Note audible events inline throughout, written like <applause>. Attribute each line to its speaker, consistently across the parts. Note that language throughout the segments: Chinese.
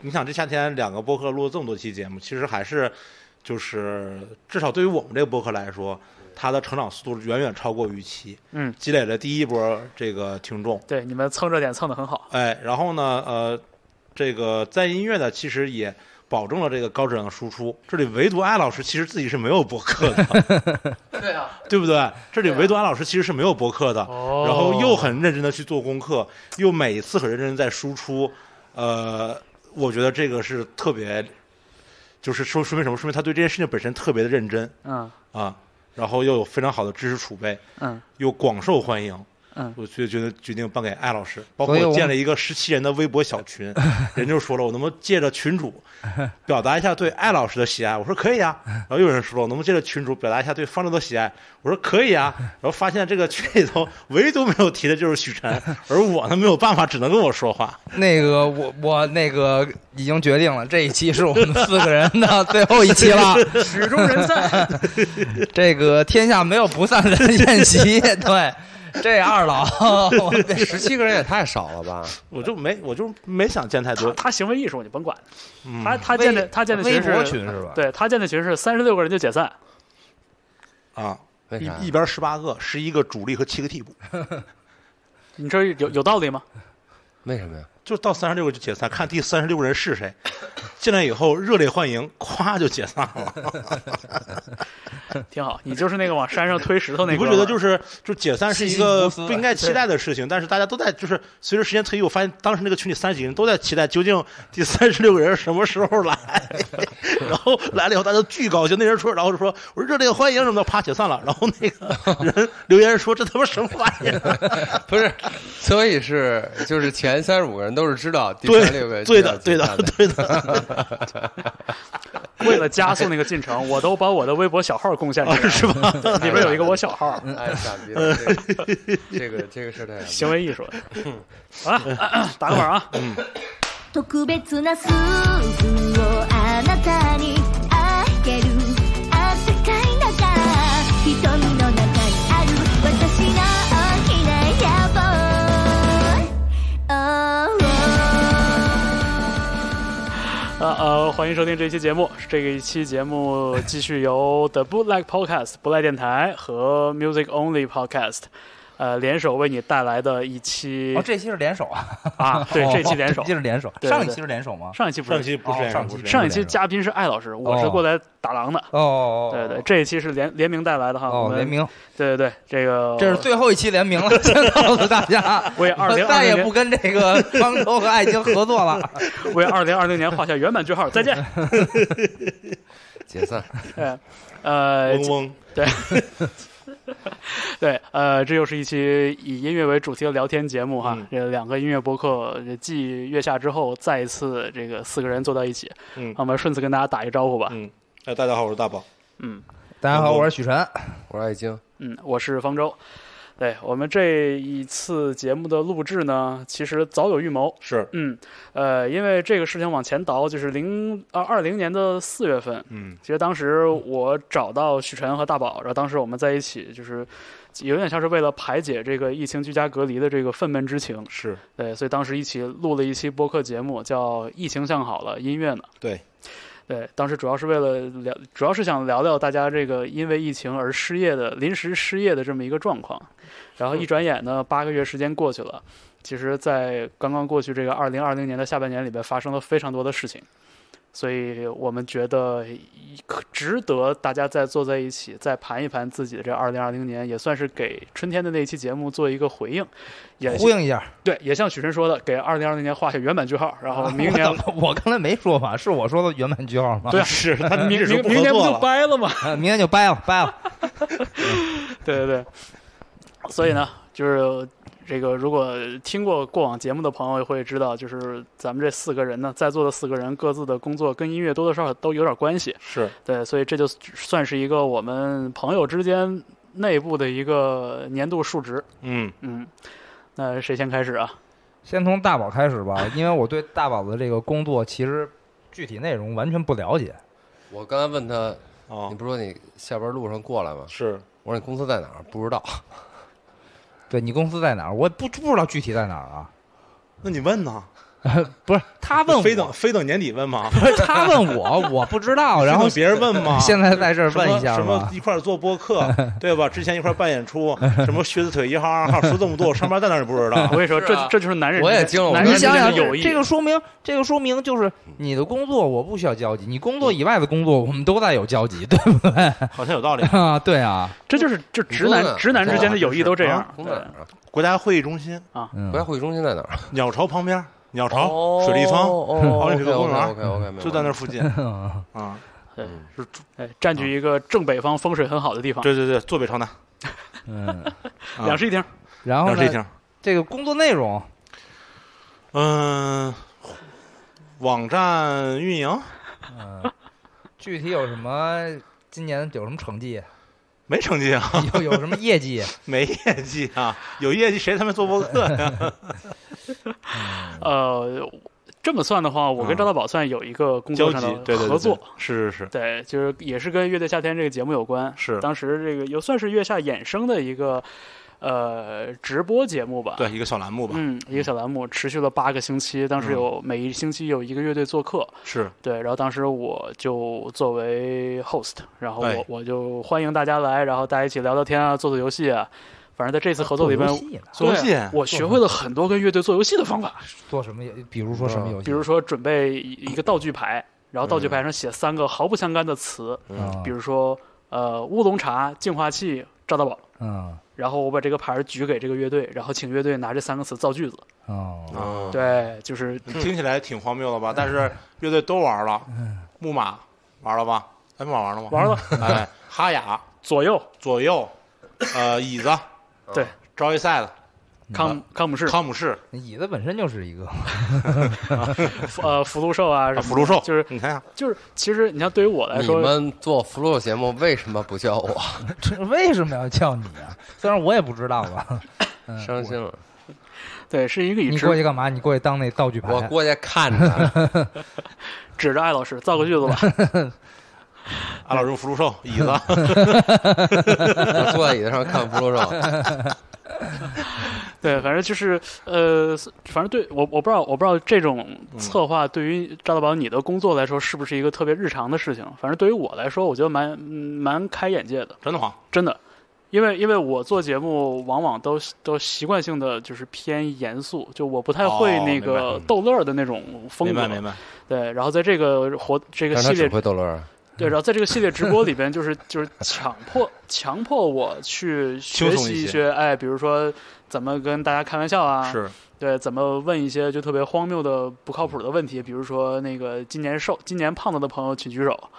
Speaker 1: 你想这夏天两个播客录了这么多期节目，其实还是就是至少对于我们这个播客来说，它的成长速度远远超过预期，
Speaker 2: 嗯，
Speaker 1: 积累了第一波这个听众。
Speaker 2: 对，你们蹭热点蹭的很好，
Speaker 1: 哎，然后呢，呃，这个在音乐呢，其实也保证了这个高质量的输出。这里唯独艾老师其实自己是没有播客的，
Speaker 3: <laughs> 对啊，
Speaker 1: 对不对？这里
Speaker 3: 对啊
Speaker 1: 唯独艾老师其实是没有播客的，
Speaker 2: 哦
Speaker 1: 然后又很认真的去做功课，又每一次很认真地在输出。呃，我觉得这个是特别，就是说说明什么？说明他对这件事情本身特别的认真
Speaker 2: 嗯
Speaker 1: 啊，然后又有非常好的知识储备，
Speaker 2: 嗯
Speaker 1: 又广受欢迎。
Speaker 2: 嗯，
Speaker 1: 我就觉得决定颁给艾老师，包括
Speaker 4: 所以我
Speaker 1: 我
Speaker 4: 们
Speaker 1: 建了一个十七人的微博小
Speaker 4: <laughs>
Speaker 1: 群，人就说了，我能不能借着群主表达一下对艾老师的喜爱？我说可以
Speaker 4: <laughs>
Speaker 1: 啊。然后又有人说了，我能不能借着群主表达一下对方舟的喜爱？我说可以啊。然后发现这个群里头唯独没有提的就是许
Speaker 4: <laughs>
Speaker 1: 晨，而我呢没有办法，只能跟我说话。
Speaker 4: 那个我我那个已经决定了，这一期是我们四个人的最后一期
Speaker 5: <laughs>
Speaker 4: 了。
Speaker 2: 曲终人散，
Speaker 4: 这个天下没有不散的宴席，对。这二老，我
Speaker 5: 那十七个人也太少了吧？
Speaker 1: 我就没我就没想见太
Speaker 2: 他
Speaker 1: 多。
Speaker 2: 他行为艺术你甭管，
Speaker 1: 嗯，
Speaker 2: 他他建的他建的
Speaker 5: 微
Speaker 2: 群
Speaker 5: 博
Speaker 2: 是，
Speaker 5: 群是吧？，
Speaker 2: 对他建的群是三十六个人就解散，
Speaker 1: 啊，
Speaker 5: 为啥
Speaker 1: 一一？边十八个，十一个主力和七个替补，
Speaker 2: 你这有有道理吗？
Speaker 5: 为什么呀？
Speaker 1: 就到三十六个就解散，看第三十六个人是谁。进来以后热烈欢迎，咵就解散了。
Speaker 2: 挺好，你就是那个往山上推石头那
Speaker 1: 你
Speaker 2: 个，
Speaker 1: 不觉得就是就解散是一个不应该
Speaker 2: 对
Speaker 1: 期待的事情，但是大家都在就是随着时间推移，我发现当时那个群里三十几个人都在期待究竟第三十六个人什么时候来，然后来了以后大家都巨高兴，那人说，然后就说我说热烈欢迎什么的，啪解散了，然后那个人留言说这他妈什么玩意儿？
Speaker 4: <laughs>
Speaker 5: 不是，所以是就是前三十五个人都是知道第
Speaker 1: 对
Speaker 5: 三六个人
Speaker 1: 对
Speaker 5: 需要
Speaker 1: 的对
Speaker 5: 解
Speaker 1: 的
Speaker 5: 散
Speaker 1: 对的，
Speaker 2: 为了加速那个进程，我都把我的微博小号贡献给
Speaker 1: <laughs> 是嗯吧？
Speaker 2: 你，里边有一个我小号，
Speaker 5: 哎，傻逼了，这个这个这个事儿太
Speaker 2: 行为
Speaker 1: <laughs>
Speaker 2: 艺术。好了，打个板啊，
Speaker 6: 特別なスーズをあなたにあげる暖かい中瞳の中にある私の大きな野望
Speaker 2: 呃呃，欢迎收听这一期节目。这个一期节目继续由 The Bootleg Podcast 不赖电台和 Music Only Podcast 呃联手为你带来的一期
Speaker 4: <laughs> 哦，这期是联手啊！
Speaker 2: 啊，对，这期联手
Speaker 4: <laughs> 这。期是联手，
Speaker 2: 对对
Speaker 4: 上一期是联手吗？啊
Speaker 2: 上一 <laughs> 期不
Speaker 1: 上
Speaker 2: 是，
Speaker 1: 期不是这样，
Speaker 4: 哦上
Speaker 1: 不
Speaker 4: 期
Speaker 1: 是这样
Speaker 2: 上一期嘉宾是艾老师，我是
Speaker 4: 哦
Speaker 2: 过来打狼的。
Speaker 4: 哦哦，哦
Speaker 2: 对对，，这一期是联联名带来的哈，我
Speaker 4: 哦，
Speaker 2: 们
Speaker 4: 联名，
Speaker 2: 对对对，这个
Speaker 1: 哦
Speaker 4: 这是最后一期联名
Speaker 1: <laughs>
Speaker 4: 了，先告诉大家，
Speaker 2: 为
Speaker 4: 我
Speaker 2: 2020
Speaker 4: 再也不跟这个方舟和爱情合作了。
Speaker 2: 为二零二零年画下圆满句号，再
Speaker 4: <laughs>
Speaker 2: 见。
Speaker 5: <laughs>
Speaker 2: 哎
Speaker 5: 解散。
Speaker 2: 呃，
Speaker 1: 嗡嗡，
Speaker 2: 对，呃，这又是一期以音乐为主题的聊天节目哈。
Speaker 1: 嗯
Speaker 2: 这两个音乐播客这继月下之后，再一次这个四个人坐到一起，
Speaker 1: 嗯
Speaker 2: 我们顺次跟大家打一招呼吧。
Speaker 1: 嗯，哎，大家好，我是大宝，
Speaker 2: 嗯
Speaker 4: 大家好，我是许晨。
Speaker 5: 我说爱京，
Speaker 2: 嗯，我是方舟。对我们这一次节目的录制呢，其实早有预谋。
Speaker 1: 是，
Speaker 2: 嗯，呃，因为这个事情往前倒，就是零呃二零年的四月份，
Speaker 1: 嗯
Speaker 2: 其实当时我找到许晨和大宝，然后当时我们在一起，就是有点像是为了排解这个疫情居家隔离的这个愤懑之情，
Speaker 4: <laughs>
Speaker 1: 是
Speaker 2: 对，所以当时一起录了一期播客节目，叫《疫情向好了，音乐呢》。
Speaker 1: 对，
Speaker 2: 对，当时主要是为了聊，主要是想聊聊大家这个因为疫情而失业的、临时失业的这么一个状况。然后一转眼呢，八个月时间过去了，其实，在刚刚过去这个二零二零年的下半年里边，发生了非常多的事情。所以我们觉得可值得大家再坐在一起，再盘一盘自己的这二零二零年，也算是给春天的那一期节目做一个回应，也
Speaker 4: 呼应一下，
Speaker 2: 对，也像许晨说的，给二零二零年画下圆满句号，
Speaker 1: <laughs>
Speaker 2: 然
Speaker 1: 哦
Speaker 2: 后明年
Speaker 4: 我怎么 <laughs> 我刚才没说吧？是我说的原版句号吗？
Speaker 2: 对啊
Speaker 1: 是，他们
Speaker 2: 明
Speaker 1: 这时候
Speaker 2: 明
Speaker 1: 不
Speaker 2: 明
Speaker 1: 合
Speaker 2: 年不
Speaker 1: 作
Speaker 2: 就
Speaker 1: 了，
Speaker 2: 掰
Speaker 1: <laughs>
Speaker 2: 了吗？
Speaker 4: 啊， <laughs> 明天就掰了，掰了。
Speaker 2: 对对对，所以呢，就是这个，如果听过过往节目的朋友会知道，就是咱们这四个人呢，在座的四个人各自的工作跟音乐多多少少都有点关系，
Speaker 1: 是
Speaker 2: 对，所以这就算是一个我们朋友之间内部的一个年度数值，
Speaker 1: 嗯
Speaker 2: 嗯。那谁先开始啊？
Speaker 4: 先从大宝开始吧，因为我对大宝的这个工作其实具体内容完全不了解。
Speaker 5: 我刚才问他，你
Speaker 1: 哦
Speaker 5: 不是说你下班路上过来吗？
Speaker 1: 是
Speaker 5: 我说你公司在哪儿？不知道。
Speaker 4: 对你公司在哪儿？我不不知道具体在哪儿啊。
Speaker 1: 那你问呢？
Speaker 4: 不是他
Speaker 1: <laughs>
Speaker 4: 问我，
Speaker 1: 非等非等年底问吗？
Speaker 4: 不是 <laughs> 他问我，我不知
Speaker 1: <laughs>
Speaker 4: 道，然后
Speaker 1: 非等别人问吗？
Speaker 4: 现在在这儿问一下
Speaker 1: 什么什
Speaker 4: 吧
Speaker 1: 么。一块儿做播
Speaker 4: <laughs>
Speaker 1: 客，对吧？之前一块儿办演出，什么靴子腿一号二号，说这么多，
Speaker 4: <laughs>
Speaker 1: 我上班在哪儿也不知道
Speaker 2: 我。跟你说，
Speaker 5: 是
Speaker 2: 这
Speaker 5: 啊
Speaker 2: 这就是男人之
Speaker 5: 我
Speaker 2: 间，
Speaker 5: 也惊了
Speaker 2: 男
Speaker 5: 我
Speaker 2: 人
Speaker 4: 哦你
Speaker 2: 之
Speaker 4: 想
Speaker 2: 间的
Speaker 4: 想，
Speaker 2: 友谊。啊
Speaker 4: 这个说明，这个说明就是你的工作我不需要交集，你工作以外的工作我们都在有交集，对
Speaker 1: 好像有道理。
Speaker 4: 吧？ <laughs> 对啊，
Speaker 2: 这就是就直
Speaker 5: 你说呢
Speaker 2: 男直男之间的友谊都这样
Speaker 1: 啊。
Speaker 5: 从哪儿啊？
Speaker 1: 国家会议中心，
Speaker 4: 嗯
Speaker 5: 国，家会议中心在哪儿？
Speaker 1: 鸟巢旁边，鸟巢水立方
Speaker 5: 奥
Speaker 1: 奥林匹克公园
Speaker 5: OK OK，
Speaker 1: 就在那
Speaker 4: <laughs>
Speaker 1: 附近
Speaker 4: 嗯
Speaker 1: 啊。
Speaker 2: 对
Speaker 1: 是，
Speaker 2: 哎，占据一个正北方风水很好的地方，
Speaker 1: 啊对对对，坐北朝南，
Speaker 4: 嗯，
Speaker 1: 啊
Speaker 2: 两室一厅。
Speaker 4: 然后
Speaker 1: 两室一
Speaker 4: 呢，
Speaker 1: 厅。
Speaker 4: 这个工作内容，
Speaker 1: 嗯，网站运营
Speaker 4: 嗯，具体有什么？今年有什么成绩？
Speaker 1: 没成绩啊，
Speaker 4: 有有什么
Speaker 2: <laughs>
Speaker 4: 业绩？
Speaker 1: <laughs> 没业绩啊，有业绩谁他妈做播客呀？啊
Speaker 2: 呃，这么算的话，我跟
Speaker 1: 嗯
Speaker 2: 张大宝算有一个 <laughs> 工
Speaker 1: 交
Speaker 2: 作
Speaker 1: 集
Speaker 2: 上的合作，，
Speaker 1: 对对对对，是是
Speaker 2: 对，就是也是跟《乐队夏天》这个节目有关。
Speaker 1: 是是，
Speaker 2: 当时这个又算是月下衍生的一个呃直播节目吧。
Speaker 1: 对一个小栏目吧，
Speaker 2: 嗯，一个小栏目持续了八个星期，当时
Speaker 1: 嗯
Speaker 2: 有、每一星期有一个乐队做客，
Speaker 1: 是
Speaker 2: 对，然后当时我就作为 host，然后我、
Speaker 1: 哎
Speaker 2: 我就欢迎大家来，然后大家一起聊聊天啊，做做游戏啊，反正在这次合作里边，
Speaker 4: 做游戏呢
Speaker 1: 做游
Speaker 2: 对
Speaker 1: 戏
Speaker 2: 我学会了很多跟乐队做游戏的方法，
Speaker 4: 做什么游？比如说什么游戏？
Speaker 2: 比如说准备一一个道具牌，然后道具牌上写三个毫不相干的词，
Speaker 4: 嗯，
Speaker 2: 比如说呃乌龙茶、净化器、赵大宝，
Speaker 4: 嗯
Speaker 2: 然后我把这个牌儿举给这个乐队，然后请乐队拿这三个词造句子。
Speaker 4: 哦，
Speaker 1: 啊，
Speaker 2: 对，就是
Speaker 1: 听起来挺荒谬的吧？但是乐队都玩了，木马玩了吧？哎，木马玩了吗？
Speaker 2: 嗯玩了
Speaker 1: 哎，哈雅
Speaker 2: 左右
Speaker 1: 左右，呃，椅子，
Speaker 2: 哦对
Speaker 1: 招一赛子，
Speaker 2: 康康姆士、
Speaker 1: 康姆士，
Speaker 4: 那椅子本身就是一个，
Speaker 2: 呃福禄寿啊什么的，
Speaker 1: 福禄寿
Speaker 2: 就是
Speaker 1: 你看看，
Speaker 2: 就是，其实你像对于我来
Speaker 5: 你
Speaker 2: 说，
Speaker 5: 们做福禄节目为什么不叫我？
Speaker 4: 这为什么要叫你啊？虽然我也不知道吧。嗯
Speaker 5: 伤心了，
Speaker 2: 对是一个以
Speaker 4: 你过去
Speaker 2: 指
Speaker 4: 干嘛？你过去当那道具牌？
Speaker 5: 我过去看着。
Speaker 2: 指着艾老师造个句子
Speaker 1: 嗯
Speaker 2: 吧。
Speaker 1: 阿老师用福禄寿，椅子，
Speaker 5: 我坐在椅子上看福禄寿，
Speaker 2: <laughs> 对，反正就是呃，反正对我我不知道我不知道这种
Speaker 1: 嗯
Speaker 2: 策划对于赵大宝你的工作来说是不是一个特别日常的事情。反正对于我来说，我觉得蛮嗯蛮开眼界的，
Speaker 1: 真的慌，
Speaker 2: 真的。因为因为我做节目往往都都习惯性的就是偏严肃，就我不太会
Speaker 1: 哦
Speaker 2: 那
Speaker 1: 明白
Speaker 2: 个
Speaker 1: 嗯
Speaker 2: 逗乐儿的那种风
Speaker 1: 明
Speaker 2: 格。
Speaker 1: 白明白，
Speaker 2: 对，然后在这个活这个
Speaker 5: 但是
Speaker 2: 系
Speaker 5: 他只
Speaker 2: 列
Speaker 5: 会逗乐儿。
Speaker 1: <laughs>
Speaker 2: 对，然后在这个系列直播里边，就是就是强迫强迫我去学
Speaker 1: 轻松一
Speaker 2: 习一
Speaker 1: 些
Speaker 2: 些，哎，比如说怎么跟大家开玩笑啊，
Speaker 1: 是
Speaker 2: 对，怎么问一些就特别荒谬的、不靠谱的问题，比如说那个今年瘦、今年胖了的朋友请举手， <laughs>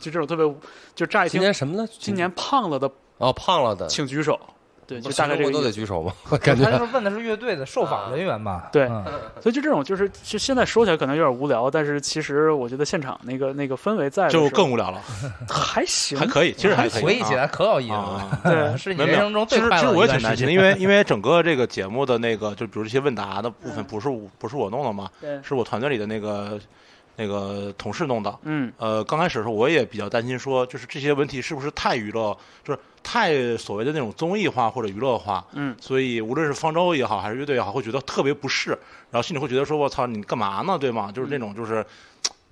Speaker 2: 就这种特别就乍一
Speaker 5: 今
Speaker 2: 听
Speaker 5: 年什么呢？
Speaker 2: 今年胖了的
Speaker 5: 哦，胖了的，
Speaker 2: 请举手，对，
Speaker 5: 不
Speaker 2: 就是大概这个
Speaker 5: 嗯我都
Speaker 2: 意
Speaker 5: 得
Speaker 2: 思。
Speaker 5: 举手吗？我
Speaker 4: 他
Speaker 5: 感觉
Speaker 4: 就是问的是乐队的受访人员吧？
Speaker 2: 对
Speaker 4: 嗯
Speaker 2: 所以就这种就是就现在说起来可能有点无聊，但是其实我觉得现场那个那个氛围在的
Speaker 1: 就
Speaker 2: 时候
Speaker 1: 更无聊了，
Speaker 2: 还行
Speaker 1: 还，可以，其实还可以，
Speaker 4: 回忆起来可有意
Speaker 1: <laughs>
Speaker 4: 思了，
Speaker 1: 啊。
Speaker 2: 对，
Speaker 4: <laughs> 是你
Speaker 1: 没有
Speaker 4: 人生中
Speaker 1: 其
Speaker 4: 最
Speaker 1: 实
Speaker 4: 快
Speaker 1: 其实
Speaker 4: 乐
Speaker 1: 我
Speaker 4: 的一
Speaker 1: 也挺
Speaker 4: 段时
Speaker 1: 担心
Speaker 4: 间。
Speaker 1: 的，因
Speaker 4: <laughs>
Speaker 1: 为因为整个这个节目的那个，就比如这些问答的部分，
Speaker 4: 嗯
Speaker 1: 不是我不是我弄的嘛，
Speaker 2: 对，
Speaker 1: 是我团队里的那个那个同事弄的。
Speaker 2: 嗯，
Speaker 1: 呃，刚开始的时候我也比较担心，说就是这些问题是不是太娱乐，就是太所谓的那种综艺化或者娱乐化。
Speaker 2: 嗯
Speaker 1: 所以无论是方舟也好，还是乐队也好，会觉得特别不适，然后心里会觉得说我操，你干嘛呢？对吗？就是那种就是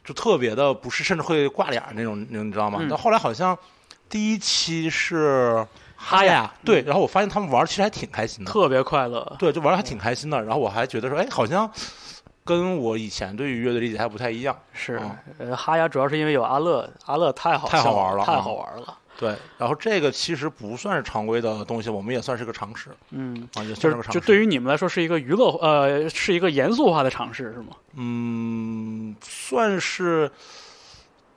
Speaker 1: 就特别的不适，甚至会挂脸儿那种，你知道吗？
Speaker 2: 嗯
Speaker 1: 但后来好像第一期是哈
Speaker 2: 呀
Speaker 1: 呀，对，然后我发现他们玩儿其实还挺开心的，
Speaker 2: 嗯特别快乐，
Speaker 1: 对，就玩的还挺开心的。然后我还觉得说，哎，好像跟我以前对于乐队理解还不太一样。
Speaker 2: 是
Speaker 1: 嗯，
Speaker 2: 呃，哈牙主要是因为有阿乐，阿乐太好
Speaker 1: 太
Speaker 2: 笑
Speaker 1: 好玩了
Speaker 2: 太
Speaker 1: 啊
Speaker 2: 好玩了。
Speaker 1: 对，然后这个其实不算是常规的东西，我们也算是个常识
Speaker 2: 嗯，
Speaker 1: 啊，也
Speaker 2: 就
Speaker 1: 算是
Speaker 2: 是
Speaker 1: 个常识。
Speaker 2: 就对于你们来说是一个娱乐，呃，是一个严肃化的尝试，是吗？
Speaker 1: 嗯，算是，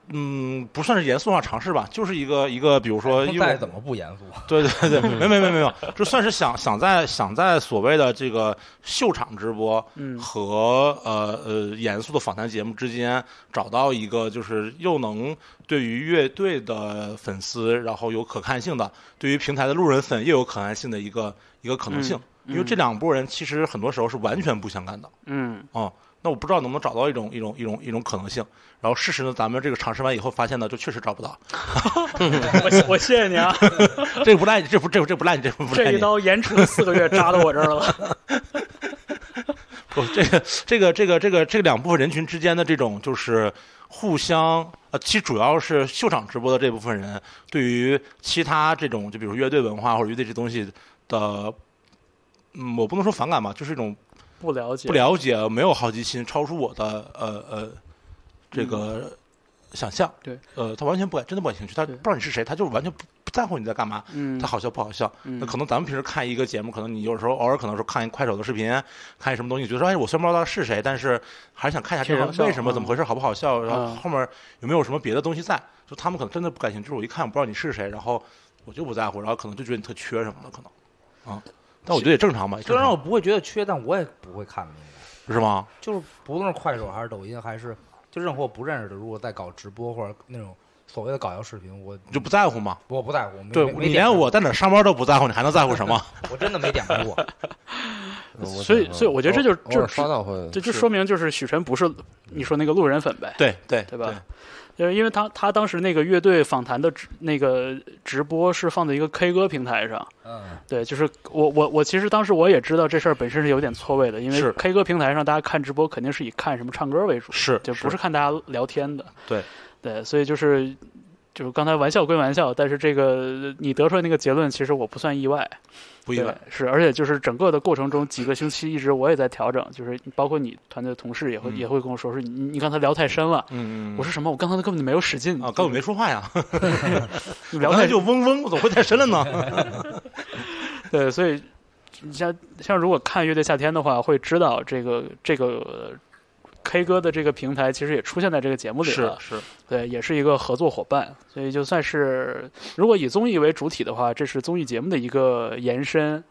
Speaker 1: 嗯，不算是严肃化尝试吧，就是一个一个，比如说，因为
Speaker 4: 再
Speaker 1: 我
Speaker 4: 怎么不严肃？啊 <laughs>
Speaker 1: 对对对，没没没没有，就算是想想在想在所谓的这个秀场直播
Speaker 2: 嗯
Speaker 1: 和呃呃严肃的访谈节目之间找到一个就是又能对于乐队的粉丝然后有可看性的，对于平台的路人粉又有可看性的一个一个可能性，
Speaker 2: 嗯
Speaker 1: 因为这两拨人其实很多时候是完全不相干的。 <laughs>
Speaker 2: 嗯
Speaker 1: 哦、那我不知道能不能找到一种一种一种一种可能性。然后事实呢，咱们这个尝试完以后发现呢，就确实找不
Speaker 2: <laughs>
Speaker 1: 到。
Speaker 2: 我谢我谢
Speaker 1: <laughs>
Speaker 2: 谢你啊，
Speaker 1: 这不赖你，这不这不这不赖你，这不赖
Speaker 2: 这
Speaker 1: 你。 <laughs>
Speaker 2: 一刀延迟了四个月扎到我这儿了。
Speaker 1: 哦，这个这个这个这个这两部分人群之间的这种就是互相呃，其实主要是秀场直播的这部分人对于其他这种就比如乐队文化或者乐队这东西的，嗯，我不能说反感吧，就是一种
Speaker 2: 不了解，
Speaker 1: 不了解，没有好奇心，超出我的呃呃这个想象。
Speaker 2: 嗯对，
Speaker 1: 呃，他完全不感，真的不感兴趣，他不
Speaker 2: 对
Speaker 1: 知道你是谁，他就是完全不不在乎你在干嘛，
Speaker 2: 嗯，
Speaker 1: 他好笑不好笑。
Speaker 2: 嗯，
Speaker 1: 那可能咱们平时看一个节目，可能你有时候偶尔可能是看一快手的视频，看一什么东西，觉得说哎，我虽然不知道他是谁，但是还是想看一下这
Speaker 2: 挺好
Speaker 1: 人为什么、
Speaker 2: 笑
Speaker 1: 怎么回事，好不好笑，然后
Speaker 2: 嗯
Speaker 1: 后面有没有什么别的东西在。就他们可能真的不感兴趣，就是我一看我不知道你是谁，然后我就不在乎，然后可能就觉得你特缺什么的，可能啊。但我觉得也正常吧，
Speaker 4: 虽
Speaker 1: 正
Speaker 4: 然我
Speaker 1: 常
Speaker 4: 不会觉得缺，但我也不会看明白。
Speaker 1: 是吗？
Speaker 4: 就是不论是快手还是抖音，还是就任何我不认识的，如果在搞直播或者那种所谓的搞笑视频，我
Speaker 1: 你就不在乎吗？
Speaker 4: 我不在乎。没
Speaker 1: 对
Speaker 4: 没没
Speaker 1: 你
Speaker 4: 点
Speaker 1: 连
Speaker 4: 开
Speaker 1: 我在哪上班都不在乎，你还能在乎什么？ <laughs>
Speaker 4: 过我真的没点开过。 <laughs>
Speaker 2: 所以所以我觉得这就是
Speaker 5: 偶
Speaker 2: 这
Speaker 5: 尔刷到会，
Speaker 2: 这就说明就是许晨不是你说那个路人粉呗，
Speaker 1: 对对
Speaker 2: 对吧？就是因为他他当时那个乐队访谈的直那个直播是放在一个 K 歌平台上，
Speaker 4: 嗯，
Speaker 2: 对，就是我我我其实当时我也知道这事儿本身是有点错位的，因
Speaker 1: 是
Speaker 2: 为 K 歌平台上大家看直播肯定是以看什么唱歌为主，
Speaker 1: 是
Speaker 2: 就不是看大家聊天的。
Speaker 1: 对
Speaker 2: 对，所以就是就是刚才玩笑归玩笑，但是这个你得出来那个结论，其实我不算意外，
Speaker 1: 不意外
Speaker 2: 对，是，而且就是整个的过程中几个星期一直我也在调整，就是包括你团队的同事也会、
Speaker 1: 嗯
Speaker 2: 也会跟我说说你你刚才聊太深了。
Speaker 1: 嗯嗯，
Speaker 2: 我说什么？我刚才根本就没有使劲
Speaker 1: 啊，根本没说话呀，
Speaker 2: 你聊
Speaker 1: 刚
Speaker 2: 太
Speaker 1: 才就嗡嗡，我怎么会太深了
Speaker 2: <laughs>
Speaker 1: 呢？ <laughs>
Speaker 2: 对，所以你像像如果看《乐队夏天》的话，会知道这个这个 K 歌的这个平台其实也出现在这个节目里
Speaker 1: 是
Speaker 2: 了，
Speaker 1: 是，
Speaker 2: 对，也是一个合作伙伴，所以就算是如果以综艺为主体的话，这是综艺节目的一个延伸，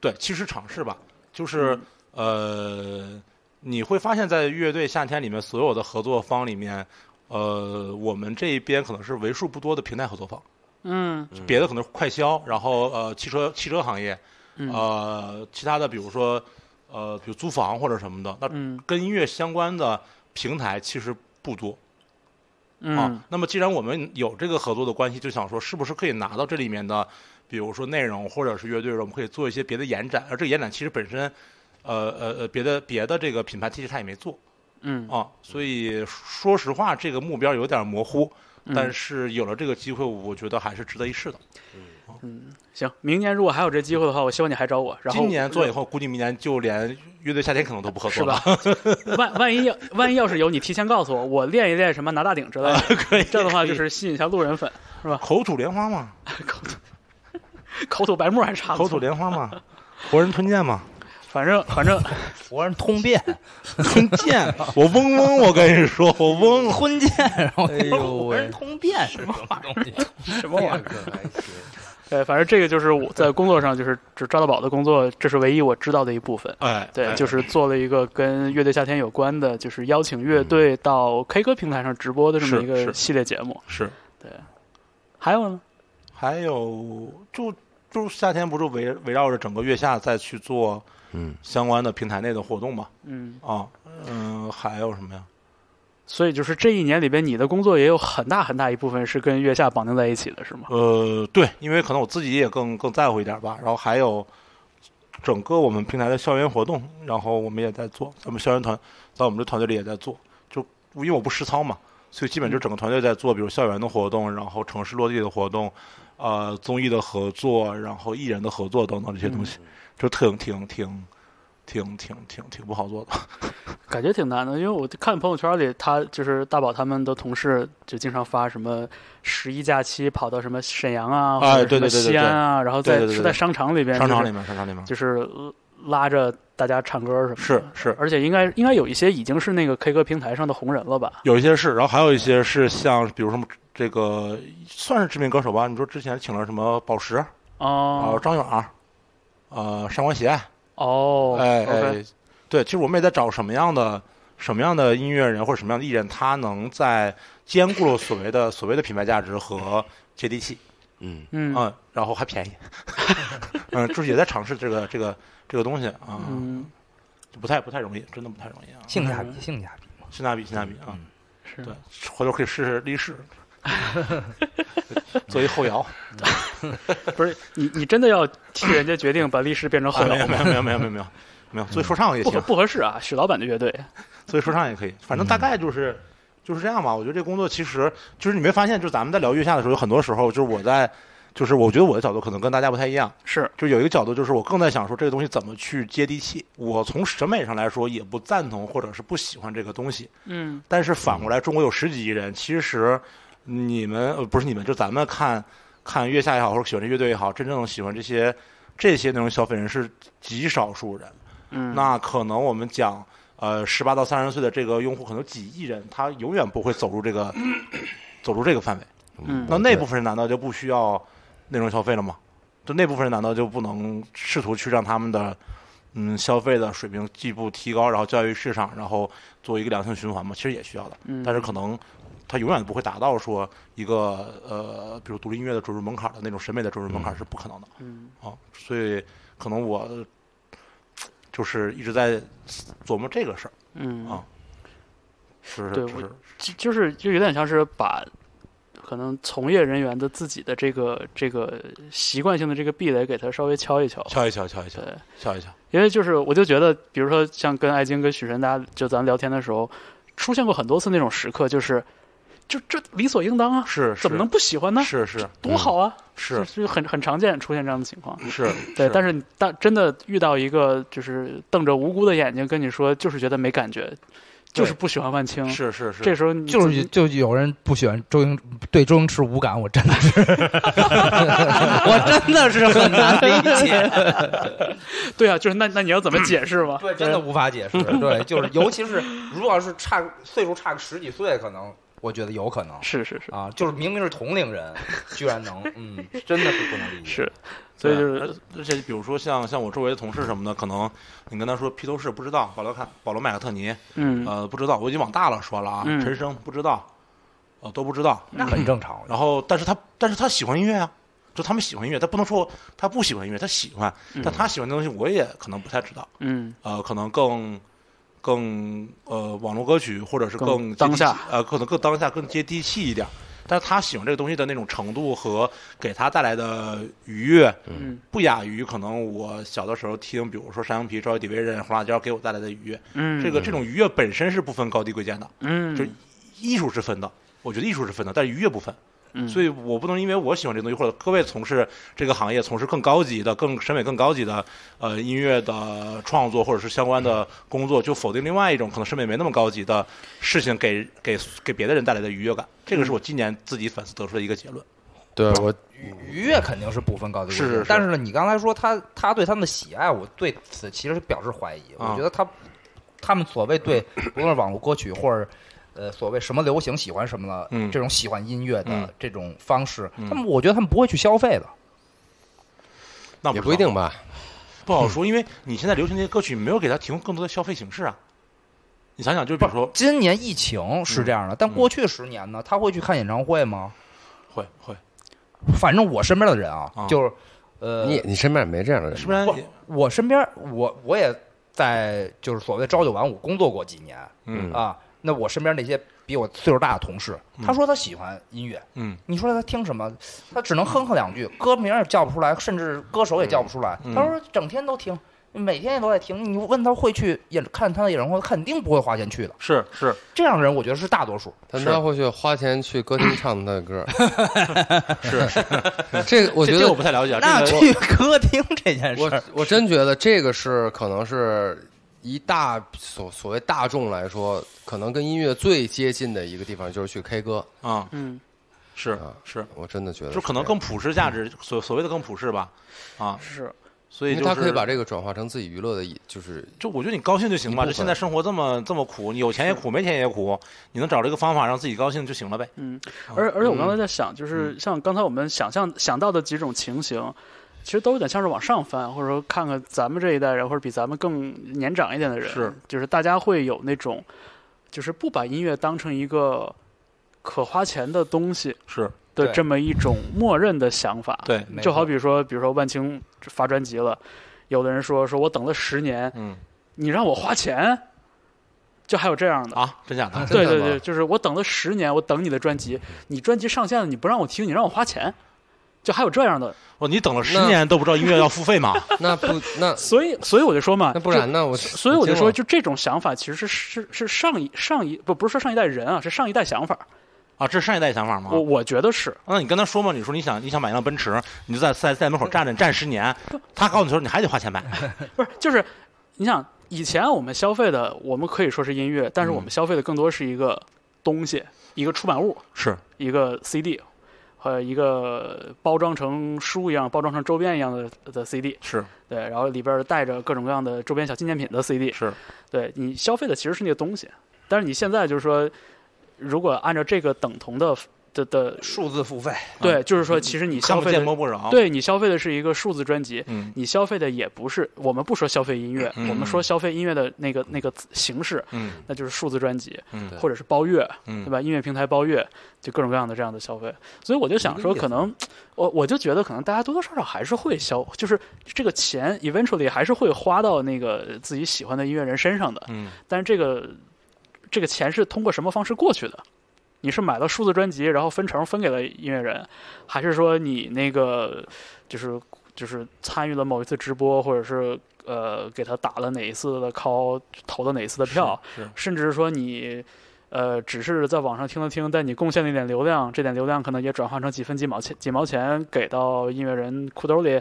Speaker 1: 对，其实尝试吧，就是
Speaker 2: 嗯
Speaker 1: 呃，你会发现在乐队夏天里面所有的合作方里面，呃，我们这一边可能是为数不多的平台合作方，
Speaker 2: 嗯
Speaker 1: 别的可能是快消，然后呃，汽车汽车行业，
Speaker 2: 嗯
Speaker 1: 呃，其他的比如说呃，比如租房或者什么的，那
Speaker 2: 嗯
Speaker 1: 跟音乐相关的平台其实不多。
Speaker 2: 嗯
Speaker 1: 啊，那么既然我们有这个合作的关系，就想说是不是可以拿到这里面的，比如说内容或者是乐队的，我们可以做一些别的延展。而这个延展其实本身，呃呃呃，别的别的这个品牌其实他也没做
Speaker 2: 嗯，
Speaker 1: 啊，所以说实话，这个目标有点模糊。
Speaker 2: 嗯
Speaker 1: 但是有了这个机会，我觉得还是值得一试的。
Speaker 2: 行，明年如果还有这机会的话，我希望你还找我。然后呃
Speaker 1: 今年做以后，估计明年就连乐队夏天可能都不合
Speaker 2: 是
Speaker 1: 作了
Speaker 2: 吧。？ <laughs> 万万一要万一要是有，你提前告诉我，我练一练什么拿大顶之类的，
Speaker 1: <laughs> 可以，
Speaker 2: 这样的话
Speaker 1: 可以
Speaker 2: 就是吸引一下路人粉，
Speaker 1: 口吐莲花嘛，
Speaker 2: 口吐白沫还差不
Speaker 1: 口吐
Speaker 2: 多。
Speaker 1: 莲花嘛，活人吞剑嘛，
Speaker 2: 反 <laughs> 正反正
Speaker 4: 活人通便，
Speaker 1: 吞剑，我嗡嗡，我跟你说，我嗡。
Speaker 4: 婚见，然后
Speaker 5: 哎呦
Speaker 4: 活人
Speaker 5: 喂，
Speaker 4: 通便什么玩意儿？
Speaker 2: 什么玩意
Speaker 4: <laughs>
Speaker 2: 儿？
Speaker 5: 这还行
Speaker 2: 对，反正这个就是我在工作上，就是就赵大宝的工作，这是唯一我知道的一部分。
Speaker 1: 哎，
Speaker 2: 对，
Speaker 1: 哎
Speaker 2: 就是做了一个跟乐队夏天有关的，就是邀请乐队到 K 歌平台上直播的这么
Speaker 1: 是
Speaker 2: 一个
Speaker 1: 是
Speaker 2: 系列节目。
Speaker 1: 是
Speaker 2: 还有呢，
Speaker 1: 还有就就夏天不就围围绕着整个月下再去做
Speaker 5: 嗯，
Speaker 1: 相关的平台内的活动嘛？
Speaker 2: 嗯，
Speaker 1: 啊，嗯，还有什么呀？
Speaker 2: 所以就是这一年里边，你的工作也有很大很大一部分是跟月下绑定在一起的，是吗？
Speaker 1: 呃，对，因为可能我自己也更更在乎一点吧。然后还有整个我们平台的校园活动，然后我们也在做，咱们校园团在我们这团队里也在做。就因为我不实操嘛，所以基本
Speaker 2: 嗯
Speaker 1: 就整个团队在做，比如校园的活动，然后城市落地的活动，呃，综艺的合作，然后艺人的合作等等这些东西，
Speaker 2: 嗯
Speaker 1: 就挺挺挺挺挺挺挺不好做的。
Speaker 2: 感觉挺难的，因为我看朋友圈里，他就是大宝他们的同事就经常发什么十一假期跑到什么沈阳啊，
Speaker 1: 哎
Speaker 2: 或者什么
Speaker 1: 对对对对
Speaker 2: 西安啊，然后
Speaker 1: 对
Speaker 2: 在
Speaker 1: 对对对
Speaker 2: 是在商场里边，
Speaker 1: 商场
Speaker 2: 就是
Speaker 1: 里面，商场里面
Speaker 2: 就是拉着大家唱歌什么的。
Speaker 1: 是是
Speaker 2: 而且应该应该有一些已经是那个 K 歌平台上的红人了吧？
Speaker 1: 有一些是，然后还有一些是像比如什么这个算是知名歌手吧，你说之前请了什么宝石。然后
Speaker 2: 哦
Speaker 1: 张远儿，呃，上官协，哎
Speaker 2: 哦，OK，
Speaker 1: 哎，对，其实我们也在找什么样的什么样的音乐人或者什么样的艺人，他能在兼顾了所谓的所谓的品牌价值和接地气，
Speaker 5: 嗯，
Speaker 2: 嗯
Speaker 1: 嗯，然后还
Speaker 2: <laughs>
Speaker 1: 便宜，嗯，就是也在尝试这个这个这个东西啊，
Speaker 2: 嗯
Speaker 1: 就不太不太容易，真的不太容易啊，
Speaker 4: 性价比，性价比。
Speaker 1: 性价比性价比啊，
Speaker 2: 是
Speaker 1: 对，回头可以试试立式，做一后摇，
Speaker 2: 不是你你真的要替人家决定把历史变成后
Speaker 1: 没
Speaker 2: 摇
Speaker 1: 啊有
Speaker 2: 吗？
Speaker 1: 没有没有没有没有没有，没有，所以说唱也
Speaker 2: 不
Speaker 1: 行
Speaker 2: 合，不合适啊，许老板的乐队，
Speaker 1: 所以说唱也可以，反正大概就是、就是这样吧。我觉得这工作其实就是你没发现，就是咱们在聊月下的时候，有很多时候就是我在，就是我觉得我的角度可能跟大家不太一样。
Speaker 2: 是
Speaker 1: 就有一个角度，就是我更在想说这个东西怎么去接地气。我从审美上来说也不赞同或者是不喜欢这个东西，
Speaker 2: 嗯
Speaker 1: 但是反过来，中国有十几亿人，其实你们呃不是你们，就咱们看看月下也好，或者喜欢这乐队也好，真正喜欢这些这些那种消费人是极少数人。
Speaker 2: 嗯，
Speaker 1: 那可能我们讲，呃，十八到三十岁的这个用户可能几亿人，他永远不会走入这
Speaker 2: <coughs>
Speaker 1: 个走入这个范围。
Speaker 2: 嗯
Speaker 1: 那那部分人难道就不需要内容消费了吗？就那部分人难道就不能试图去让他们的嗯消费的水平进一步提高，然后教育市场，然后做一个良性循环吗？其实也需要的，
Speaker 2: 嗯
Speaker 1: 但是可能他永远不会达到说一个呃，比如独立音乐的准入门槛的那种审美的准入门槛是不可能的。
Speaker 2: 嗯
Speaker 1: 啊，所以可能我就是一直在琢磨这个事儿，
Speaker 2: 嗯
Speaker 1: 啊是
Speaker 2: 对
Speaker 1: 是
Speaker 2: 我
Speaker 1: 是，
Speaker 2: 就就是就有点像是把可能从业人员的自己的这个这个习惯性的这个壁垒给它稍微敲一敲。
Speaker 1: 敲一敲，敲一敲
Speaker 2: 对，，
Speaker 1: 敲一敲，
Speaker 2: 因为就是我就觉得，比如说像跟艾晶、跟许晨，大家就咱聊天的时候，出现过很多次那种时刻，就是就这理所应当啊，
Speaker 1: 是
Speaker 2: 怎么能不喜欢呢？
Speaker 1: 是是
Speaker 2: 多好啊！
Speaker 1: 是
Speaker 2: 就就很很常见出现这样的情况。
Speaker 1: 是，
Speaker 2: 对，但
Speaker 1: 是
Speaker 2: 是你大真的遇到一个就是瞪着无辜的眼睛跟你说，就是觉得没感觉，就是不喜欢万青。
Speaker 1: 是是
Speaker 2: 这
Speaker 1: 是，
Speaker 2: 时候你
Speaker 4: 就
Speaker 2: 自己
Speaker 4: 是就有人不喜欢周星，对周星驰无感，我真的是， <laughs> 我真的是很难理解，
Speaker 2: 对啊，就是那那你要怎么解释
Speaker 1: 嗯
Speaker 2: 嘛？
Speaker 4: <laughs> 对，真的无法解释，对，就是尤其是如果要是差岁数差个十几岁，可能我觉得有可能
Speaker 2: 是是是
Speaker 4: 啊，就是明明是同龄人，居然能，嗯，真的是不能理解，
Speaker 2: 是，所以就是
Speaker 1: 啊而且比如说像像我周围的同事什么的，可能你跟他说披头士不知道，保罗看保罗麦克特尼，
Speaker 2: 嗯
Speaker 1: 呃不知道，我已经往大了说了啊，
Speaker 2: 嗯
Speaker 1: 陈升不知道，呃都不知道，
Speaker 4: 那很正常。
Speaker 1: 然后但是他但是他喜欢音乐啊。就他们喜欢音乐，他不能说他不喜欢音乐，他喜欢，但他喜欢的东西我也可能不太知道。
Speaker 2: 嗯
Speaker 1: 呃，可能更更呃网络歌曲，或者是
Speaker 2: 更
Speaker 1: 更接
Speaker 2: 当
Speaker 1: 地
Speaker 2: 下
Speaker 1: 气，呃，可能更当下、更接地气一点儿。但是他喜欢这个东西的那种程度和给他带来的愉悦，
Speaker 2: 嗯
Speaker 1: 不亚于可能我小的时候听，比如说山羊皮、超级底人、黄辣椒给我带来的愉悦。
Speaker 2: 嗯，
Speaker 1: 这个这种愉悦本身是不分高低贵贱的，
Speaker 2: 嗯
Speaker 1: 就艺术是分的。我觉得艺术是分的，但是愉悦不分。
Speaker 2: 嗯
Speaker 1: 所以我不能因为我喜欢这东西，或者各位从事这个行业、从事更高级的、更审美更高级的呃音乐的创作，或者是相关的工作，就否定另外一种可能审美没那么高级的事情给给给别的人带来的愉悦感。这个是我今年自己反思得出的一个结论。
Speaker 5: 对我
Speaker 4: 愉愉悦肯定是不分高低贵贱，
Speaker 1: 嗯是是是
Speaker 4: 但是呢，你刚才说他他对他们的喜爱，我对此其实表示怀疑。
Speaker 1: 啊
Speaker 4: 我觉得他他们所谓对不论是网络歌曲或者呃所谓什么流行喜欢什么的、
Speaker 1: 嗯
Speaker 4: 这种喜欢音乐
Speaker 1: 嗯
Speaker 4: 的这种方式，
Speaker 1: 嗯
Speaker 4: 他们我觉得他们不会去消费的。
Speaker 1: 那我知
Speaker 5: 也
Speaker 1: 道
Speaker 5: 不一定吧，
Speaker 1: 不好说，因为你现在流行这些歌曲没有给他提供更多的消费形式啊。你想想，就比如说嗯
Speaker 4: 今年疫情是这样的，但过去十年呢，他会去看演唱会吗？
Speaker 1: 会会
Speaker 4: 反正我身边的人啊，
Speaker 1: 啊
Speaker 4: 就是呃，
Speaker 5: 你你身边也没这样的人
Speaker 1: 是
Speaker 5: 吧，
Speaker 1: 不然
Speaker 4: 不我身边我我也在就是所谓的朝九晚五工作过几年，
Speaker 1: 嗯
Speaker 4: 啊，那我身边那些比我岁数大的同事，他说他喜欢音乐，
Speaker 1: 嗯
Speaker 4: 你说他听什么？他只能哼哼两句，歌名也叫不出来，甚至歌手也叫不出来。
Speaker 1: 嗯
Speaker 4: 他说整天都听，每天也都在听。你问他会去演看他的演唱会，肯定不会花钱去的。
Speaker 1: 是 <laughs> 是
Speaker 4: 这样的人，我觉得是大多数。
Speaker 5: 但
Speaker 1: 是
Speaker 5: 他会去花钱去歌厅唱他的歌，是这个，我觉
Speaker 1: 这
Speaker 5: 得
Speaker 1: 个我不太了解啊。
Speaker 4: 那
Speaker 1: 这个
Speaker 4: 去歌厅这件事
Speaker 5: 我
Speaker 4: 儿，
Speaker 5: 我真觉得这个是可能是一大所所谓大众来说，可能跟音乐最接近的一个地方就是去 K 歌。
Speaker 1: 我啊
Speaker 2: 嗯
Speaker 1: 是
Speaker 5: 啊
Speaker 1: 是，
Speaker 5: 我真的觉得
Speaker 1: 就是可能
Speaker 5: 这样
Speaker 1: 更普世价值，所所谓的更普世吧，啊，
Speaker 2: 是
Speaker 1: 所以
Speaker 5: 因为
Speaker 1: 就
Speaker 5: 他
Speaker 1: 是
Speaker 5: 可以把这个转化成自己娱乐的一，就是
Speaker 1: 就我觉得你高兴就行吧。
Speaker 5: 一部
Speaker 1: 就
Speaker 5: 分
Speaker 1: 现在生活这么这么苦，你有钱也苦，没钱也苦，你能找这个方法让自己高兴就行了呗。
Speaker 2: 嗯，而而且我刚才在想，就是像刚才我们想象想到的几种情形。其实都有点像是往上翻，或者说看看咱们这一代人，或者比咱们更年长一点的人，
Speaker 1: 是，
Speaker 2: 就是大家会有那种，就是不把音乐当成一个可花钱的东西
Speaker 1: 是
Speaker 2: 的
Speaker 4: 对
Speaker 2: 这么一种默认的想法。
Speaker 1: 对，
Speaker 4: 没
Speaker 2: 就
Speaker 4: 错
Speaker 2: 好比说，比如说万青发专辑了，有的人说说我等了十年，
Speaker 1: 嗯
Speaker 2: 你让我花钱，就还有这样的。
Speaker 1: 啊，真假
Speaker 2: <laughs>
Speaker 1: 的
Speaker 5: 啊
Speaker 2: 对
Speaker 5: 真的
Speaker 2: 对
Speaker 5: 吗
Speaker 2: 对，就是我等了十年，我等你的专辑，你专辑上线了，你不让我听，你让我花钱，就还有这样的，
Speaker 1: 哦，你等了十年都不知道音乐要付费吗？
Speaker 5: 那不
Speaker 1: <laughs>
Speaker 5: 那
Speaker 2: 所以所以我就说嘛，
Speaker 5: 那不
Speaker 2: 就
Speaker 5: 然呢？我
Speaker 2: 所以我就
Speaker 5: 惊了
Speaker 2: 说，就这种想法其实是是是上一上一不不是说上一代人啊，是上一代想法。
Speaker 1: 啊，这是上一代想法吗？
Speaker 2: 我我觉得是，
Speaker 1: 那你跟他说嘛，你说你想你想买一辆奔驰，你就在在在门口站着站十年，他告诉你说你还得花钱买，
Speaker 2: 不是就是你想以前我们消费的，我们可以说是音乐，但是我们消费的更多是一个东西，一个出版物，
Speaker 1: 是
Speaker 2: 一个 CD，和一个包装成书一样、包装成周边一样的的 CD。
Speaker 1: 是
Speaker 2: 对，然后里边儿带着各种各样的周边小纪念品的 CD。
Speaker 1: 是，
Speaker 2: 对你消费的其实是那个东西，但是你现在就是说，如果按照这个等同的的的，
Speaker 1: 数字付费，
Speaker 2: 对，就是说，其实你
Speaker 1: 啊
Speaker 2: 消
Speaker 1: 看不
Speaker 2: 费
Speaker 1: 见
Speaker 2: 的
Speaker 1: 摸不着，，
Speaker 2: 对你消费的是一个数字专辑，
Speaker 1: 嗯
Speaker 2: 你消费的也不是我们不说消费音乐，
Speaker 1: 嗯
Speaker 2: 我们说消费音乐的那个那个形式，
Speaker 1: 嗯
Speaker 2: 那就是数字专辑
Speaker 1: 嗯
Speaker 5: 对
Speaker 2: 或者是包月，对
Speaker 1: 嗯，
Speaker 2: 吧？音乐平台包月，就各种各样的这样的消费，所以我就想说，可能我我就觉得可能大家多多少少还是会消，就是这个钱 eventually 还是会花到那个自己喜欢的音乐人身上的，
Speaker 1: 嗯
Speaker 2: 但是这个这个钱是通过什么方式过去的？你是买了数字专辑，然后分成分给了音乐人，还是说你那个就是就是参与了某一次直播，或者是呃给他打了哪一次的 call，投了哪一次的票，
Speaker 1: 是
Speaker 2: 甚至说你呃只是在网上听了听，但你贡献了一点流量，这点流量可能也转换成几分几毛钱几毛钱给到音乐人裤兜里，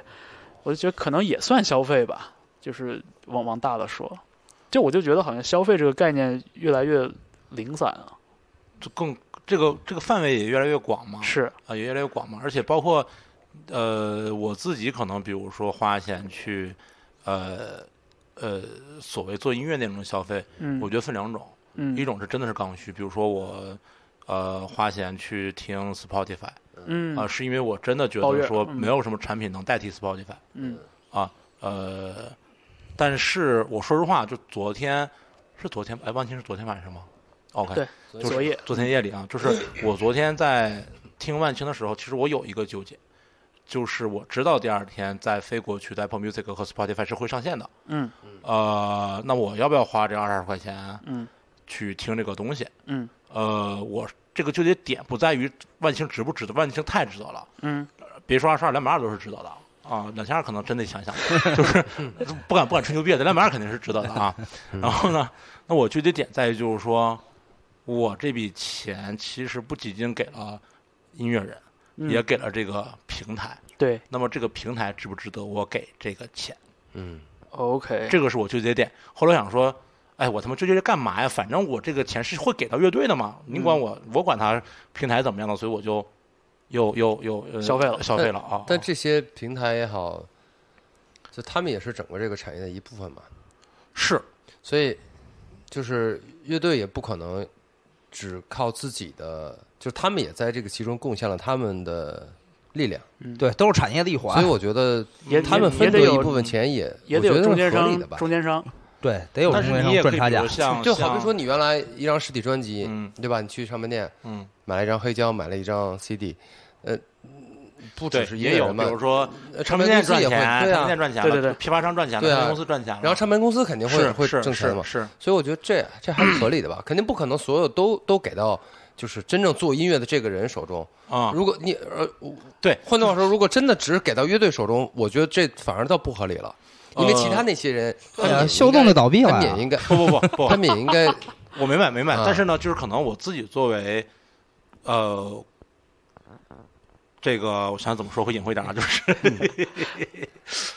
Speaker 2: 我就觉得可能也算消费吧，就是往往大了说，就我就觉得好像消费这个概念越来越零散啊，
Speaker 1: 就更这个这个范围也越来越广
Speaker 5: 嗯
Speaker 1: 嘛，
Speaker 2: 是
Speaker 1: 啊，也越来越广嘛，而且包括呃我自己可能比如说花钱去呃呃所谓做音乐那种消费，
Speaker 2: 嗯
Speaker 1: 我觉得分两种，
Speaker 2: 嗯
Speaker 1: 一种是真的是刚需，比如说我呃花钱去听 Spotify 啊、
Speaker 2: 嗯
Speaker 1: 是因为我真的觉
Speaker 2: 包
Speaker 1: 得
Speaker 2: 月
Speaker 1: 说
Speaker 2: 嗯
Speaker 1: 没有什么产品能代替 Spotify
Speaker 2: 嗯
Speaker 1: 啊，呃，但是我说实话，就昨天是昨天，哎，忘记是昨天晚上吗？OK，
Speaker 2: 对
Speaker 1: 就是
Speaker 2: 昨夜
Speaker 1: 昨天夜里啊，就是我昨天在听万青的时候，其实我有一个纠结。就是我知道第二天在飞过去的 Apple Music 和 Spotify 是会上线的，
Speaker 2: 嗯
Speaker 1: 呃，那我要不要花这二十块钱？
Speaker 2: 嗯
Speaker 1: 去听这个东西。
Speaker 2: 嗯
Speaker 1: 呃，我这个纠结点不在于万青值不值得，万青太值得了，
Speaker 2: 嗯
Speaker 1: 别说二十二、两百二都是值得的啊，两千二可能真得想 <laughs> 想，就是不敢不敢吹牛逼，两百二肯定是值得的啊。
Speaker 2: 嗯
Speaker 1: 然后呢，那我纠结点在于就是说，我这笔钱其实不仅仅给了音乐人，
Speaker 2: 嗯，
Speaker 1: 也给了这个平台。
Speaker 2: 对
Speaker 1: 那么这个平台值不值得我给这个钱？
Speaker 5: 嗯，
Speaker 2: ，OK，
Speaker 1: 这个是我纠结点。后来我想说，哎，我他妈纠结这干嘛呀？反正我这个钱是会给到乐队的嘛，你
Speaker 2: 嗯
Speaker 1: 管我，我管他平台怎么样了，所以我就又又又、呃
Speaker 2: 消费了
Speaker 1: 消费了啊。
Speaker 5: 但
Speaker 1: 啊
Speaker 5: 这些平台也好，就他们也是整个这个产业的一部分嘛，
Speaker 1: 是
Speaker 5: 所以就是乐队也不可能只靠自己的，就他们也在这个其中贡献了他们的力量，
Speaker 4: 对，都是产业的一环，
Speaker 5: 所以我觉得
Speaker 2: 也
Speaker 5: 他
Speaker 2: 也
Speaker 5: 们分
Speaker 2: 得
Speaker 5: 得一
Speaker 2: 有
Speaker 5: 部分钱也
Speaker 2: 也得
Speaker 5: 我
Speaker 2: 有
Speaker 5: 觉得
Speaker 2: 中间
Speaker 5: 是合
Speaker 2: 商
Speaker 5: 理的吧，
Speaker 2: 中间
Speaker 5: <laughs>
Speaker 2: 商，
Speaker 4: 对得有
Speaker 1: 但
Speaker 4: 中
Speaker 1: 是
Speaker 4: 间
Speaker 1: 你
Speaker 4: 商
Speaker 1: 也可以
Speaker 4: 赚差
Speaker 1: 比
Speaker 4: 价
Speaker 1: 如，像
Speaker 5: 就好比说
Speaker 1: 像
Speaker 5: 你原来一张实体专辑，
Speaker 1: 嗯
Speaker 5: 对吧？你去唱片店
Speaker 1: 嗯，
Speaker 5: 买了一张黑胶，买了一张 CD，呃，不
Speaker 1: 对
Speaker 5: 只，是音
Speaker 1: 也
Speaker 5: 乐
Speaker 1: 有
Speaker 5: 人
Speaker 1: 比
Speaker 5: 嘛，
Speaker 1: 如说
Speaker 5: 呃
Speaker 1: 唱
Speaker 5: 唱
Speaker 1: 片
Speaker 5: 片
Speaker 1: 店
Speaker 5: 公司
Speaker 1: 赚
Speaker 5: 也
Speaker 1: 钱，
Speaker 5: 会
Speaker 1: 唱
Speaker 5: 对
Speaker 1: 片
Speaker 5: 啊
Speaker 1: 店，赚钱了，
Speaker 2: 对对对
Speaker 1: 批发商赚钱了，
Speaker 5: 对啊
Speaker 1: 唱片公司赚钱了，
Speaker 5: 然后唱片公司肯定会
Speaker 1: 是
Speaker 5: 会
Speaker 1: 是
Speaker 5: 挣钱嘛，
Speaker 1: 是是
Speaker 5: 所以我觉得这这还是合理
Speaker 1: <clears throat>
Speaker 5: 的吧，肯定不可能所有都都给到就是真正做音乐的这个人手中。
Speaker 1: 啊、
Speaker 5: 如果你呃，我
Speaker 1: 对，
Speaker 5: 换句话说，如果真的只给到乐队手中，我觉得这反而倒不合理了，因为其他那些人，
Speaker 1: 呃
Speaker 5: 他
Speaker 4: 对
Speaker 5: 们
Speaker 4: 啊
Speaker 5: 也
Speaker 4: 秀
Speaker 5: 应该
Speaker 4: 动就倒闭了
Speaker 5: 他们
Speaker 4: 呀
Speaker 5: 也应该，
Speaker 1: 不不不不，
Speaker 5: <laughs> 他们也应该，
Speaker 1: 我明白明白，
Speaker 5: 啊
Speaker 1: 但是呢，就是可能我自己作为，呃，这个我想怎么说会隐晦一点啊，就是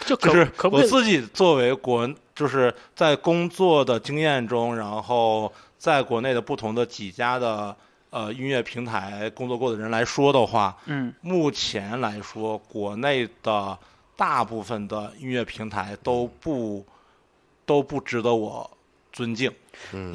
Speaker 2: 就可
Speaker 1: 就是
Speaker 2: 可不
Speaker 1: 我
Speaker 2: 可以
Speaker 1: 自己作为国文，就是在工作的经验中，然后在国内的不同的几家的呃音乐平台工作过的人来说的话，
Speaker 2: 嗯
Speaker 1: 目前来说，国内的大部分的音乐平台都不都不值得我尊敬，
Speaker 5: 嗯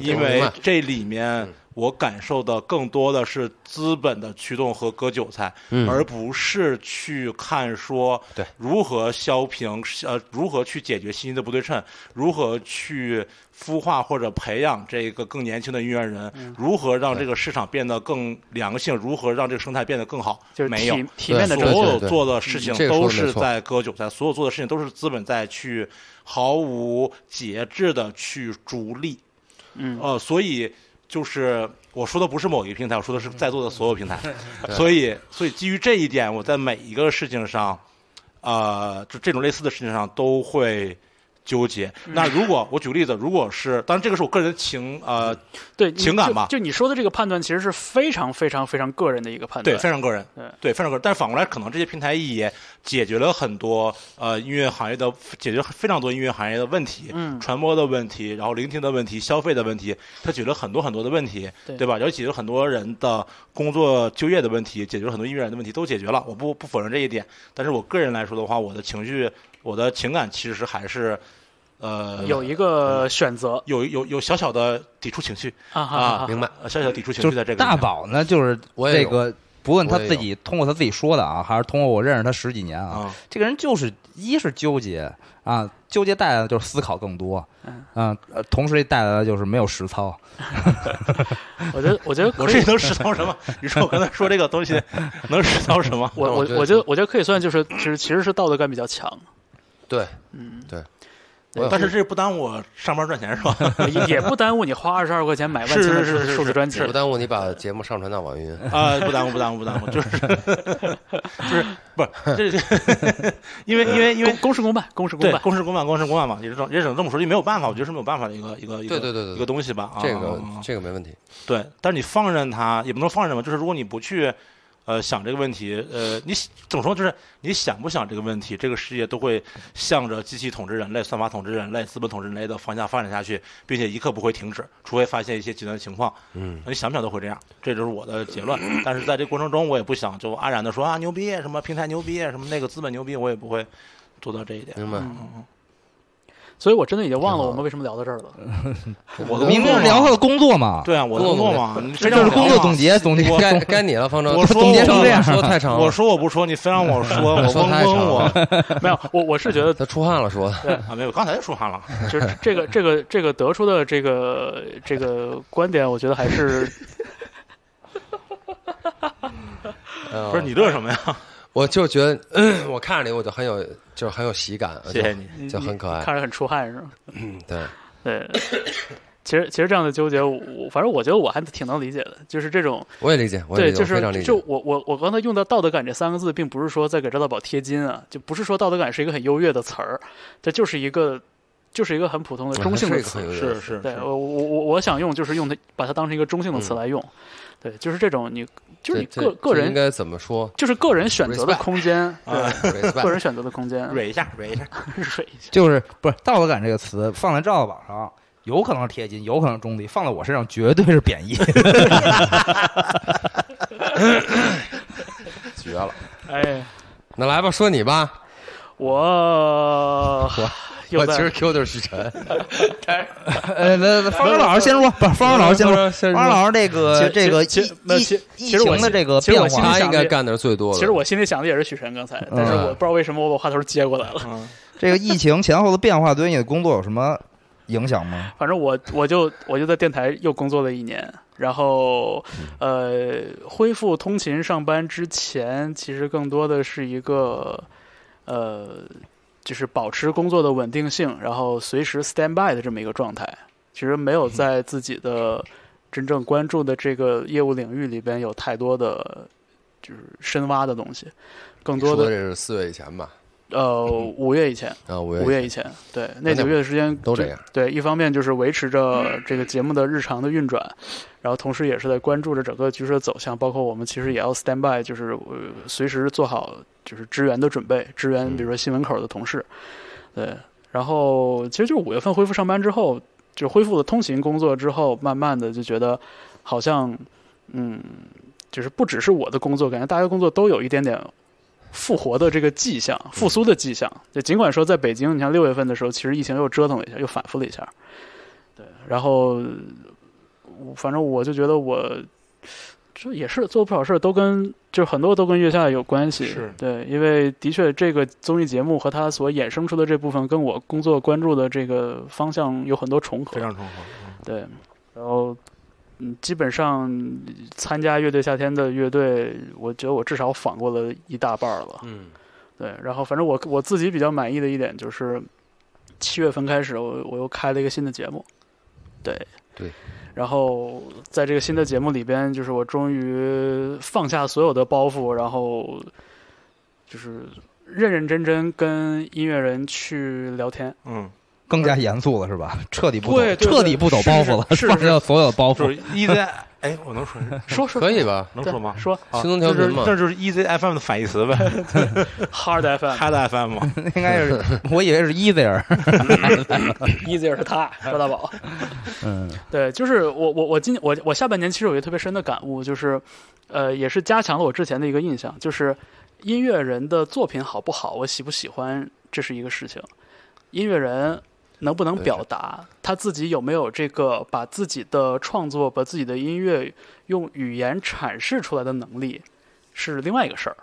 Speaker 1: <laughs> 因
Speaker 5: 我明
Speaker 1: 为
Speaker 5: 白
Speaker 1: 这里面我感受的更多的是资本的驱动和割韭菜，
Speaker 5: 嗯
Speaker 1: 而不是去看说
Speaker 5: 对
Speaker 1: 如何削平呃如何去解决信息的不对称，如何去孵化或者培养这个更年轻的音乐人，
Speaker 5: 嗯
Speaker 1: 如何让这个市场变得更良性，如何让这个生态变得更好，
Speaker 2: 就是
Speaker 1: 没有
Speaker 2: 体。体面的
Speaker 5: 对
Speaker 2: 挣
Speaker 1: 所
Speaker 5: 对
Speaker 1: 有
Speaker 5: 对对
Speaker 1: 做的事情
Speaker 5: 嗯这个
Speaker 1: 都
Speaker 5: 说得没
Speaker 1: 是
Speaker 5: 错
Speaker 1: 在割韭菜，所有做的事情都是资本在去毫无节制的去逐利。
Speaker 2: 嗯
Speaker 1: 呃，所以就是我说的不是某一个平台，我说的是在座的所有平台，
Speaker 5: 嗯
Speaker 1: <laughs> 所以所以基于这一点，我在每一个事情上，呃，就这种类似的事情上都会纠结。
Speaker 2: 嗯
Speaker 1: 那如果我举个例子，如果是当然这个是我个人情呃
Speaker 2: 对你
Speaker 1: 情感
Speaker 2: 就
Speaker 1: 吧
Speaker 2: 就你说的这个判断，其实是非常非常非常个人的一个判断。
Speaker 1: 对非常个人
Speaker 2: 对，
Speaker 1: 对非常个人，但是反过来可能这些平台也解决了很多呃音乐行业的解决非常多音乐行业的问题，
Speaker 2: 嗯
Speaker 1: 传播的问题，然后聆听的问题，消费的问题，它解决了很多很多的问题，
Speaker 2: 对
Speaker 1: 吧？然后解决了很多人的工作就业的问题，解决了很多音乐人的问题，都解决了。我不不否认这一点，但是我个人来说的话，我的情绪，我的情感其实还是，呃，
Speaker 2: 有一个选择
Speaker 1: 有有有小小的抵触情绪，
Speaker 2: 啊哈
Speaker 1: 啊
Speaker 2: 哈哈
Speaker 5: 明白？
Speaker 1: 呃小小抵触情
Speaker 4: 就
Speaker 1: 绪在这
Speaker 4: 是
Speaker 1: 个
Speaker 4: 大
Speaker 1: 里面
Speaker 4: 宝呢，就是
Speaker 5: 我也
Speaker 4: 这
Speaker 5: 有
Speaker 4: 个，不论他
Speaker 5: 我也
Speaker 4: 自己通过他自己说的啊，还是通过我认识他十几年啊，
Speaker 1: 啊，
Speaker 4: 这个人就是一是纠结啊，纠结带来的就是思考更多，
Speaker 2: 嗯
Speaker 4: 嗯，呃同时也带来的就是没有实操。
Speaker 2: 我觉得我
Speaker 5: <laughs>
Speaker 2: 觉得
Speaker 1: 我
Speaker 2: 可
Speaker 1: 这
Speaker 2: 以，
Speaker 1: 能实操什么？你说我刚才说这个东西能实操什么？
Speaker 2: 我
Speaker 5: 那
Speaker 2: 我我
Speaker 5: 我觉得
Speaker 2: 觉得我觉得可以算就是其实其实是道德感比较强，
Speaker 5: 对，
Speaker 2: 嗯，
Speaker 5: 我也
Speaker 1: 但是这不耽误我上班赚钱
Speaker 5: <laughs>
Speaker 1: 是吧？
Speaker 2: 也也不耽误你花二十二块钱买万
Speaker 1: 是
Speaker 2: 千的
Speaker 1: 是是是
Speaker 2: 数数字专辑
Speaker 5: 不。耽误你把节目上传到网云。
Speaker 1: 啊，不耽误，不耽误，不
Speaker 5: <laughs>
Speaker 1: 耽误，就是就是不是这这，因为因
Speaker 5: <laughs>
Speaker 1: 为因为
Speaker 2: 公公事公办，公事公
Speaker 1: 对
Speaker 2: 办。
Speaker 1: 公事公办，公事公办嘛，也是这也只能这么说，就没有办法，我觉得是没有办法的一个一个一个
Speaker 5: 对对对对
Speaker 1: 一个东西吧。啊
Speaker 5: 这
Speaker 1: 啊
Speaker 5: 个
Speaker 1: 啊啊
Speaker 5: 这个没问题，
Speaker 1: 对，但是你放任它也不能放任嘛，就是如果你不去呃想这个问题，呃，你怎么说就是你想不想这个问题，这个世界都会向着机器统治人类、算法统治人类、资本统治人类的方向发展下去，并且一刻不会停止，除非发现一些极端情况。
Speaker 5: 嗯，
Speaker 1: 你想不想都会这样，这就是我的结论。但是在这过程中，我也不想就安然的说啊牛逼，什么平台牛逼，什么那个资本牛逼，我也不会做到这一点。
Speaker 5: 明白。
Speaker 1: 嗯
Speaker 2: 所以我真的已经忘
Speaker 5: 挺
Speaker 2: 了
Speaker 5: 好
Speaker 2: 我们为什么聊到这儿了。
Speaker 1: 我
Speaker 2: 嗯
Speaker 1: 的
Speaker 4: 明
Speaker 1: 工作嘛
Speaker 4: 明聊他的工作嘛，
Speaker 1: 对啊，我的工作嘛，你非
Speaker 4: 这
Speaker 1: 让
Speaker 4: 就
Speaker 1: 我
Speaker 4: 是工作
Speaker 1: 聊嘛
Speaker 4: 总结，总结
Speaker 1: 我
Speaker 5: 该
Speaker 4: 总
Speaker 5: 该你了，方程。
Speaker 1: 我说
Speaker 5: 总结
Speaker 1: 我
Speaker 5: 成这样，
Speaker 1: 我
Speaker 5: 说太长了，
Speaker 1: 我说我不说，你非让我
Speaker 4: <laughs>
Speaker 1: 说，我
Speaker 5: 说
Speaker 1: 嗡
Speaker 5: 太
Speaker 1: 嗡
Speaker 5: 长
Speaker 1: 我
Speaker 5: 了
Speaker 2: 没有，我我是觉得
Speaker 5: 他出汗了，说
Speaker 1: 啊，没有，刚才就说完了。
Speaker 2: 就是 <laughs> 这个这个这个得出的这个这个观点，我觉得还是
Speaker 5: 哦
Speaker 1: 不是你，乐什么呀？
Speaker 5: 我就觉得，嗯我看着你，我就很有，就是很有喜感，
Speaker 1: 谢谢你。
Speaker 5: 就，就很可爱。
Speaker 2: 看着很出汗是吧？
Speaker 5: 嗯对，
Speaker 2: 对，其实其实这样的纠结，我我反正我觉得我还挺能理解的，就是这种
Speaker 5: 我也理解，我也
Speaker 2: 对，
Speaker 5: 理解，
Speaker 2: 就
Speaker 5: 我非常理
Speaker 2: 是
Speaker 5: 解。
Speaker 2: 就我我我刚才用到“道德感”这三个字，并不是说在给赵大宝贴金啊，就不是说道德感是一个很优越的词儿，这就是一个就是一个很普通的
Speaker 5: 嗯
Speaker 2: 中性的
Speaker 5: 是一个
Speaker 2: 词。
Speaker 5: 很
Speaker 1: 是是
Speaker 2: 对
Speaker 1: 是，
Speaker 2: 我我我我想用就是用它把它当成一个中性的词来用，对，就是这种你就是你
Speaker 5: 这
Speaker 2: 个
Speaker 5: 这
Speaker 2: 个
Speaker 5: 这应
Speaker 2: 人
Speaker 5: 该怎么说？
Speaker 2: <laughs> 就是个人选择的
Speaker 5: respect
Speaker 2: 空间，
Speaker 1: 啊
Speaker 2: 对，
Speaker 5: 个
Speaker 2: 个人选择的空间，
Speaker 1: 蕊一下，蕊一下。
Speaker 2: 水一下。
Speaker 4: 就是不是道德感这个词放在赵大宝上，有可能是贴金，有可能是中立，放在我身上绝对是贬
Speaker 2: <laughs>
Speaker 4: 义。
Speaker 5: 绝了。
Speaker 2: 哎，
Speaker 5: 那来吧，说你吧。
Speaker 2: 我 <laughs> 又
Speaker 5: 我其
Speaker 2: 在
Speaker 5: 实 Q 的是徐晨。
Speaker 4: 呃，那方程老师先说，不是方程老师先说，
Speaker 5: 先
Speaker 4: 方程老师这
Speaker 2: 其
Speaker 4: 个
Speaker 2: 实
Speaker 4: 这个
Speaker 2: 其实
Speaker 4: 疫
Speaker 2: 没有其
Speaker 4: 疫
Speaker 2: 实
Speaker 4: 疫
Speaker 2: 其实我
Speaker 4: 情的这个
Speaker 2: 其实
Speaker 4: 变
Speaker 2: 我心里
Speaker 4: 化，
Speaker 5: 他
Speaker 2: 想
Speaker 5: 应
Speaker 2: 的
Speaker 5: 该
Speaker 2: 也
Speaker 5: 干的是最多的。嗯
Speaker 2: 其实我心里想的也是许晨刚才，但是我不知道为什么我把话头接过来了。
Speaker 1: 嗯，
Speaker 4: 这个疫情前后的变化对你的工作有什么影响吗？
Speaker 2: 反正我我就我就在电台又工作了一年，然后
Speaker 5: 嗯
Speaker 2: 呃恢复通勤上班之前，其实更多的是一个呃就是保持工作的稳定性，然后随时 stand by 的这么一个状态。其实没有在自己的真正关注的这个业务领域里边有太多的就是深挖的东西，更
Speaker 5: 你
Speaker 2: 多
Speaker 5: 说
Speaker 2: 的
Speaker 5: 这是四月以前吧？
Speaker 2: 呃五月以前。
Speaker 5: 啊，五
Speaker 2: 五
Speaker 5: 月
Speaker 2: 月以前，对，那
Speaker 5: 那
Speaker 2: 九
Speaker 5: 会
Speaker 2: 月的时间
Speaker 5: 都
Speaker 2: 就
Speaker 5: 这样。
Speaker 2: 对，一方面就是维持着这个节目的日常的运转，然后同时也是在关注着整个局势的走向，包括我们其实也要 stand by，就是呃随时做好就是支援的准备，支援
Speaker 5: 嗯
Speaker 2: 比如说新闻口的同事，对，然后其实就是五月份恢复上班之后，就恢复了通勤工作之后，慢慢的就觉得好像嗯，就是不只是我的工作，感觉大家工作都有一点点复活的这个迹象、复苏的迹象。就尽管说在北京，你像六月份的时候，其实疫情又折腾了一下，又反复了一下。对，然后我反正我就觉得我这也是做不少事儿，都跟就很多都跟月下有关系。
Speaker 1: 是
Speaker 2: 对，因为的确这个综艺节目和它所衍生出的这部分，跟我工作关注的这个方向有很多重合。
Speaker 1: 非常重合。
Speaker 2: 对，然后嗯，基本上参加乐队夏天的乐队，我觉得我至少访过了一大半儿了。
Speaker 5: 嗯，
Speaker 2: 对，然后反正我我自己比较满意的一点就是，七月份开始我我又开了一个新的节目，对，
Speaker 5: 对。
Speaker 2: 然后在这个新的节目里边，就是我终于放下所有的包袱，然后就是认认真真跟音乐人去聊天。
Speaker 1: 嗯，
Speaker 4: 更加严肃了是吧？彻底不走
Speaker 2: 对对对
Speaker 4: 彻底不走包袱了，
Speaker 2: 是是是
Speaker 4: 放下所有的包
Speaker 1: 就
Speaker 4: <laughs> 袱
Speaker 1: 是 EZ，哎，我能说
Speaker 2: 说说
Speaker 5: 可以吧？
Speaker 1: 能
Speaker 2: 对
Speaker 1: 说吗？
Speaker 2: 说
Speaker 1: 啊
Speaker 5: 轻松调
Speaker 1: 就是
Speaker 5: 频嘛
Speaker 1: 那就是 EZFM 的反义词呗
Speaker 2: Hard FM，
Speaker 1: ，Hard FM 嘛。
Speaker 4: <laughs> 应该是，我以为是 easier。
Speaker 2: easier 是他，说大宝。
Speaker 4: 嗯，
Speaker 2: 对，就是我我我今我我下半年其实有一个特别深的感悟，就是，呃，也是加强了我之前的一个印象，就是音乐人的作品好不好，我喜不喜欢，这是一个事情，音乐人能不能
Speaker 5: 对
Speaker 2: 表达，他自己有没有这个把自己的创作、把自己的音乐用语言阐释出来的能力，是另外一个事儿。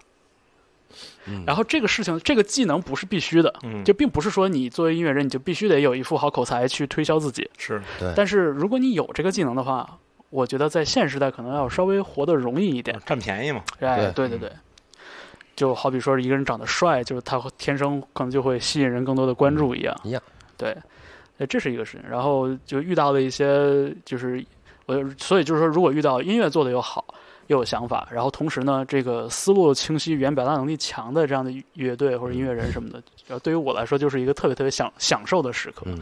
Speaker 5: 嗯
Speaker 2: 然后这个事情，这个技能不是必须的，
Speaker 1: 嗯，
Speaker 2: 就并不是说你作为音乐人，你就必须得有一副好口才去推销自己。
Speaker 1: 是
Speaker 5: 对，
Speaker 2: 但是如果你有这个技能的话，我觉得在现时代可能要稍微活得容易一点。
Speaker 1: 占便宜嘛。
Speaker 2: 哎，对
Speaker 1: 对嗯
Speaker 2: 对对，就好比说一个人长得帅，就是他会天生可能就会吸引人更多的关注一样。
Speaker 5: 一样
Speaker 2: 对，呃，这是一个事情。然后就遇到了一些，就是我，所以就是说，如果遇到音乐做的又好。又有想法，然后同时呢，这个思路清晰、语言表达能力强的这样的乐队或者音乐人什么的，然后对于我来说就是一个特别特别享享受的时刻。
Speaker 5: 嗯，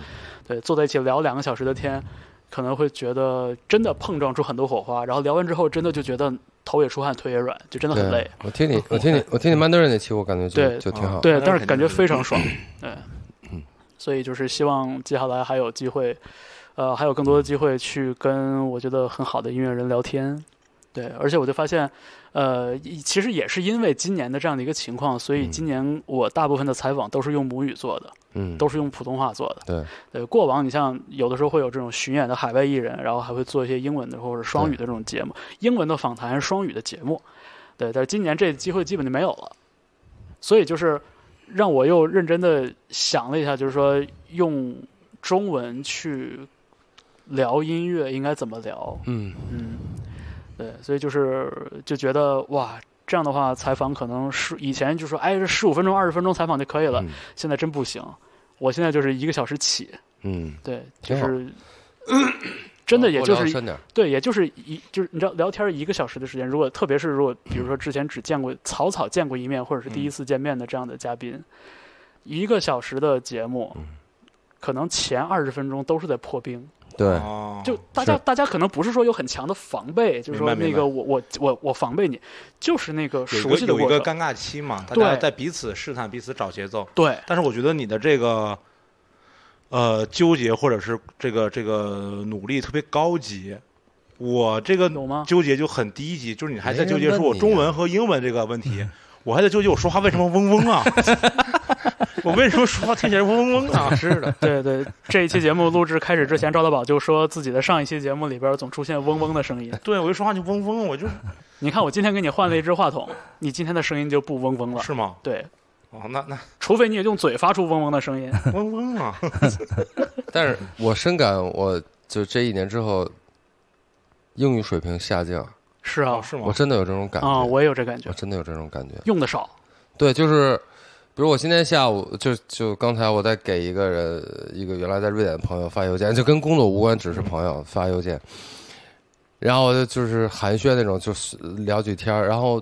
Speaker 2: 对，坐在一起聊两个小时的天，可能会觉得真的碰撞出很多火花，然后聊完之后真的就觉得头也出汗，腿也软，就真的很累
Speaker 5: 对。。我
Speaker 2: <laughs>
Speaker 5: 听你，我听你，我听你曼德瑞那期，我感觉就
Speaker 2: 对
Speaker 5: 就挺好。
Speaker 2: 对，
Speaker 1: 那
Speaker 2: 但
Speaker 1: 肯
Speaker 2: 是
Speaker 1: 定
Speaker 2: 感觉
Speaker 1: 是嗯
Speaker 2: 非常爽。 <clears throat> 对，所以就是希望接下来还有机会，呃，还有更多的机会去跟我觉得很好的音乐人聊天。对，而且我就发现，呃，一其实也是因为今年的这样的一个情况，所以
Speaker 5: 嗯
Speaker 2: 今年我大部分的采访都是用母语做的，
Speaker 5: 嗯，
Speaker 2: 都是用普通话做的。
Speaker 5: 对
Speaker 2: 对，过往你像有的时候会有这种巡演的海外艺人，然后还会做一些英文的或者双语的这种节目，英文的访谈、双语的节目，对。但是今年这机会基本就没有了，所以就是让我又认真的想了一下，就是说用中文去聊音乐应该怎么聊，
Speaker 5: 嗯，
Speaker 2: 嗯，对，所以就是就觉得哇。这样的话，采访可能是以前就说，哎，这十五分钟、二十分钟采访就可以了，
Speaker 5: 嗯
Speaker 2: 现在真不行。我现在就是一个小时起，
Speaker 5: 嗯，
Speaker 2: 对，就
Speaker 5: 挺好
Speaker 2: 是真
Speaker 1: 嗯
Speaker 2: 的，也就
Speaker 5: 多聊
Speaker 2: 是
Speaker 5: 深点儿，
Speaker 2: 对，也就是一就是你知道聊天一个小时的时间，如果特别是如果比如说之前只见过草草见过一面，或者是
Speaker 1: 嗯
Speaker 2: 第一次见面的这样的嘉宾，一个小时的节目，
Speaker 1: 嗯
Speaker 2: 可能前二十分钟都是在破冰，
Speaker 5: 对，
Speaker 1: 哦，
Speaker 2: 就大家
Speaker 5: 是
Speaker 2: 大家可能不是说有很强的防备，就是说
Speaker 1: 明白
Speaker 2: 那
Speaker 1: 明
Speaker 2: 个
Speaker 1: 白
Speaker 2: 我我我我防备你，就是那个
Speaker 1: 有一
Speaker 2: 熟
Speaker 1: 个
Speaker 2: 悉的
Speaker 1: 有一
Speaker 2: 过
Speaker 1: 个
Speaker 2: 程，
Speaker 1: 尴尬期嘛，大
Speaker 2: 对
Speaker 1: 家在彼此试探、彼此找节奏。
Speaker 2: 对
Speaker 1: 但是我觉得你的这个呃纠结或者是这个这个努力特别高级，我这个
Speaker 2: 有吗
Speaker 1: 纠结就很低级，就是你还在
Speaker 5: 没
Speaker 1: 纠
Speaker 5: 人
Speaker 1: 结说
Speaker 5: 问
Speaker 1: 我
Speaker 5: 你
Speaker 1: 中
Speaker 5: 啊
Speaker 1: 文和英文这个问题，我还在纠结我说话为什么嗡嗡啊，我为什么说话听起来嗡嗡嗡啊？
Speaker 5: 是
Speaker 2: <laughs>
Speaker 5: 的，
Speaker 2: 对对，这一期节目录制开始之前，赵大宝就说自己的上一期节目里边总出现嗡嗡的 <laughs> 声音，
Speaker 1: <laughs> 对我一说话就嗡嗡，我就
Speaker 2: 你看，我今天给你换了一只话筒，你今天的声音就不嗡嗡了。
Speaker 1: 是吗？
Speaker 2: 对，
Speaker 1: 哦，那
Speaker 5: <laughs>
Speaker 1: 那
Speaker 2: 除非你用嘴发出嗡嗡的声音。
Speaker 1: 嗡嗡啊，
Speaker 5: 但是我深感，我就这一年之后，英语水平下降，
Speaker 2: 是啊
Speaker 1: 哦，是
Speaker 5: 我
Speaker 1: 吗？
Speaker 5: 真的有这种感觉，
Speaker 2: 啊、我也有这感觉
Speaker 5: 我，真的有这种感觉。
Speaker 2: 用的少。
Speaker 5: 对，就是比如我今天下午就就刚才我在给一个人一个原来在瑞典的朋友发邮件，就跟工作无关，只是朋友发邮件，然后我就就是寒暄那种，就是聊几天儿，然后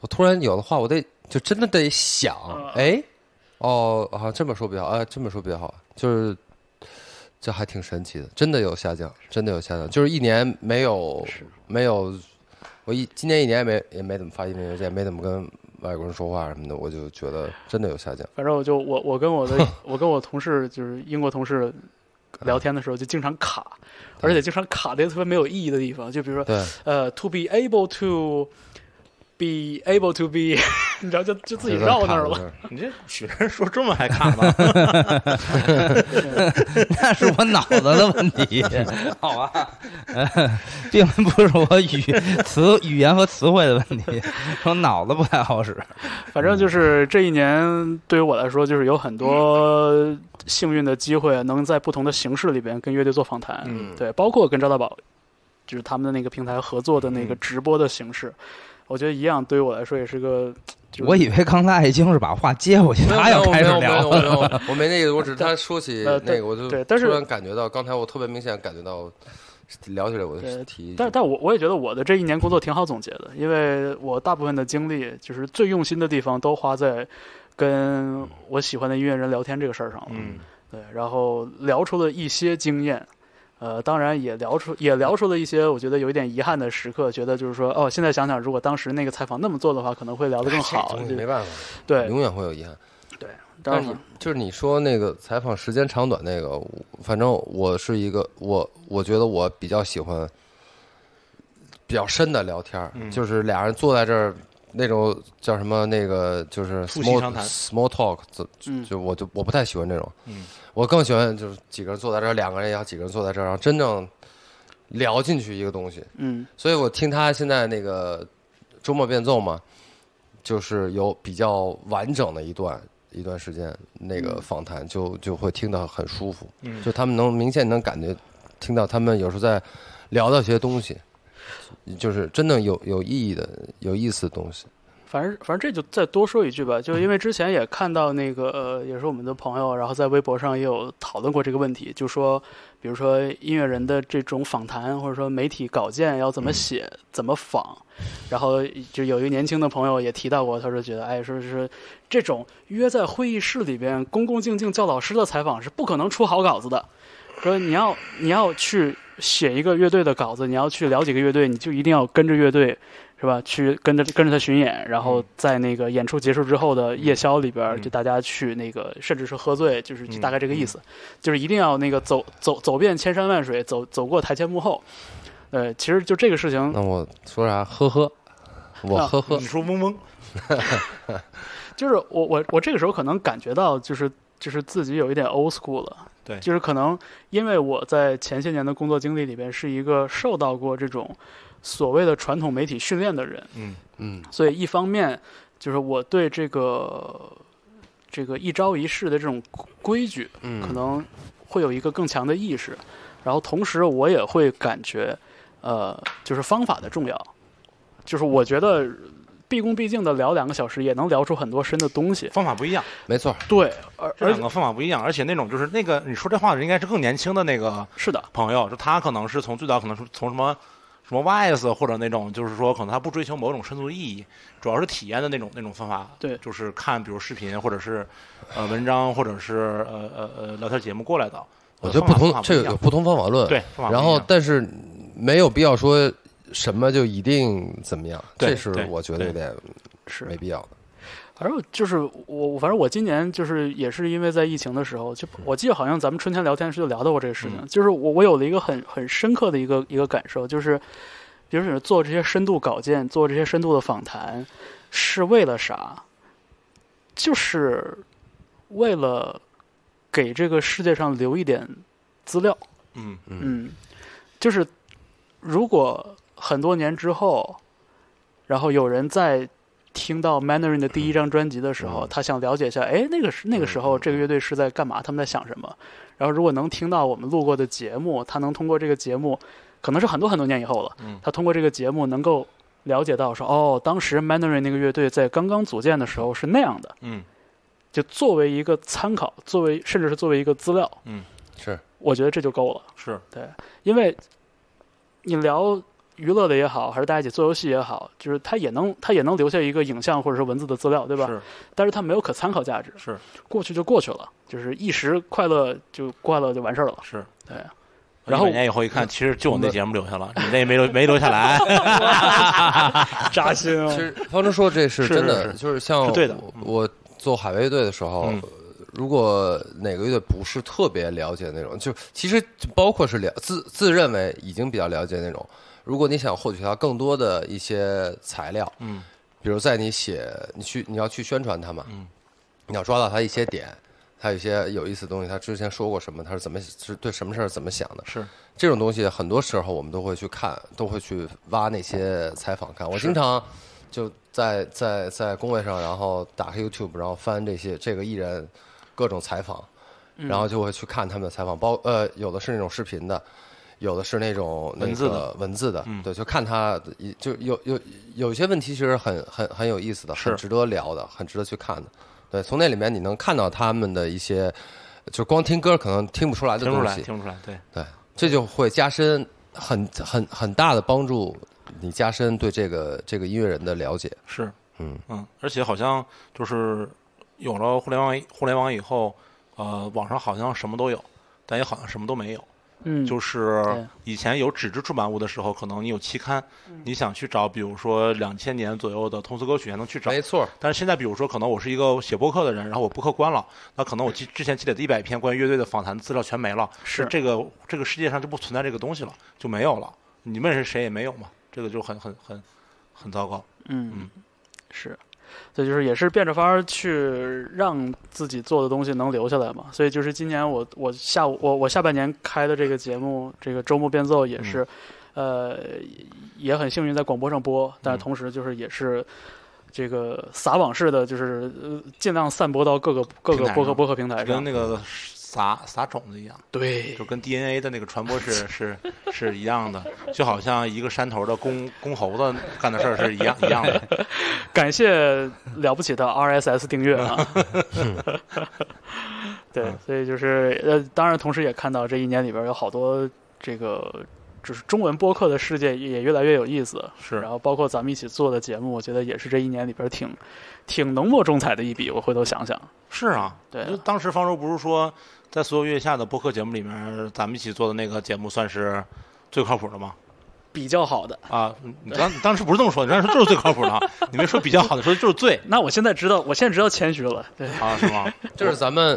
Speaker 5: 我突然有的话，我得就真的得想，哎，哦，好像这么说比较好，哎，这么说比较好，就是。这还挺神奇的，真的有下降，真的有下降，就是一年没有没有，我一今年一年也没也没怎么发英文邮件，没怎么跟外国人说话什么的，我就觉得真的有下降。
Speaker 2: 反正我就我我跟我 <laughs> 的我跟我同事就是英国同事聊天的时候就经常卡，而且经常卡的特别没有意义的地方，就比如说
Speaker 5: 对，
Speaker 2: 呃，to be able to be able to be，你 <laughs> 知道就就自己
Speaker 5: 就在
Speaker 2: 绕那儿
Speaker 5: 卡
Speaker 2: 了。
Speaker 5: 着
Speaker 1: 你这学生说中文还卡呢？
Speaker 4: 那 <laughs> 是我脑子的
Speaker 2: <laughs>
Speaker 4: 问题，好吧，
Speaker 2: 啊
Speaker 4: 呃并不是我语词语言和词汇的问题，我脑子不太好使。
Speaker 2: 反正就是这一年对于我来说，就是有很多幸运的机会，能在不同的形式里边跟乐队做访谈，
Speaker 1: 嗯
Speaker 2: 对，包括跟赵大宝，就是他们的那个平台合作的
Speaker 1: 嗯
Speaker 2: 那个直播的形式，我觉得一样，对于我来说也是个，就是
Speaker 4: 我以为刚才已经是把话接过去，
Speaker 5: 没有
Speaker 4: <laughs> 他要
Speaker 5: 没有
Speaker 4: 开始
Speaker 5: 没有
Speaker 4: 聊
Speaker 5: 没有
Speaker 4: 了。 <laughs>
Speaker 5: 没有我没那个，我只是他说起
Speaker 2: 呃
Speaker 5: 那
Speaker 2: 对
Speaker 5: 个，我就
Speaker 2: 对但是
Speaker 5: 突然感觉到，刚才我特别明显感觉到聊起来我就
Speaker 2: 对
Speaker 5: 提一句
Speaker 2: 但但我我也觉得我的这一年工作挺好总结的，因为我大部分的精力就是最用心的地方都花在跟我喜欢的音乐人聊天这个事儿上了。
Speaker 1: 嗯，
Speaker 2: 对，然后聊出了一些经验，呃，当然也聊出也聊出了一些我觉得有一点遗憾的时刻，觉得就是说，哦，现在想想，如果当时那个采访那么做的话，可能会聊得更好。
Speaker 5: 哎东西
Speaker 2: 就
Speaker 5: 没办法，
Speaker 2: 对，
Speaker 5: 永远会有遗憾。
Speaker 2: 当
Speaker 5: 但
Speaker 2: 然
Speaker 5: 是你就是你说那个采访时间长短那个，我反正我是一个我我觉得我比较喜欢比较深的聊天儿，
Speaker 1: 嗯
Speaker 5: 就是俩人坐在这儿那种叫什么那个就是
Speaker 1: 促膝
Speaker 5: small
Speaker 1: 长谈
Speaker 5: small talk，就
Speaker 2: 嗯
Speaker 5: 就我就我不太喜欢这种，
Speaker 1: 嗯
Speaker 5: 我更喜欢就是几个人坐在这儿，两个人也好，几个人坐在这儿，然后真正聊进去一个东西。
Speaker 2: 嗯
Speaker 5: 所以我听他现在那个周末变奏嘛，就是有比较完整的一段一段时间那个访谈就，就会听得很舒服，
Speaker 1: 嗯
Speaker 5: 就他们能明显能感觉听到他们有时候在聊到一些东西，就是真的有有意义的、有意思的东西。
Speaker 2: 反正反正这就再多说一句吧，就是因为之前也看到那个呃，也是我们的朋友，然后在微博上也有讨论过这个问题，就说比如说音乐人的这种访谈或者说媒体稿件要怎
Speaker 1: 嗯
Speaker 2: 么写、怎么仿，然后就有一个年轻的朋友也提到过，他说觉得哎，说是这种约在会议室里边恭恭敬敬叫老师的采访是不可能出好稿子的，说你要你要去写一个乐队的稿子，你要去了解一个乐队，你就一定要跟着乐队，是吧？去跟着跟着他巡演，然后在那个演出结束之后的夜宵里边，
Speaker 1: 嗯
Speaker 2: 就大家去那个，甚至是喝醉，就是就
Speaker 1: 嗯
Speaker 2: 大概这个意思，就是一定要那个走走走遍千山万水，走走过台前幕后。呃，其实就这个事情，
Speaker 5: 那我说啥？呵呵，我
Speaker 2: 啊
Speaker 5: 呵呵
Speaker 1: 你，说嗡嗡，
Speaker 2: 就是我我我这个时候可能感觉到就是就是自己有一点 old school 了，
Speaker 1: 对
Speaker 2: 就是可能因为我在前些年的工作经历里边是一个受到过这种所谓的传统媒体训练的人，
Speaker 1: 嗯
Speaker 5: 嗯，
Speaker 2: 所以一方面就是我对这个这个一招一式的这种规矩，
Speaker 5: 嗯
Speaker 2: 可能会有一个更强的意识，然后同时我也会感觉，呃，就是方法的重要，就是我觉得毕恭毕敬的聊两个小时，也能聊出很多深的东西。
Speaker 1: 方法不一样，
Speaker 5: 没错儿，
Speaker 2: 对，而
Speaker 1: 这
Speaker 2: 而
Speaker 1: 两个方法不一样，而且那种就是那个你说这话的人应该是更年轻的那个
Speaker 2: 是的，
Speaker 1: 朋友，就他可能是从最早可能是从什么什么 YS 或者那种，就是说可能他不追求某种深度意义，主要是体验的那种那种方法。
Speaker 2: 对
Speaker 1: 就是看比如视频或者是呃文章或者是呃呃呃聊天节目过来的。
Speaker 5: 我
Speaker 1: 呃
Speaker 5: 觉得
Speaker 1: 方法
Speaker 5: 不
Speaker 1: 方
Speaker 5: 同，
Speaker 1: 法
Speaker 5: 这
Speaker 1: 一
Speaker 5: 个有
Speaker 1: 样
Speaker 5: 不同方法论。
Speaker 1: 对，方法不一样
Speaker 5: 然后，但是没有必要说什么就一定怎么样，
Speaker 1: 对
Speaker 5: 这是
Speaker 1: 对
Speaker 5: 我觉得有
Speaker 1: 对
Speaker 5: 点
Speaker 2: 是
Speaker 5: 没必要的。
Speaker 2: 反正就是我，反正我今年就是也是因为在疫情的时候，就我记得好像咱们春天聊天时就聊到过这个事情，
Speaker 1: 嗯
Speaker 2: 就是我我有了一个很很深刻的一个一个感受，就是比如说你做这些深度稿件，做这些深度的访谈，是为了啥？就是为了给这个世界上留一点资料。
Speaker 1: 嗯
Speaker 2: 嗯，就是如果很多年之后，然后有人在听到 Mandarin 的第一张专辑的时候，
Speaker 5: 嗯
Speaker 2: 他想了解一下，哎，那个时那个时候这个乐队是在干嘛，他们在想什么。然后如果能听到我们录过的节目，他能通过这个节目，可能是很多很多年以后了，
Speaker 1: 嗯
Speaker 2: 他通过这个节目能够了解到说，哦，当时 Mandarin 那个乐队在刚刚组建的时候是那样的。
Speaker 1: 嗯
Speaker 2: 就作为一个参考，作为甚至是作为一个资料，
Speaker 5: 嗯是，
Speaker 2: 我觉得这就够了。
Speaker 1: 是
Speaker 2: 因为你聊娱乐的也好，还是大家一起做游戏也好，就是它也能它也能留下一个影像或者是文字的资料，对吧？
Speaker 1: 是
Speaker 2: 但是它没有可参考价值，
Speaker 1: 是
Speaker 2: 过去就过去了，就是一时快乐就快乐就完事
Speaker 1: <laughs>
Speaker 2: 儿了。
Speaker 1: 是。
Speaker 2: 对，
Speaker 1: 一
Speaker 2: 然后
Speaker 1: 百年以后一
Speaker 5: 嗯
Speaker 1: 看，其实就我那节目留下了，你那没留没留下来。
Speaker 5: <laughs>
Speaker 2: <laughs> 扎
Speaker 1: <laughs>
Speaker 2: 心啊
Speaker 5: 其实方舟说这是
Speaker 1: 嗯是
Speaker 5: 真
Speaker 1: 是
Speaker 5: 的，
Speaker 1: 是
Speaker 5: 就是像
Speaker 1: 是对的
Speaker 5: 我
Speaker 1: 嗯
Speaker 5: 我做海外乐队的时候
Speaker 1: 嗯，
Speaker 5: 如果哪个乐队不是特别了解那种，就其实就包括是了自自认为已经比较了解那种，如果你想获取到更多的一些材料，
Speaker 1: 嗯
Speaker 5: 比如在你写你去你要去宣传它嘛，
Speaker 1: 嗯
Speaker 5: 你要抓到它一些点，它有一些有意思的东西，它之前说过什么，它是怎么是对什么事儿怎么想的，
Speaker 1: 是
Speaker 5: 这种东西很多时候我们都会去看，都会去挖那些采访看。我经常就在在在工位上，然后打开 YouTube，然后翻这些这个艺人各种采访，
Speaker 1: 嗯
Speaker 5: 然后就会去看他们的采访，包呃有的是那种视频的。有的是那种那
Speaker 1: 文字
Speaker 5: 个
Speaker 1: 的
Speaker 5: 文字的，
Speaker 1: 嗯
Speaker 5: 对，就看他就有有有一些问题，其实很很很有意思的，
Speaker 1: 是
Speaker 5: 很值得聊的，很值得去看的。对，从那里面你能看到他们的一些，就光听歌可能听不出来的
Speaker 1: 听不出
Speaker 5: 东
Speaker 1: 来，
Speaker 5: 西，
Speaker 1: 听不出来，对，
Speaker 5: 对，这就会加深很很很大的帮助你加深对这个这个音乐人的了解。
Speaker 1: 是，
Speaker 5: 嗯
Speaker 1: 嗯，而且好像就是有了互联网以，互联网以后，呃，网上好像什么都有，但也好像什么都没有。
Speaker 2: 嗯，
Speaker 1: 就是
Speaker 2: 对嗯
Speaker 1: 以前有纸质出版物的时候，可能你有期刊，你想去找，比如说两千年左右的通俗歌曲还能去找。
Speaker 5: 没错，
Speaker 1: 但是现在，比如说，可能我是一个写播客的人，然后我播客关了，那可能我积之前积累的一百篇关于乐队的访谈资料全没了，
Speaker 2: 是
Speaker 1: 这个这个世界上就不存在这个东西了，就没有了。你问是谁也没有嘛，这个就很很很很糟糕。
Speaker 2: 嗯，是，所以就是也是变着法儿去让自己做的东西能留下来嘛。所以就是今年我我下午我我下半年开的这个节目，这个周末变奏也
Speaker 1: 嗯
Speaker 2: 是，呃，也很幸运在广播上播，
Speaker 1: 嗯
Speaker 2: 但是同时就是也是。这个撒网式的，就是呃尽量散播到各个各
Speaker 1: 平
Speaker 2: 个
Speaker 1: 台
Speaker 2: 播客
Speaker 1: 上
Speaker 2: 播客平台
Speaker 1: 跟
Speaker 2: 上。
Speaker 1: 那个撒撒种子一样，
Speaker 2: 对
Speaker 1: 就，跟 DNA 的那个传播是是是一样的，就好像一个山头的公公猴子干的事儿是一样一样的。
Speaker 2: 感谢了不起的 RSS 订阅啊！对，所以就是呃，当然，同时也看到这一年里边有好多这个就是中文播客的世界也越来越有意思。
Speaker 1: 是
Speaker 2: 然后包括咱们一起做的节目，我觉得也是这一年里边挺挺浓墨重彩的一笔。我回头想想，
Speaker 1: 是啊，
Speaker 2: 对
Speaker 1: 就当时方舟不是说，在所有月下的播客节目里面，咱们一起做的那个节目算是最靠谱的吗？
Speaker 2: 比较好的。
Speaker 1: 啊，你你当你当时不是这么说，你当时说就是最靠谱的啊，你没说比较好的，说就是最
Speaker 2: 那我现在知道，我现在知道谦虚了。对，
Speaker 1: 啊，是吗？
Speaker 5: 就是咱们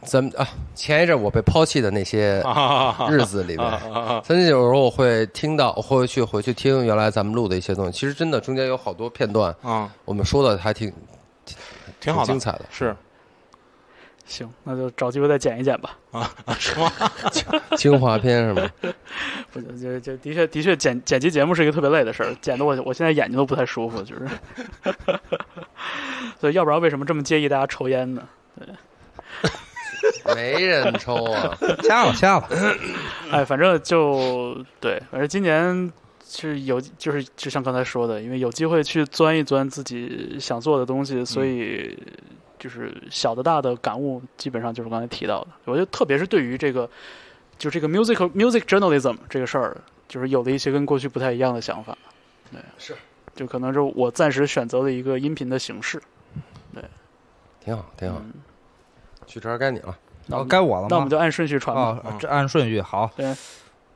Speaker 5: 咱们啊，前一阵我被抛弃的那些
Speaker 1: 啊，
Speaker 5: 日子里
Speaker 1: 啊
Speaker 5: 面，
Speaker 1: 啊啊，
Speaker 5: 曾经有时候我会听到，我会去回去听原来咱们录的一些东西。其实真的中间有好多片段，
Speaker 1: 嗯，
Speaker 5: 我们说的还挺
Speaker 1: 挺好的，
Speaker 5: 精彩的。 <laughs>
Speaker 1: 是
Speaker 2: 行，那就找机会再剪一剪吧。
Speaker 1: 啊，啊是吗？
Speaker 5: 精华片是吗？
Speaker 2: 不，就就的确的确剪剪辑节目是一个特别累的事儿，剪得我我现在眼睛都不太舒服，就是。 <laughs> 所以要不然为什么这么介意大家抽烟呢？
Speaker 5: 没人抽
Speaker 1: <laughs>
Speaker 5: 啊，
Speaker 4: 掐了掐了，
Speaker 2: 哎，反正就对，反正今年是有就是就像刚才说的，因为有机会去钻一钻自己想做的东西，所以就是小的大的感悟，基本上就是刚才提到的。我觉得特别是对于这个就这个 music music journalism 这个事儿，就是有了一些跟过去不太一样的想法。对，
Speaker 5: 是，
Speaker 2: 就可能是我暂时选择了一个音频的形式。
Speaker 5: 挺好，挺好。
Speaker 2: 嗯，
Speaker 5: 曲川该你了，
Speaker 2: 那我
Speaker 4: 然后
Speaker 2: 们
Speaker 4: 该我了
Speaker 2: 那我
Speaker 4: 吗
Speaker 2: 们？就按顺序传吧。嗯
Speaker 4: 哦，这按顺序好
Speaker 2: 对。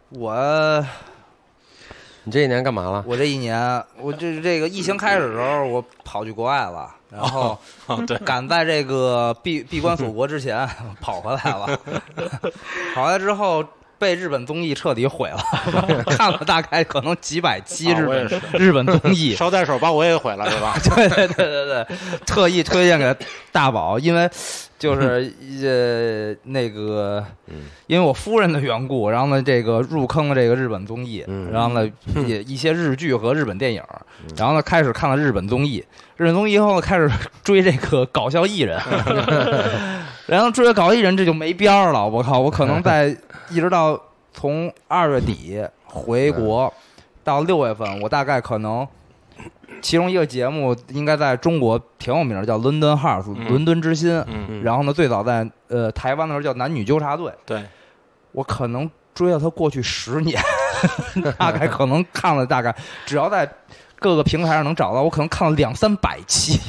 Speaker 4: 我
Speaker 5: 你这一年干嘛了？
Speaker 4: 我这一年，我就是这个疫情开始的时候，我跑去国外了，然后
Speaker 1: 啊，对，
Speaker 4: <laughs> 赶在这个闭闭关锁国之前 <laughs> 跑回来了。 <laughs> 跑回来之后被日本综艺彻底毁了， <laughs> 看了大概可能几百期
Speaker 1: 啊
Speaker 4: 日
Speaker 1: 我也
Speaker 4: 本、
Speaker 1: 是
Speaker 4: 日本综艺， <laughs>
Speaker 1: 捎带手把我也毁了，是吧？
Speaker 4: 对对对对对，特意推荐给大宝，因为就是呃那个
Speaker 5: 嗯，
Speaker 4: 因为我夫人的缘故，然后呢这个入坑了这个日本综艺
Speaker 5: 嗯，
Speaker 4: 然后呢也一些日剧和日本电影，然后呢开始看了日本综艺，日本综艺以后呢开始追这个搞笑艺人，然后追了搞笑艺人这就没边儿了，我靠，我可能在一直到从二月底回国到六月份，我大概可能其中一个节目应该在中国挺有名儿，叫《伦敦 House》
Speaker 1: 嗯
Speaker 4: 伦敦之心。
Speaker 1: 嗯，
Speaker 5: 嗯
Speaker 4: 然后呢，最早在呃台湾的时候叫《男女纠察队》，
Speaker 1: 对，
Speaker 4: 我可能追了他过去十年，大概可能看了大概，只要在各个平台上能找到，我可能看了两三百期。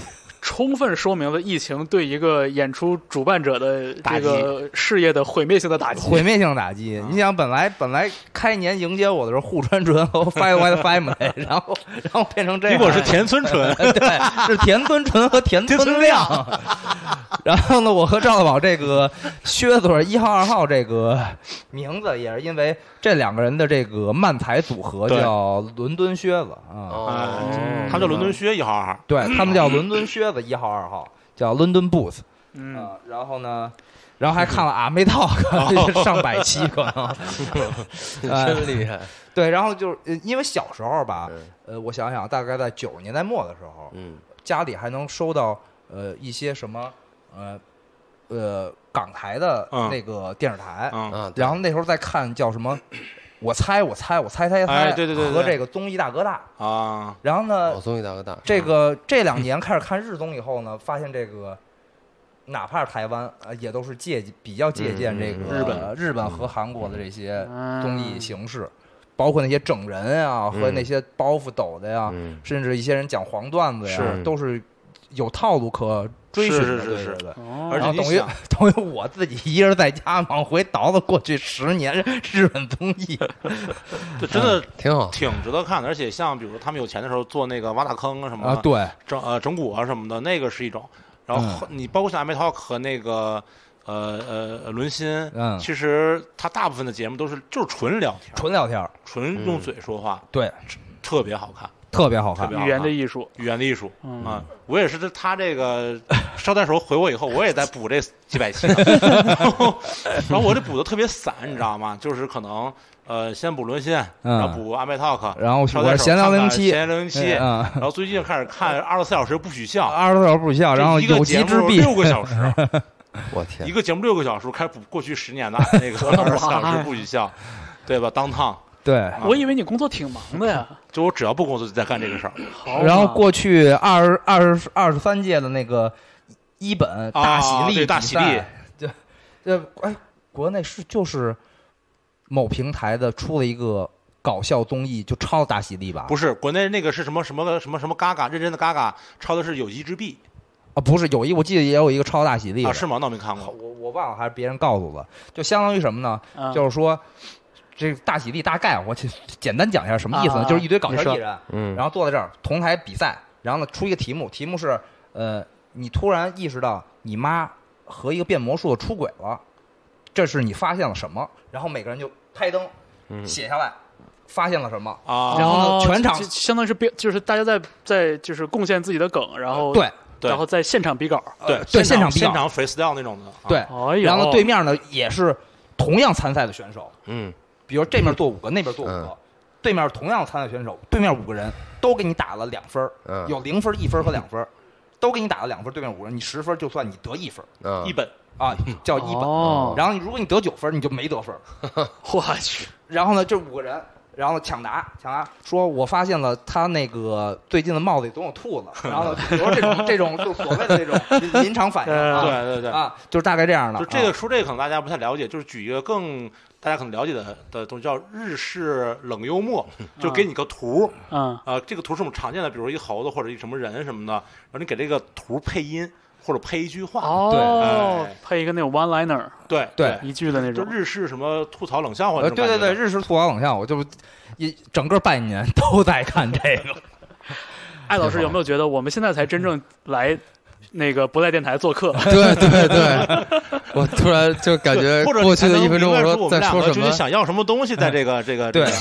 Speaker 2: 充分说明了疫情对一个演出主办者的
Speaker 4: 打
Speaker 2: 这
Speaker 4: 击
Speaker 2: 个事业的毁灭性的打击。
Speaker 4: 毁灭性打击。你想，本来本来开年迎接我的时候，户川纯和 Five White Family，然 <laughs> 后然后变成这
Speaker 1: 结
Speaker 4: 样，
Speaker 1: 果是田村
Speaker 4: 哎
Speaker 1: 纯，
Speaker 4: 对，是田村纯和田村亮。然后呢，我和赵大宝这个靴嘴一号、二号这个名字，也是因为这两个人的这个漫才组合
Speaker 1: 对
Speaker 4: 叫伦敦靴子啊，
Speaker 1: 哎
Speaker 5: 哦，
Speaker 1: 他叫伦敦靴一号二，
Speaker 4: 对他们叫伦敦靴子一号、二号，叫 London Boots。
Speaker 2: 嗯，
Speaker 4: 啊，然后呢，然后还看了阿妹 talk，上百期可能。哎
Speaker 5: 真厉害。
Speaker 4: 对，然后就是呃因为小时候吧，
Speaker 5: 嗯
Speaker 4: 呃，我想想，大概在九十年代末的时候，
Speaker 5: 嗯，
Speaker 4: 家里还能收到呃一些什么呃呃港台的
Speaker 1: 嗯
Speaker 4: 那个电视台，
Speaker 1: 嗯，
Speaker 5: 啊，对
Speaker 4: 然后那时候在看叫什么，我猜我猜我猜猜猜，
Speaker 1: 哎对对对对
Speaker 4: 和这个综艺大哥大。
Speaker 1: 啊，
Speaker 4: 然后呢，
Speaker 5: 老综艺大哥大，
Speaker 4: 这个这两年开始看日综以后呢，发现这个哪怕是台湾，呃，也都是借比较借鉴这个
Speaker 5: 嗯
Speaker 1: 嗯
Speaker 2: 嗯
Speaker 4: 日本和韩国的这些综艺形式。包括那些整人啊和
Speaker 5: 嗯
Speaker 4: 那些包袱抖的呀，
Speaker 5: 嗯
Speaker 4: 甚至一些人讲黄段子呀，
Speaker 5: 是
Speaker 4: 都是有套路可追
Speaker 1: 是
Speaker 4: 寻的。
Speaker 1: 是
Speaker 4: 对
Speaker 1: 是是
Speaker 4: 对对
Speaker 2: 哦，
Speaker 1: 而
Speaker 4: 然后
Speaker 1: 且你
Speaker 4: 等于
Speaker 1: 想，
Speaker 4: 等于我自己一人在家往回倒腾过去十年日本综艺，
Speaker 1: 这真的
Speaker 5: 挺好。
Speaker 1: 挺值得看的。而且像比如说他们有钱的时候做那个挖大坑啊什么的，
Speaker 4: 啊，对，
Speaker 1: 整呃整蛊啊什么的，那个是一种。然后
Speaker 4: 嗯
Speaker 1: 你包括像 M Talk 和那个呃呃呃伦新，
Speaker 4: 嗯
Speaker 1: 其实他大部分的节目都是就是纯聊天，
Speaker 4: 纯聊天儿，
Speaker 1: 纯用嘴说话，
Speaker 4: 对，
Speaker 1: 特别好看，
Speaker 4: 特别好
Speaker 1: 特
Speaker 4: 看
Speaker 1: 别。好看。
Speaker 2: 语言的艺术，
Speaker 1: 语言的艺术
Speaker 2: 嗯
Speaker 1: 啊，我也是这他这
Speaker 4: <laughs>
Speaker 1: 个捎带手回我以后，我也在补这几百 <laughs> 期呢，然后然后我这补的特别散，你知道吗？就是可能呃先补沦陷，
Speaker 4: 嗯
Speaker 1: 然后补阿麦 talk，
Speaker 4: 然后
Speaker 1: 捎
Speaker 4: 我
Speaker 1: 带手
Speaker 4: 闲聊
Speaker 1: 看看
Speaker 4: 零七，
Speaker 1: 闲聊零七，
Speaker 4: 嗯，
Speaker 1: 然后最近开始看二十四小时不许笑，
Speaker 4: 二十四小时不笑，然后
Speaker 1: 这一个
Speaker 4: 有
Speaker 1: 节
Speaker 4: 机之
Speaker 1: 目
Speaker 4: 弊，
Speaker 1: 六个小
Speaker 4: <laughs>
Speaker 1: 时，
Speaker 5: 我
Speaker 1: 一
Speaker 5: 天，
Speaker 1: 个节目六个小时，开始补过去十年的
Speaker 4: <laughs>
Speaker 1: 那个二十四小时不许笑，对吧？当趟
Speaker 4: 对。
Speaker 1: 啊
Speaker 2: 我以为你工作挺忙的 <laughs> 呀。
Speaker 1: 就我只要不工作就在干这个事儿，
Speaker 2: 好嘛，
Speaker 4: 然后过去二二十二十三届的那个一本大喜
Speaker 1: 啊
Speaker 4: 力、
Speaker 1: 对大喜力，
Speaker 4: 就就哎，国内是就是某平台的出了一个搞笑综艺，就抄大喜力吧？
Speaker 1: 不是国内那个是什么什么什么什么嘎嘎，认真的嘎嘎，抄的是有机之弊。
Speaker 4: 啊，不是有一我记得也有一个抄大喜力的
Speaker 1: 啊，是吗？那我没看
Speaker 4: 好
Speaker 1: 过。
Speaker 4: 我我忘了还是别人告诉我，就相当于什么呢？
Speaker 2: 啊
Speaker 4: 就是说。这个大喜力大概我简简单讲一下什么意思呢？
Speaker 2: 啊啊
Speaker 4: 就是一堆搞
Speaker 2: 你
Speaker 4: 笑
Speaker 2: 说
Speaker 4: 艺人，
Speaker 5: 嗯，
Speaker 4: 然后坐在这儿同台比赛，然后呢出一个题目，题目是呃，你突然意识到你妈和一个变魔术的出轨了，这是你发现了什么？然后每个人就开灯
Speaker 5: 嗯
Speaker 4: 写下来，发现了什么？
Speaker 1: 啊，
Speaker 4: 然后呢
Speaker 2: 哦
Speaker 4: 全场
Speaker 2: 就就相当于是编，就是大家在在就是贡献自己的梗，然后
Speaker 4: 对
Speaker 5: 哦
Speaker 1: 对
Speaker 2: 然后在现场比稿。
Speaker 1: 对
Speaker 4: 呃对
Speaker 1: 现
Speaker 4: 现场比较
Speaker 1: 现
Speaker 4: 啊
Speaker 1: 场 freestyle 那种的，啊
Speaker 4: 对，
Speaker 2: 哎呦，
Speaker 4: 然后哦对面呢也是同样参赛的选手，
Speaker 5: 嗯，
Speaker 4: 比如这面坐五个，那边坐五
Speaker 5: 嗯
Speaker 4: 个。对面同样参赛选手，对面五个人都给你打了两分儿，
Speaker 5: 嗯
Speaker 4: 有零分、一分和两分儿，都给你打了两分。对面五个人，你十分就算你得一分
Speaker 5: 啊 <laughs>
Speaker 1: 一，本
Speaker 4: 啊，叫一本。
Speaker 2: 哦，
Speaker 4: 然后你如果你得九分，你就没得分。
Speaker 2: 我去，
Speaker 4: 然后呢，这五个人，然后抢答，抢答，说我发现了他那个最近的帽子里总有
Speaker 1: <laughs>
Speaker 4: 兔子，然后比如说这种这种就所谓的这种临临场反应
Speaker 2: 嗯
Speaker 4: 啊，
Speaker 1: 对对对，
Speaker 4: 啊，就是大概这样的。
Speaker 1: 就这个
Speaker 4: 啊
Speaker 1: 说这个可能大家不太了解，就是举一个更大家可能了解的的东西叫日式冷幽默，
Speaker 4: 嗯
Speaker 1: 就给你个图，
Speaker 2: 嗯，
Speaker 1: 呃，这个图是我们常见的，比如一猴子或者一什么人什么的，然后你给这个图配音或者配一句话，
Speaker 2: 哦
Speaker 1: 哎，
Speaker 2: 配一个那种 one liner
Speaker 1: 对
Speaker 4: 对
Speaker 2: 一句的那
Speaker 1: 就
Speaker 2: 种，
Speaker 1: 日式什么吐槽冷笑话
Speaker 4: 呃，
Speaker 1: 那种
Speaker 4: 对
Speaker 1: 感觉
Speaker 4: 对
Speaker 1: 的，
Speaker 4: 对，日式吐槽冷笑，我就一整个半年都在看这
Speaker 1: <laughs>
Speaker 4: 个。
Speaker 2: 艾老师有没有觉得我们现在才真正来那个不在电台做客？
Speaker 5: 对对对，我突然就感觉
Speaker 1: 对或者
Speaker 5: 过去的一分钟，
Speaker 1: 我
Speaker 5: 说在说什
Speaker 1: 究竟
Speaker 5: 么？
Speaker 1: 想要什么东西，在这个这个
Speaker 4: 对
Speaker 1: 这个，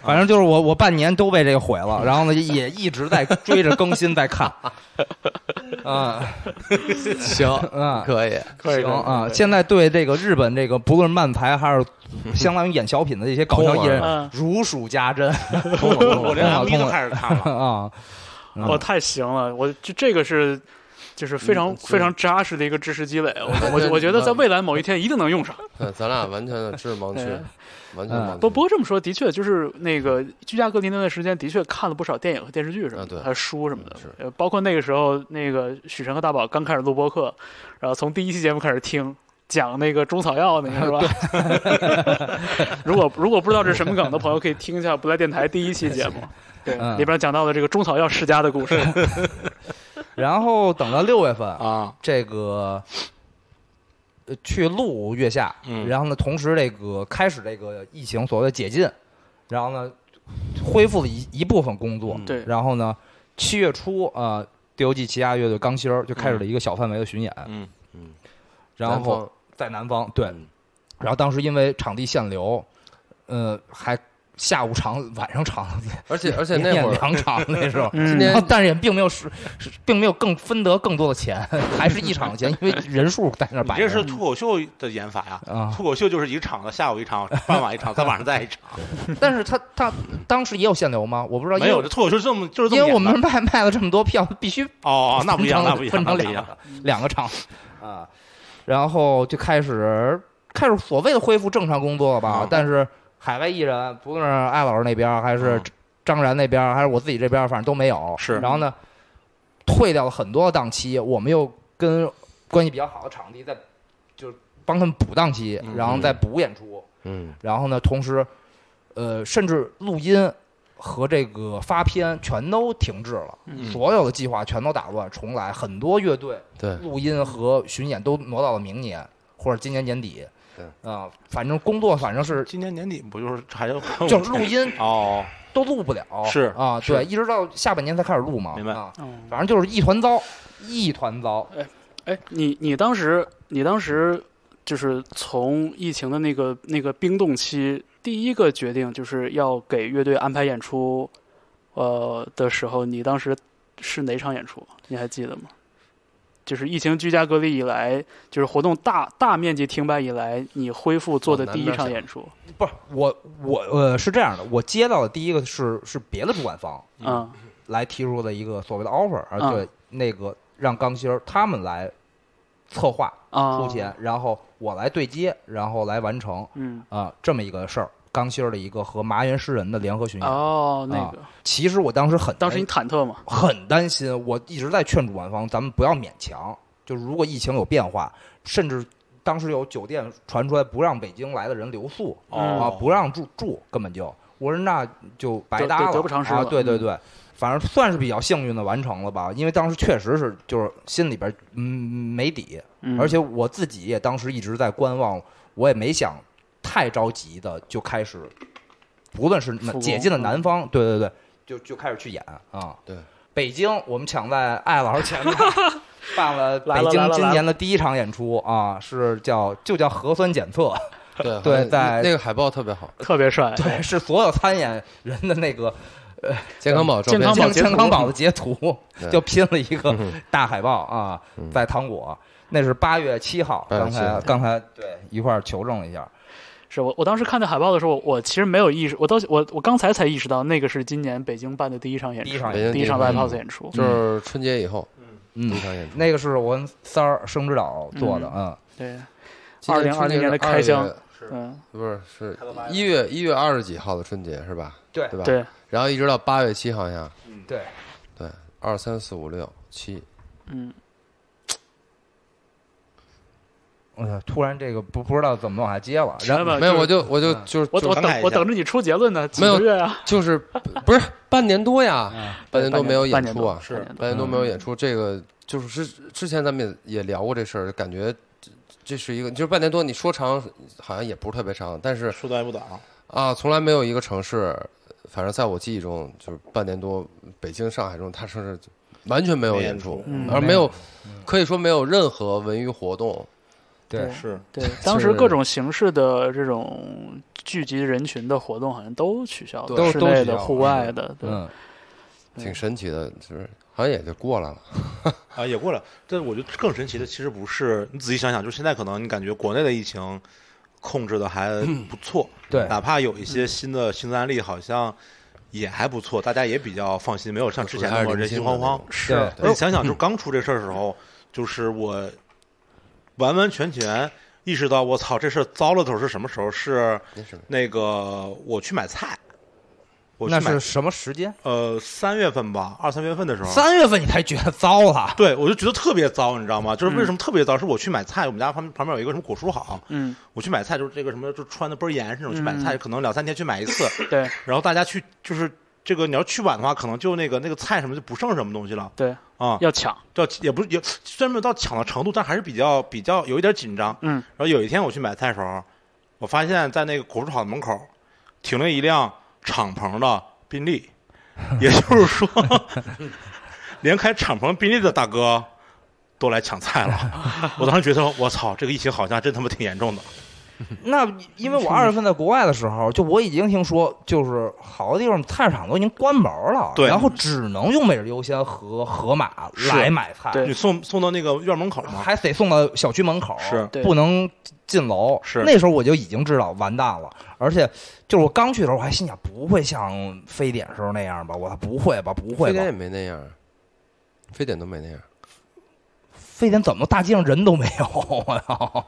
Speaker 4: 反正就是我我半年都被这个毁了，然后呢也一直在追着更新
Speaker 1: <laughs>
Speaker 4: 在看。啊
Speaker 5: 行，
Speaker 4: 啊，
Speaker 5: 可以，
Speaker 1: <laughs>
Speaker 2: 可以
Speaker 4: 行啊！现在对这个日本这个，不论是漫才还是相当于演小品的这些搞笑艺人
Speaker 5: 通，
Speaker 2: 嗯，
Speaker 4: 如数家珍
Speaker 1: 我连 MV
Speaker 4: 通
Speaker 1: 都
Speaker 4: 了
Speaker 1: 开始看
Speaker 4: <laughs>
Speaker 1: 了，
Speaker 4: 啊！嗯
Speaker 2: 我哦太行了，我这这个是。就是非
Speaker 5: 嗯
Speaker 2: 常非常扎实的一个知识积
Speaker 5: <laughs>
Speaker 2: 累，啊我我我觉得在未来某一天一定能用上。
Speaker 5: 对 <laughs> 咱俩完全的知识盲区
Speaker 2: 嗯，
Speaker 5: 完全盲区。
Speaker 2: 不不过这么说，的确就是那个居家隔离那段时间，的确看了不少电影和电视剧什么
Speaker 5: 啊对
Speaker 2: 的，还有书什么的
Speaker 5: 是。
Speaker 2: 呃，包括那个时候，那个许晨和大宝刚开始录播课，然后从第一期节目开始听。讲那个中草药那个是吧？
Speaker 5: <laughs>
Speaker 2: <laughs> 如果如果不知道这是什么梗的朋友，可以听一下不在电台第一期节
Speaker 5: <laughs>
Speaker 2: 目，对，
Speaker 4: 嗯
Speaker 2: 里边讲到了这个中草药世家的故事。
Speaker 4: 然后等到六月份，
Speaker 1: 啊，
Speaker 4: 这个呃去录月下，
Speaker 1: 嗯
Speaker 4: 然后呢，同时这个开始这个疫情所谓的解禁，然后呢，恢复了一一部分工作，
Speaker 1: 嗯
Speaker 2: 对，。
Speaker 4: 然后呢，七月初啊。呃 D.O.G. 旗下乐队钢芯儿就开始了一个小范围的巡演，
Speaker 1: 嗯，
Speaker 4: 然后在南方，对
Speaker 5: 嗯。
Speaker 4: 然后当时因为场地限流，呃，还下午场、晚上场，
Speaker 5: 而且而且
Speaker 4: 连
Speaker 5: 那会
Speaker 4: 演
Speaker 5: 儿
Speaker 4: 两 <laughs> 场那时候
Speaker 2: 嗯
Speaker 5: 今天
Speaker 4: 然后，但是也并没有是，是并没有更分得更多的钱，还是一场的钱，因为人数在那儿
Speaker 1: 你
Speaker 4: 摆着。
Speaker 1: 这是脱口秀的演法呀，
Speaker 4: 啊，
Speaker 1: 脱口秀就是一场的，下午一场，傍晚一场，再晚上再一场。
Speaker 4: 但是他他当时也有限流吗？我不知道，
Speaker 1: 没有，
Speaker 4: 因
Speaker 1: 这
Speaker 4: 为
Speaker 1: 脱口秀这么就是这
Speaker 4: 因
Speaker 1: 么
Speaker 4: 为
Speaker 1: 演
Speaker 4: 我
Speaker 1: 的
Speaker 4: 们卖卖了这么多票，必须
Speaker 1: 哦，哦那不一样，那不一
Speaker 4: 分
Speaker 1: 样，那
Speaker 4: 成
Speaker 1: 不
Speaker 4: 两
Speaker 1: 一样。
Speaker 4: 个两个场啊，然后就开始开始所谓的恢复正常工作了吧
Speaker 1: 嗯。
Speaker 4: 但是海外艺人，不论是艾老师那边儿，还是
Speaker 1: 嗯
Speaker 4: 张然那边儿，还是我自己这边儿，反正都没有。
Speaker 1: 是
Speaker 4: 然后呢，退掉了很多档期，我们又跟关系比较好的场地再就是帮他们补档期
Speaker 1: 嗯，
Speaker 4: 然后再补演出。
Speaker 5: 嗯
Speaker 4: 然后呢，同时呃，甚至录音和这个发片全都停滞了，
Speaker 2: 嗯
Speaker 4: 所有的计划全都打乱，重来。很多乐队
Speaker 5: 对，
Speaker 4: 录音和巡演都挪到了明年或者今年年底。
Speaker 5: 对
Speaker 4: 啊、反正工作反正是
Speaker 1: 今年年底不就是还有
Speaker 4: 就是录音
Speaker 1: 哦，
Speaker 4: 都录不了，
Speaker 1: 嗯是
Speaker 4: 啊，
Speaker 1: 是
Speaker 4: 对，一直到下半年才开始录嘛。
Speaker 1: 明白
Speaker 4: 啊，
Speaker 2: 嗯，
Speaker 4: 反正就是一团糟，一团糟。
Speaker 2: 哎，你你当时你当时就是从疫情的那个那个冰冻期，第一个决定就是要给乐队安排演出，呃的时候，你当时是哪场演出？你还记得吗？就是疫情居家隔离以来，就是活动大大面积停摆以来，你恢复做的
Speaker 4: 哦
Speaker 5: 往南
Speaker 2: 第一
Speaker 5: 边
Speaker 2: 场
Speaker 5: 想
Speaker 2: 演出，
Speaker 4: 不是我，我呃是这样的，我接到的第一个是是别的主办方
Speaker 2: 嗯
Speaker 4: 来提出的一个所谓的 offer，而
Speaker 2: 嗯
Speaker 4: 对、那个让钢芯儿他们来策划
Speaker 2: 啊，
Speaker 4: 出钱，然后我来对接，然后来完成
Speaker 2: 嗯，
Speaker 4: 啊、这么一个事儿。钢芯儿的一个和麻原诗人的联合巡演，
Speaker 2: 哦，那
Speaker 4: 啊哎
Speaker 2: 个，
Speaker 4: 其实我当时很
Speaker 2: 当时你忐
Speaker 4: 担
Speaker 2: 忑嘛，
Speaker 4: 很担心，我一直在劝主办方，咱们不要勉强。就是如果疫情有变化，甚至当时有酒店传出来不让北京来的人留宿、
Speaker 2: 嗯
Speaker 4: 啊，
Speaker 1: 哦，
Speaker 4: 不让住住，根本就我说那就白
Speaker 2: 得
Speaker 4: 搭了，
Speaker 2: 得不偿失
Speaker 4: 啊！
Speaker 2: 了嗯
Speaker 4: 对对对，反正算是比较幸运的完成了吧，因为当时确实是就是心里边嗯没底，
Speaker 2: 嗯
Speaker 4: 而且我自己也当时一直在观望，我也没想太着急的就开始，不论是
Speaker 2: 复工
Speaker 4: 解禁了
Speaker 2: 嗯
Speaker 4: 南方，对对对，就就开始去演啊。
Speaker 5: 对，
Speaker 4: 北京我们抢在艾老师
Speaker 2: <laughs>
Speaker 4: 前面办了
Speaker 2: 来了
Speaker 4: 北
Speaker 2: 来
Speaker 4: 京
Speaker 2: 了
Speaker 4: 今
Speaker 2: 来
Speaker 4: 年的第一场演出啊，是叫就叫核酸检测，
Speaker 5: 对
Speaker 4: 对
Speaker 5: 好像
Speaker 4: 在
Speaker 5: 那个海报特别好，
Speaker 2: 特别帅，
Speaker 4: <laughs> 对，是所有参演人的那个
Speaker 5: 健康宝照
Speaker 2: 健
Speaker 5: 片
Speaker 2: 康宝
Speaker 4: 健
Speaker 2: 截图
Speaker 4: 健康宝的截图，
Speaker 5: 对
Speaker 4: 就拼了一个
Speaker 5: 嗯
Speaker 4: 大海报啊，
Speaker 5: 嗯
Speaker 4: 在糖果，那是八月七号，
Speaker 5: 8月
Speaker 4: 刚
Speaker 5: 7号
Speaker 4: 才刚才对一块儿求证了一下，
Speaker 2: 是我我当时看到海报的时候，我我其实没有意识，我到我我刚才才意识到那个是今年北京办的第一场演
Speaker 4: 第
Speaker 2: 出，
Speaker 4: 一场
Speaker 5: 北京
Speaker 2: 第一场
Speaker 5: 第一
Speaker 2: live
Speaker 5: 场嗯
Speaker 2: house 演出。
Speaker 5: 就是春节以后
Speaker 4: 嗯
Speaker 5: 第一场演出。
Speaker 4: 那个是我跟三儿生指导做的，嗯，
Speaker 2: 对，
Speaker 5: 今年
Speaker 2: 2020
Speaker 5: 春节
Speaker 2: 年的
Speaker 5: 是2
Speaker 2: 开箱
Speaker 5: 月
Speaker 2: 嗯，
Speaker 5: 不是是
Speaker 1: 开到八月
Speaker 5: 一月一月二十几号的春节是吧？
Speaker 4: 对
Speaker 5: 对吧？
Speaker 2: 对，
Speaker 5: 然后一直到八月七好像，
Speaker 4: 嗯对，
Speaker 5: 对，二三四五六七，
Speaker 2: 嗯，
Speaker 4: 嗯，突然这个不不知道怎么往下接了，啊然
Speaker 2: 来
Speaker 4: 后
Speaker 2: 吧
Speaker 5: 没有，
Speaker 2: 啊就是
Speaker 5: 我就我就
Speaker 4: 嗯
Speaker 5: 就是
Speaker 2: 我我
Speaker 1: 感慨
Speaker 2: 等
Speaker 1: 一
Speaker 2: 我
Speaker 1: 下
Speaker 2: 等着你出结论呢，几
Speaker 5: 没有
Speaker 2: 个月啊，
Speaker 5: 就是不是半年多呀， <laughs> 半年多没有
Speaker 2: 半
Speaker 5: 演
Speaker 2: 年
Speaker 5: 出啊，
Speaker 1: 是
Speaker 2: 半年多
Speaker 5: 半年多没有演出，这个就是之之前咱们也也聊过这事儿，感觉这这是一个，就是半年多你说长好像也不是特别长，但是
Speaker 1: 说短也不短啊，
Speaker 5: 啊，从来没有一个城市，反正在我记忆中，就是半年多，北京、上海这种大城市完全没有
Speaker 1: 没
Speaker 5: 演
Speaker 1: 演
Speaker 5: 出
Speaker 1: 出，
Speaker 2: 嗯
Speaker 5: 而
Speaker 4: 没
Speaker 5: 没
Speaker 4: 有
Speaker 5: 有，可以说没有任何文娱活动，
Speaker 4: 对
Speaker 1: 是
Speaker 2: 对，当时各种形式的这种聚集人群的活动好像都取消
Speaker 5: 对都
Speaker 2: 了，室
Speaker 4: 都
Speaker 2: 内
Speaker 4: 取消
Speaker 2: 的、
Speaker 4: 了
Speaker 2: 户外的，对，
Speaker 4: 嗯，
Speaker 2: 对
Speaker 5: 挺神奇的，就是好像也就过来了。
Speaker 1: 啊，也过来。但我觉得更神奇的其实不是，你仔细想想，就是现在可能你感觉国内的疫情控制的还不错，
Speaker 4: 嗯对嗯
Speaker 1: 哪怕有一些新的新的案例，好像也还不错，大家也比较放心，没有像之前那么人心惶惶。
Speaker 2: 是
Speaker 4: 对，
Speaker 1: 那你想想，就刚出这事儿的时候，就是我完完全全意识到，我操，这事儿糟了的时候是什么时候？是
Speaker 5: 那是
Speaker 1: 那个我去买菜，我去
Speaker 4: 那
Speaker 1: 买
Speaker 4: 是什么时间？
Speaker 1: 呃三月份吧，二三月份的时候。
Speaker 4: 三月份你才觉得糟了，
Speaker 1: 对，我就觉得特别糟，你知道吗？就是为什么特别糟？是我去买菜，我们家旁旁边有一个什么果蔬好，
Speaker 2: 嗯，
Speaker 1: 我去买菜就是这个什么，就穿的倍儿严实那种，去买
Speaker 2: 嗯
Speaker 1: 菜可能两三天去买一次，
Speaker 2: 对
Speaker 1: <laughs> 然后大家去就是这个你要去晚的话，可能就那个那个菜什么就不剩什么东西了
Speaker 2: 对，
Speaker 1: 啊，
Speaker 2: 要抢，
Speaker 1: 叫也不是也虽然没有到抢的程度，但还是比较比较有一点紧张。
Speaker 2: 嗯，
Speaker 1: 然后有一天我去买菜的时候，我发现在那个果蔬厂的门口停了一辆敞篷的宾利，也就是说， <laughs> 连开敞篷宾利的大哥都来抢菜了。我当时觉得，我操，这个疫情好像真他妈挺严重的。
Speaker 4: 那因为我二月份在国外的时候，就我已经听说，就是好多地方菜市场都已经关门了，
Speaker 1: 对
Speaker 4: 然后只能用每日优先和盒马
Speaker 1: 是
Speaker 4: 来买菜，
Speaker 2: 对
Speaker 1: 你送送到那个院门口吗？
Speaker 4: 还得送到小区门口，
Speaker 1: 是
Speaker 2: 对
Speaker 4: 不能进楼。
Speaker 1: 是
Speaker 4: 那时候我就已经知道完蛋了，而且就是我刚去的时候，我还心想不会像非典时候那样吧？我说不会吧？不
Speaker 5: 非
Speaker 4: 会吧
Speaker 5: 典也？没那样，非典都没那样。
Speaker 4: 非典怎么大街上人都没有？我操！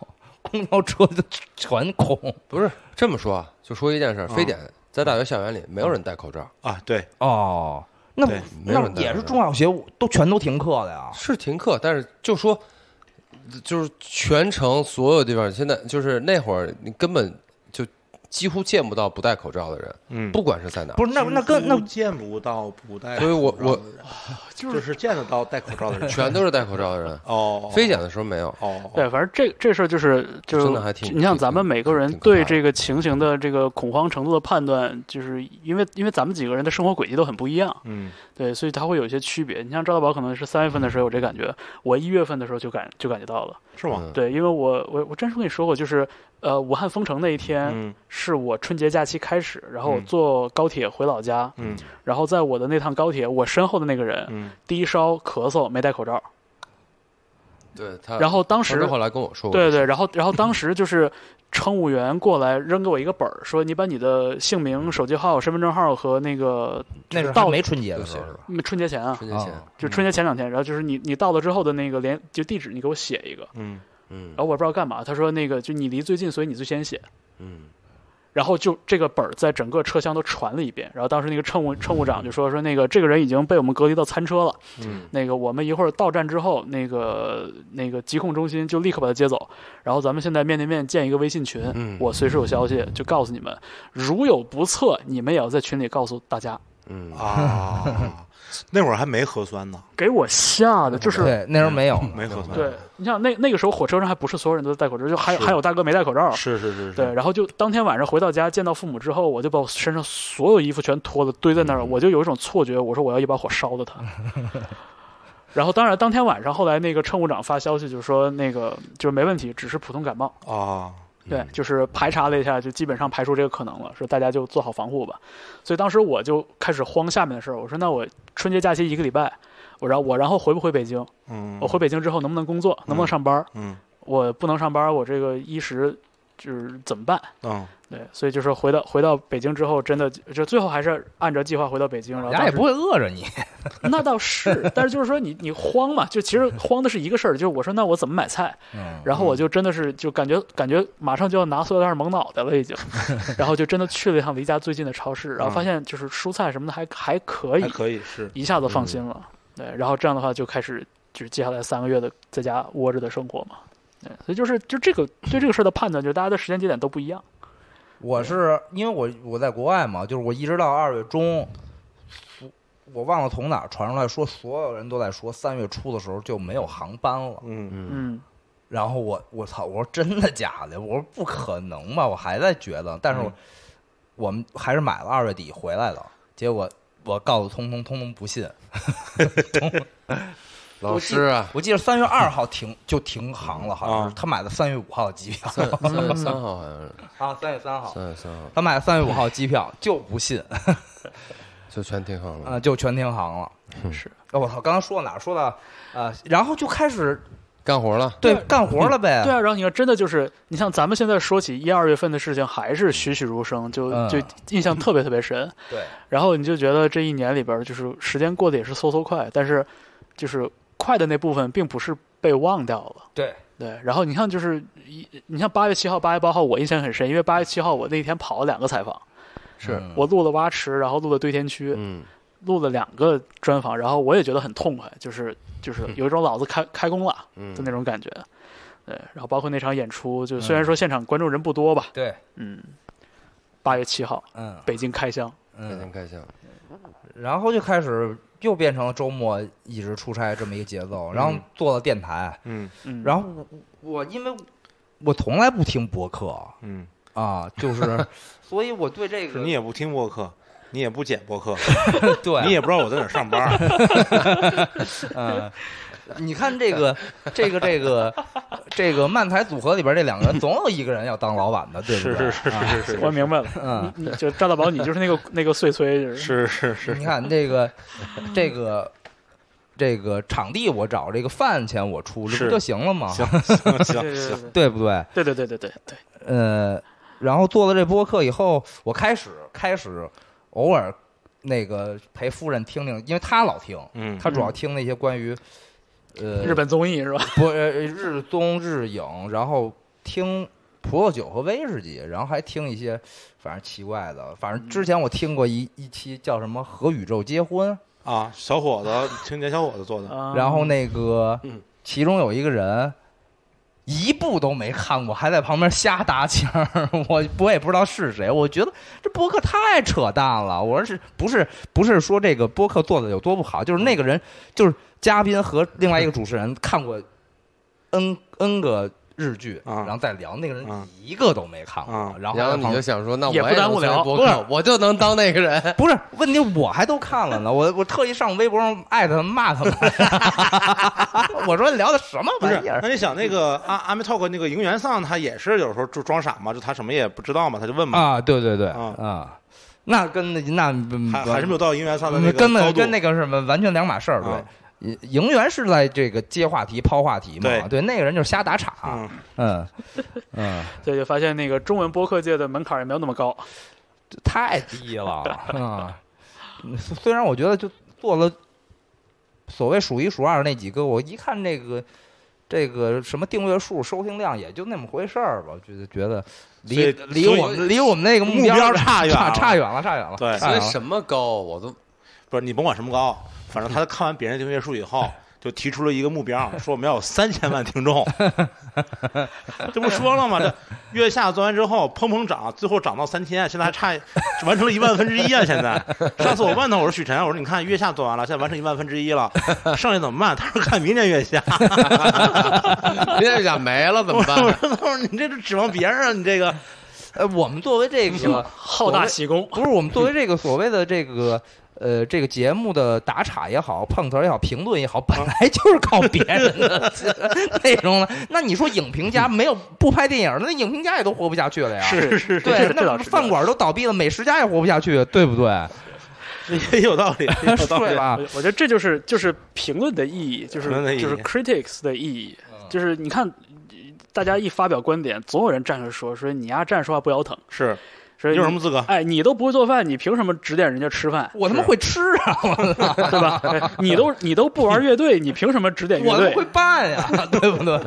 Speaker 4: 公交车就全空
Speaker 5: 不是这么说啊，就说一件事儿，
Speaker 1: 嗯
Speaker 5: 非典在大学校园里没有人戴口罩，
Speaker 1: 啊，对，
Speaker 4: 哦。那
Speaker 1: 对
Speaker 5: 没有
Speaker 4: 那
Speaker 5: 人戴口罩
Speaker 4: 也是中小学都全都停课了呀。
Speaker 5: 是停课，但是就说就是全城所有地方现在就是那会儿你根本就几乎见不到不戴口罩的人，
Speaker 1: 嗯，
Speaker 5: 不管是在哪儿。
Speaker 4: 不是那那跟那
Speaker 1: 几乎见不到不戴口罩的人，
Speaker 5: 所以我我
Speaker 1: 就是就是见得到戴口罩的人，
Speaker 5: 全都是戴口罩的人。
Speaker 1: 哦，
Speaker 5: 飞检的时候没有，
Speaker 1: 哦，
Speaker 2: 对，反正这这事儿就是就是
Speaker 5: 真的还挺
Speaker 2: 你像咱们每个人
Speaker 5: 挺可怕
Speaker 2: 对
Speaker 5: 的
Speaker 2: 这个情形的这个恐慌程度的判断，就是因为因为咱们几个人的生活轨迹都很不一样，
Speaker 1: 嗯，
Speaker 2: 对，所以它会有一些区别。你像赵大宝可能是三月份的时候有这感觉，我一月份的时候就感就感觉到了。
Speaker 1: 是吗？
Speaker 5: 嗯
Speaker 2: 对，因为我我我真是跟你说过，就是呃，武汉封城那一天
Speaker 1: 嗯
Speaker 2: 是我春节假期开始，然后我
Speaker 1: 嗯
Speaker 2: 坐高铁回老家，
Speaker 1: 嗯
Speaker 2: 然后在我的那趟高铁，我身后的那个人
Speaker 1: 嗯，
Speaker 2: 低烧咳嗽没戴口
Speaker 5: 啊
Speaker 2: 罩，
Speaker 5: 对他，
Speaker 2: 然后当
Speaker 5: 当
Speaker 2: 时
Speaker 5: 后来跟我说过，
Speaker 2: 对对，然后然后当时就是乘务员过来扔给我一个本儿，说你把你的姓名、手机号、身份证号和那个
Speaker 4: 那时候
Speaker 2: 到
Speaker 4: 还没春节的时候是吧？
Speaker 2: 嗯春节前啊，
Speaker 5: 春节前，
Speaker 1: 哦
Speaker 4: 啊
Speaker 2: 就春节前两天，然后就是你你到了之后的那个连就地址，你给我写一个，
Speaker 1: 嗯
Speaker 5: 嗯
Speaker 2: 然后我也不知道干嘛，他说那个就你离最近，所以你最先写。
Speaker 5: 嗯，
Speaker 2: 然后就这个本儿在整个车厢都传了一遍，然后当时那个乘务乘务长就说说那个这个人已经被我们隔离到餐车了，
Speaker 1: 嗯
Speaker 2: 那个我们一会儿到站之后，那个那个疾控中心就立刻把他接走，然后咱们现在面对面建一个微信群，
Speaker 5: 嗯
Speaker 2: 我随时有消息就告诉你们，如有不测，你们也要在群里告诉大家。
Speaker 5: 嗯
Speaker 1: 啊，那会儿还没核酸呢，
Speaker 2: 给我吓的，就是
Speaker 4: 对，那时候没有，
Speaker 1: 没核酸，
Speaker 2: 对，你想那那个时候火车上还不是所有人都戴口罩，就还有
Speaker 1: 是
Speaker 2: 还有大哥没戴口罩，
Speaker 1: 是是是是，
Speaker 2: 对，然后就当天晚上回到家见到父母之后，我就把我身上所有衣服全脱了堆在
Speaker 1: 嗯
Speaker 2: 那儿，我就有一种错觉，我说我要一把火烧了它。然后当然当天晚上后来那个乘务长发消息就说那个就是没问题，只是普通感冒。
Speaker 1: 啊，
Speaker 2: 对，
Speaker 5: 嗯
Speaker 2: 就是排查了一下，就基本上排除这个可能了，说大家就做好防护吧。所以当时我就开始慌下面的事儿，我说那我春节假期一个礼拜，我然后我然后回不回北京？
Speaker 1: 嗯，
Speaker 2: 我回北京之后能不能工作？能不能上班？
Speaker 1: 嗯
Speaker 2: 我不能上班，我这个衣食就是怎么办？
Speaker 1: 嗯
Speaker 2: 对，所以就是回到回到北京之后，真的就最后还是按照计划回到北京，然后
Speaker 4: 人家也
Speaker 2: 当时
Speaker 4: 不会饿着你。
Speaker 2: 那倒是，但是就是说你你慌嘛，就其实慌的是一个事儿，就是我说那我怎么买菜，
Speaker 4: 嗯，
Speaker 2: 然后我就真的是就感觉感觉马上就要拿塑料袋蒙脑袋了已经，然后就真的去了一趟离家最近的超市，然后发现就是蔬菜什么的还还可以
Speaker 1: 还，可以是，
Speaker 2: 一下子放心了，对，然后这样的话就开始就是接下来三个月的在家窝着的生活嘛，对，所以就是就这个对这个事儿的判断，就是大家的时间节点都不一样，
Speaker 4: 我是因为我我在国外嘛，就是我一直到二月中，我忘了从哪儿传出来说，所有人都在说三月初的时候就没有航班了。
Speaker 1: 嗯
Speaker 5: 嗯
Speaker 2: 嗯。
Speaker 4: 然后我我操，我说真的假的？我说不可能吧，我还在觉得，但是我、
Speaker 1: 嗯
Speaker 4: 我们还是买了二月底回来的。结果我告诉通通，通通不信。
Speaker 5: 老师
Speaker 2: <laughs>
Speaker 5: 啊，
Speaker 4: 我记得三月二号停就停航了，好像
Speaker 1: 啊
Speaker 4: 是他买的三月五号机票
Speaker 5: 三三月
Speaker 2: 嗯
Speaker 5: 三号好像是
Speaker 4: <laughs> 啊，三月三号，
Speaker 5: 三月三号
Speaker 4: 他买的三月五号机票就不信啊、
Speaker 5: 就全停航
Speaker 2: 啊
Speaker 5: 了。
Speaker 4: 呃就全停航了。
Speaker 2: 是，
Speaker 4: 哦我操，刚刚说到哪儿？说到呃，然后就开始
Speaker 5: 干活了，
Speaker 4: 对干活了呗。
Speaker 2: 对啊，然后你看，真的就是，你像咱们现在说起一二月份的事情，还是栩栩如生，就
Speaker 4: 嗯
Speaker 2: 就印象特别特别深。
Speaker 4: 对
Speaker 2: 然后你就觉得这一年里边儿，就是时间过得也是嗖嗖快，但是就是快的那部分并不是被忘掉了。
Speaker 4: 对
Speaker 2: 对，然后你看，就是一，你像八月七号、八月八号，我印象很深，因为八月七号我那天跑了两个采访，
Speaker 5: 是，
Speaker 4: 嗯
Speaker 2: 我录了蛙池，然后录了堆填区，
Speaker 5: 嗯，
Speaker 2: 录了两个专访，然后我也觉得很痛快，就是就是有一种老子开开工了
Speaker 5: 嗯
Speaker 2: 的那种感觉。对，然后包括那场演出，就虽然说现场观众人不多吧，
Speaker 4: 对，
Speaker 2: 嗯，八月七号
Speaker 4: 嗯
Speaker 2: 北京开箱，
Speaker 5: 北
Speaker 4: 嗯
Speaker 5: 京，开箱，
Speaker 4: 然后就开始又变成了周末一直出差这么一个节奏，然后
Speaker 1: 嗯
Speaker 4: 做了电台，
Speaker 1: 嗯
Speaker 2: 嗯，
Speaker 4: 然后我我因为我从来不听博客
Speaker 1: 嗯，
Speaker 4: 啊，就是， <laughs> 所以我对这
Speaker 1: 是
Speaker 4: 个
Speaker 1: 你也不听播客，你也不剪播客，
Speaker 4: <laughs> 对
Speaker 1: 你也不知道我在哪儿上班，
Speaker 4: 嗯， <laughs> 你看这个这个这个这个漫才组合里边这两个人，总有一个人要当老板的， <laughs> 对不
Speaker 1: 是
Speaker 4: 对？
Speaker 1: 是是
Speaker 4: 啊
Speaker 1: 是是
Speaker 2: 我明白了，
Speaker 4: 嗯，
Speaker 2: 你就赵大宝，你就是那个那个碎催，就是
Speaker 1: 是是是
Speaker 4: 你看这个，这个，这个场地我找，这个饭钱我出，这不
Speaker 1: 是
Speaker 4: 就行了吗？ <laughs>
Speaker 1: 行行行
Speaker 2: 对对
Speaker 1: 行，
Speaker 4: 对不对？
Speaker 2: 对对对对对对对，
Speaker 4: 呃，然后做了这播客以后，我开始开始偶尔那个陪夫人听听，因为她老听，
Speaker 1: 嗯
Speaker 4: 她主要听那些关于呃
Speaker 2: 日本综艺是吧？
Speaker 4: 不呃日综日影，然后听。葡萄酒和威士忌，然后还听一些反正奇怪的，反正之前我听过一一期叫什么“和宇宙结婚”，
Speaker 1: 啊，小伙子，青年小伙子做的，
Speaker 2: 啊
Speaker 4: 然后那个
Speaker 1: 嗯，
Speaker 4: 其中有一个人一部都没看过，还在旁边瞎搭腔儿，我我也不知道是谁。我觉得这播客太扯淡了。我说是不是不是说这个播客做的有多不好？就是那个人，就是嘉宾和另外一个主持人看过 n n 个日剧，
Speaker 1: 啊
Speaker 4: 然后再聊，那个人
Speaker 1: 啊
Speaker 4: 一个都没看过，
Speaker 1: 啊
Speaker 4: 然后
Speaker 5: 然
Speaker 4: 还
Speaker 5: 后
Speaker 4: 在
Speaker 5: 你
Speaker 4: 旁
Speaker 5: 就
Speaker 4: 边
Speaker 5: 想说，那我
Speaker 2: 也不耽误
Speaker 5: 能
Speaker 2: 聊
Speaker 5: 播
Speaker 4: 不
Speaker 5: 客
Speaker 4: 是，
Speaker 5: 我就能当那个人。
Speaker 4: 不是问题，我还都看了呢，我我特意上微博上艾特他们骂他们， <laughs> 我说聊的什么
Speaker 1: 不
Speaker 2: 哎
Speaker 1: 是
Speaker 4: 玩意儿，
Speaker 1: 那你想那个阿阿米 talk 那个营员上，他也是有时候就装傻嘛，就他什么也不知道嘛，他就问嘛，
Speaker 4: 啊？对对对
Speaker 1: 嗯啊
Speaker 4: 啊，那跟那那
Speaker 1: 还还是没有到营员上的那个
Speaker 4: 根
Speaker 1: 高
Speaker 4: 本
Speaker 1: 度
Speaker 4: 嗯跟那个什么完全两码事儿，对
Speaker 1: 啊。
Speaker 4: 营营员是在这个接话题、抛话题嘛？
Speaker 1: 对
Speaker 4: 对，那个人就是瞎打岔。
Speaker 1: 嗯
Speaker 4: 嗯嗯，
Speaker 2: 对，就发现那个中文播客界的门槛儿也没有那么高。
Speaker 4: 这太低了啊！嗯虽然我觉得就做了所谓数一数二那几个，我一看这个这个什么订阅数、收听量也就那么回事儿吧，我觉得觉得
Speaker 1: 所以
Speaker 4: 离离
Speaker 1: 所以
Speaker 4: 我们离我们那个
Speaker 1: 目标
Speaker 4: 差
Speaker 1: 差远
Speaker 4: 差
Speaker 1: 了
Speaker 4: 差远了，差远了。
Speaker 1: 对
Speaker 4: 差
Speaker 5: <laughs> 所
Speaker 4: 远
Speaker 5: 以
Speaker 4: 了
Speaker 5: 什么高，啊我 <laughs> 都
Speaker 1: 不是你甭管什么高，反正他看完别人订阅数以
Speaker 4: <laughs>
Speaker 1: 后，就提出了一个目标，说我们要有三千万听众。这不说了吗？这月下做完之后砰砰涨，最后涨到三千，现在还差完成了一万分之一啊！现在上次我问他，我说许晨，我说你看月下做完了，现在完成一万分之一了，剩下怎么办？他说看明年月下。 <laughs>
Speaker 5: 明天想没了怎么
Speaker 1: 我
Speaker 5: 办？
Speaker 1: 说他说你这是指望别人啊？你这个
Speaker 4: 呃，我们作为
Speaker 2: <laughs>
Speaker 4: 这个
Speaker 2: 好大喜功，
Speaker 4: 不是我们作为这个所谓的这个呃这个节目的打岔也好、碰瓷儿也好、评论也好，本
Speaker 2: 嗯
Speaker 4: 来就是靠别人的 <laughs> 内容了。那你说影评家没有不拍电影儿，那影评家也都活不下去了呀。
Speaker 2: 是是是，
Speaker 4: 对
Speaker 2: 这，
Speaker 4: 那
Speaker 2: 倒
Speaker 4: 不
Speaker 2: 是
Speaker 4: 是饭馆都倒闭了，美食家也活不下去，对不对？
Speaker 1: 也有道理，也有道
Speaker 4: 对
Speaker 1: 理。
Speaker 4: 吧，
Speaker 2: 我？觉我觉得这就是就是评论的意义，就是
Speaker 1: 评论的意义嗯
Speaker 2: 就是 critics 的意义，就是你看大家一发表观点，总有人站出来说说你丫站着说话不腰疼，
Speaker 1: 是
Speaker 2: 说
Speaker 1: 你
Speaker 2: 你
Speaker 1: 有什么？资格？
Speaker 2: 哎，你都不会做饭，你凭什么指点人家吃饭
Speaker 4: 我他妈会吃啊，我操
Speaker 2: 对
Speaker 1: <laughs>
Speaker 2: 吧？哎你都你都不玩乐队，你凭什么指点乐
Speaker 4: 我他妈
Speaker 2: 队
Speaker 4: 会？办呀，对不对？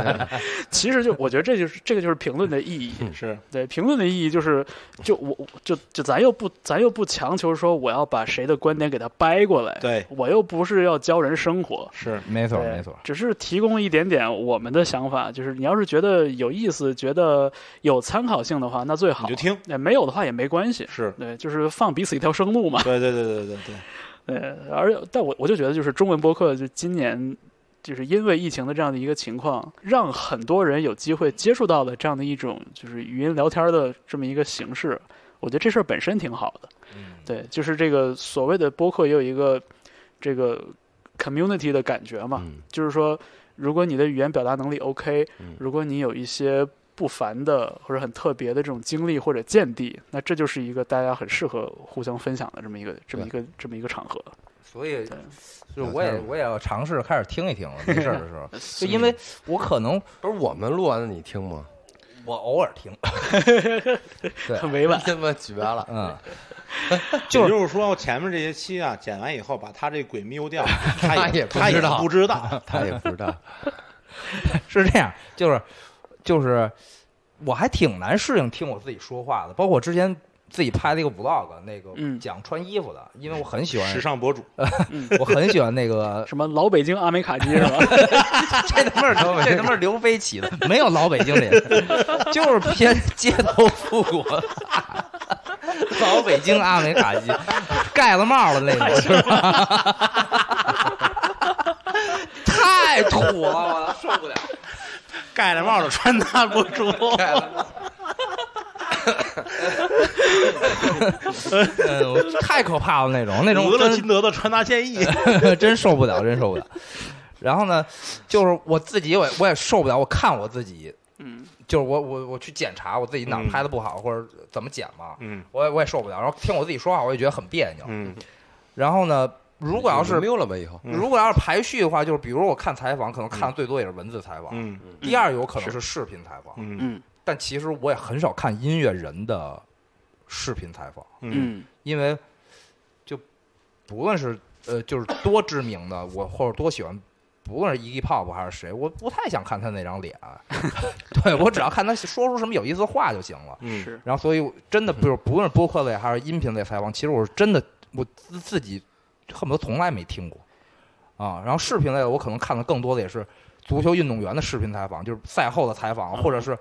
Speaker 2: 其实就我觉得这就是这个就是评论的意义。
Speaker 1: 是
Speaker 2: 对，评论的意义就是，就我我就就咱又不咱又不强求说我要把谁的观点给他掰过来，
Speaker 1: 对
Speaker 2: 我又不是要教人生活，
Speaker 1: 是，
Speaker 4: 没错，
Speaker 2: 对
Speaker 4: 没错。
Speaker 2: 只是提供一点点我们的想法，就是你要是觉得有意思，觉得有参考性的话，那最好
Speaker 1: 你就听。
Speaker 2: 哎没有的话也没关系，
Speaker 1: 是
Speaker 2: 对，就是放彼此一条生路嘛。
Speaker 1: 对对对对对对。
Speaker 2: 对，而但我我就觉得，就是中文播客就今年。就是因为疫情的这样的一个情况，让很多人有机会接触到了这样的一种就是语音聊天的这么一个形式，我觉得这事儿本身挺好的。对，就是这个所谓的播客也有一个这个 community 的感觉嘛，
Speaker 5: 嗯
Speaker 2: 就是说，如果你的语言表达能力 OK，、
Speaker 5: 嗯
Speaker 2: 如果你有一些不凡的或者很特别的这种经历或者见地，那这就是一个大家很适合互相分享的这么一个这么一个这么一个场合。
Speaker 4: 所以
Speaker 2: 对，
Speaker 4: 就我也我也要尝试开始听一听了，没事儿的
Speaker 2: <laughs>
Speaker 4: 时候，就
Speaker 2: 所
Speaker 4: 因为我可能
Speaker 5: 不是我们录完了你听吗？
Speaker 4: 我偶
Speaker 2: <laughs>
Speaker 4: 尔听，
Speaker 2: 很委婉，
Speaker 5: <laughs> 他妈绝了！
Speaker 4: 嗯，
Speaker 1: 也就是说，前面这些期啊，剪完以后把他这鬼瞄掉，他
Speaker 5: 他也不
Speaker 1: 他也
Speaker 5: 知道
Speaker 1: 不知
Speaker 5: <laughs>
Speaker 1: 道。
Speaker 5: 他也不知道，
Speaker 4: <laughs> 是这样，就是就是，我还挺难适应听我自己说话的，包括我之前自己拍的一个 vlog，那个
Speaker 2: 嗯，
Speaker 4: 讲穿衣服的，因为我很喜欢
Speaker 1: 时，尚博主，
Speaker 4: 我很喜欢那个 <laughs>
Speaker 2: 什么老北京阿美卡基是吧？
Speaker 4: 这他妈是这他妈是刘飞起的，没有老北京人，就是偏街头复古。老北京阿美卡基，盖了帽的那种，是吧？ <laughs> 太土了，我受不了。
Speaker 1: 盖着帽子穿搭博主，
Speaker 4: 嗯，我太可怕了那种，那种
Speaker 1: 俄勒
Speaker 4: 真
Speaker 1: 金德的穿搭建议。
Speaker 4: <laughs> 真受不了，真受不了。然后呢，就是我自己，我也我也受不了，我看我自己，
Speaker 2: <laughs> 嗯，
Speaker 4: 就是我我我去检查我自己哪儿拍的不好、或者怎么剪嘛，
Speaker 1: 嗯
Speaker 4: 我也我也受不了。然后听我自己说话，我也觉得很别扭。
Speaker 1: 嗯
Speaker 4: 然后呢，如果要是、
Speaker 5: 没有了吧以后，
Speaker 1: 嗯
Speaker 4: 如果要是排序的话，就是比如我看采访，可能看的最多也是文字采访，
Speaker 1: 嗯
Speaker 4: 第二有可能是视频采访，
Speaker 1: 嗯
Speaker 2: 嗯
Speaker 4: 但其实我也很少看音乐人的视频采访。
Speaker 1: <laughs> 嗯
Speaker 2: 嗯
Speaker 4: 因为就不论是呃，就是多知名的，我或者多喜欢，不论是 Iggy Pop 还是谁，我不太想看他那张脸。啊 <laughs> 对我只要看他说出什么有意思的话就行了。
Speaker 1: 嗯，
Speaker 2: 是
Speaker 4: 然后，所以我真的，比如不论是播客类还是音频类采访，其实我是真的我自自己恨不得从来没听过啊。然后视频类的，我可能看的更多的也是足球运动员的视频采访，就是赛后的采访，或者是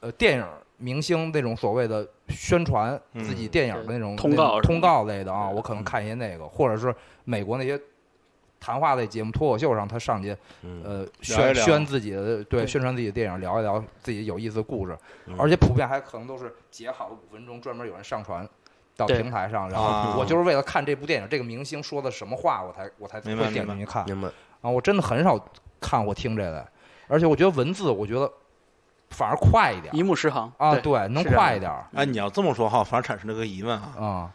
Speaker 4: 呃电影明星那种所谓的宣传
Speaker 1: 嗯
Speaker 4: 自己电影的那种
Speaker 2: 通
Speaker 4: 那种
Speaker 2: 告是吧
Speaker 4: 通告类的啊，我可能
Speaker 1: 嗯
Speaker 4: 看一些那个，或者是美国那些谈话类节目、脱口秀上他上去
Speaker 5: 嗯，
Speaker 4: 呃
Speaker 1: 聊一
Speaker 4: 宣
Speaker 1: 聊
Speaker 4: 宣自己的对
Speaker 2: 对
Speaker 4: 宣传自己的电影，聊一聊自己有意思的故事，
Speaker 5: 嗯
Speaker 4: 而且普遍还可能都是截好了五分钟，专门有人上传到
Speaker 2: 对
Speaker 4: 平台上，然
Speaker 1: 啊
Speaker 4: 后我就是为了看这部电影，这个明星说的什么话，我才我才
Speaker 1: 明白
Speaker 4: 会点
Speaker 1: 明白
Speaker 4: 进去看
Speaker 5: 明白。
Speaker 4: 啊。我真的很少看或听这个，而且我觉得文字，我觉得反而快一点
Speaker 2: 一目十行
Speaker 4: 啊，
Speaker 2: 对，
Speaker 4: 对，能
Speaker 2: 是这样
Speaker 4: 快一点儿
Speaker 1: 哎，你要这么说哈，反而产生了个疑问啊，
Speaker 4: 啊，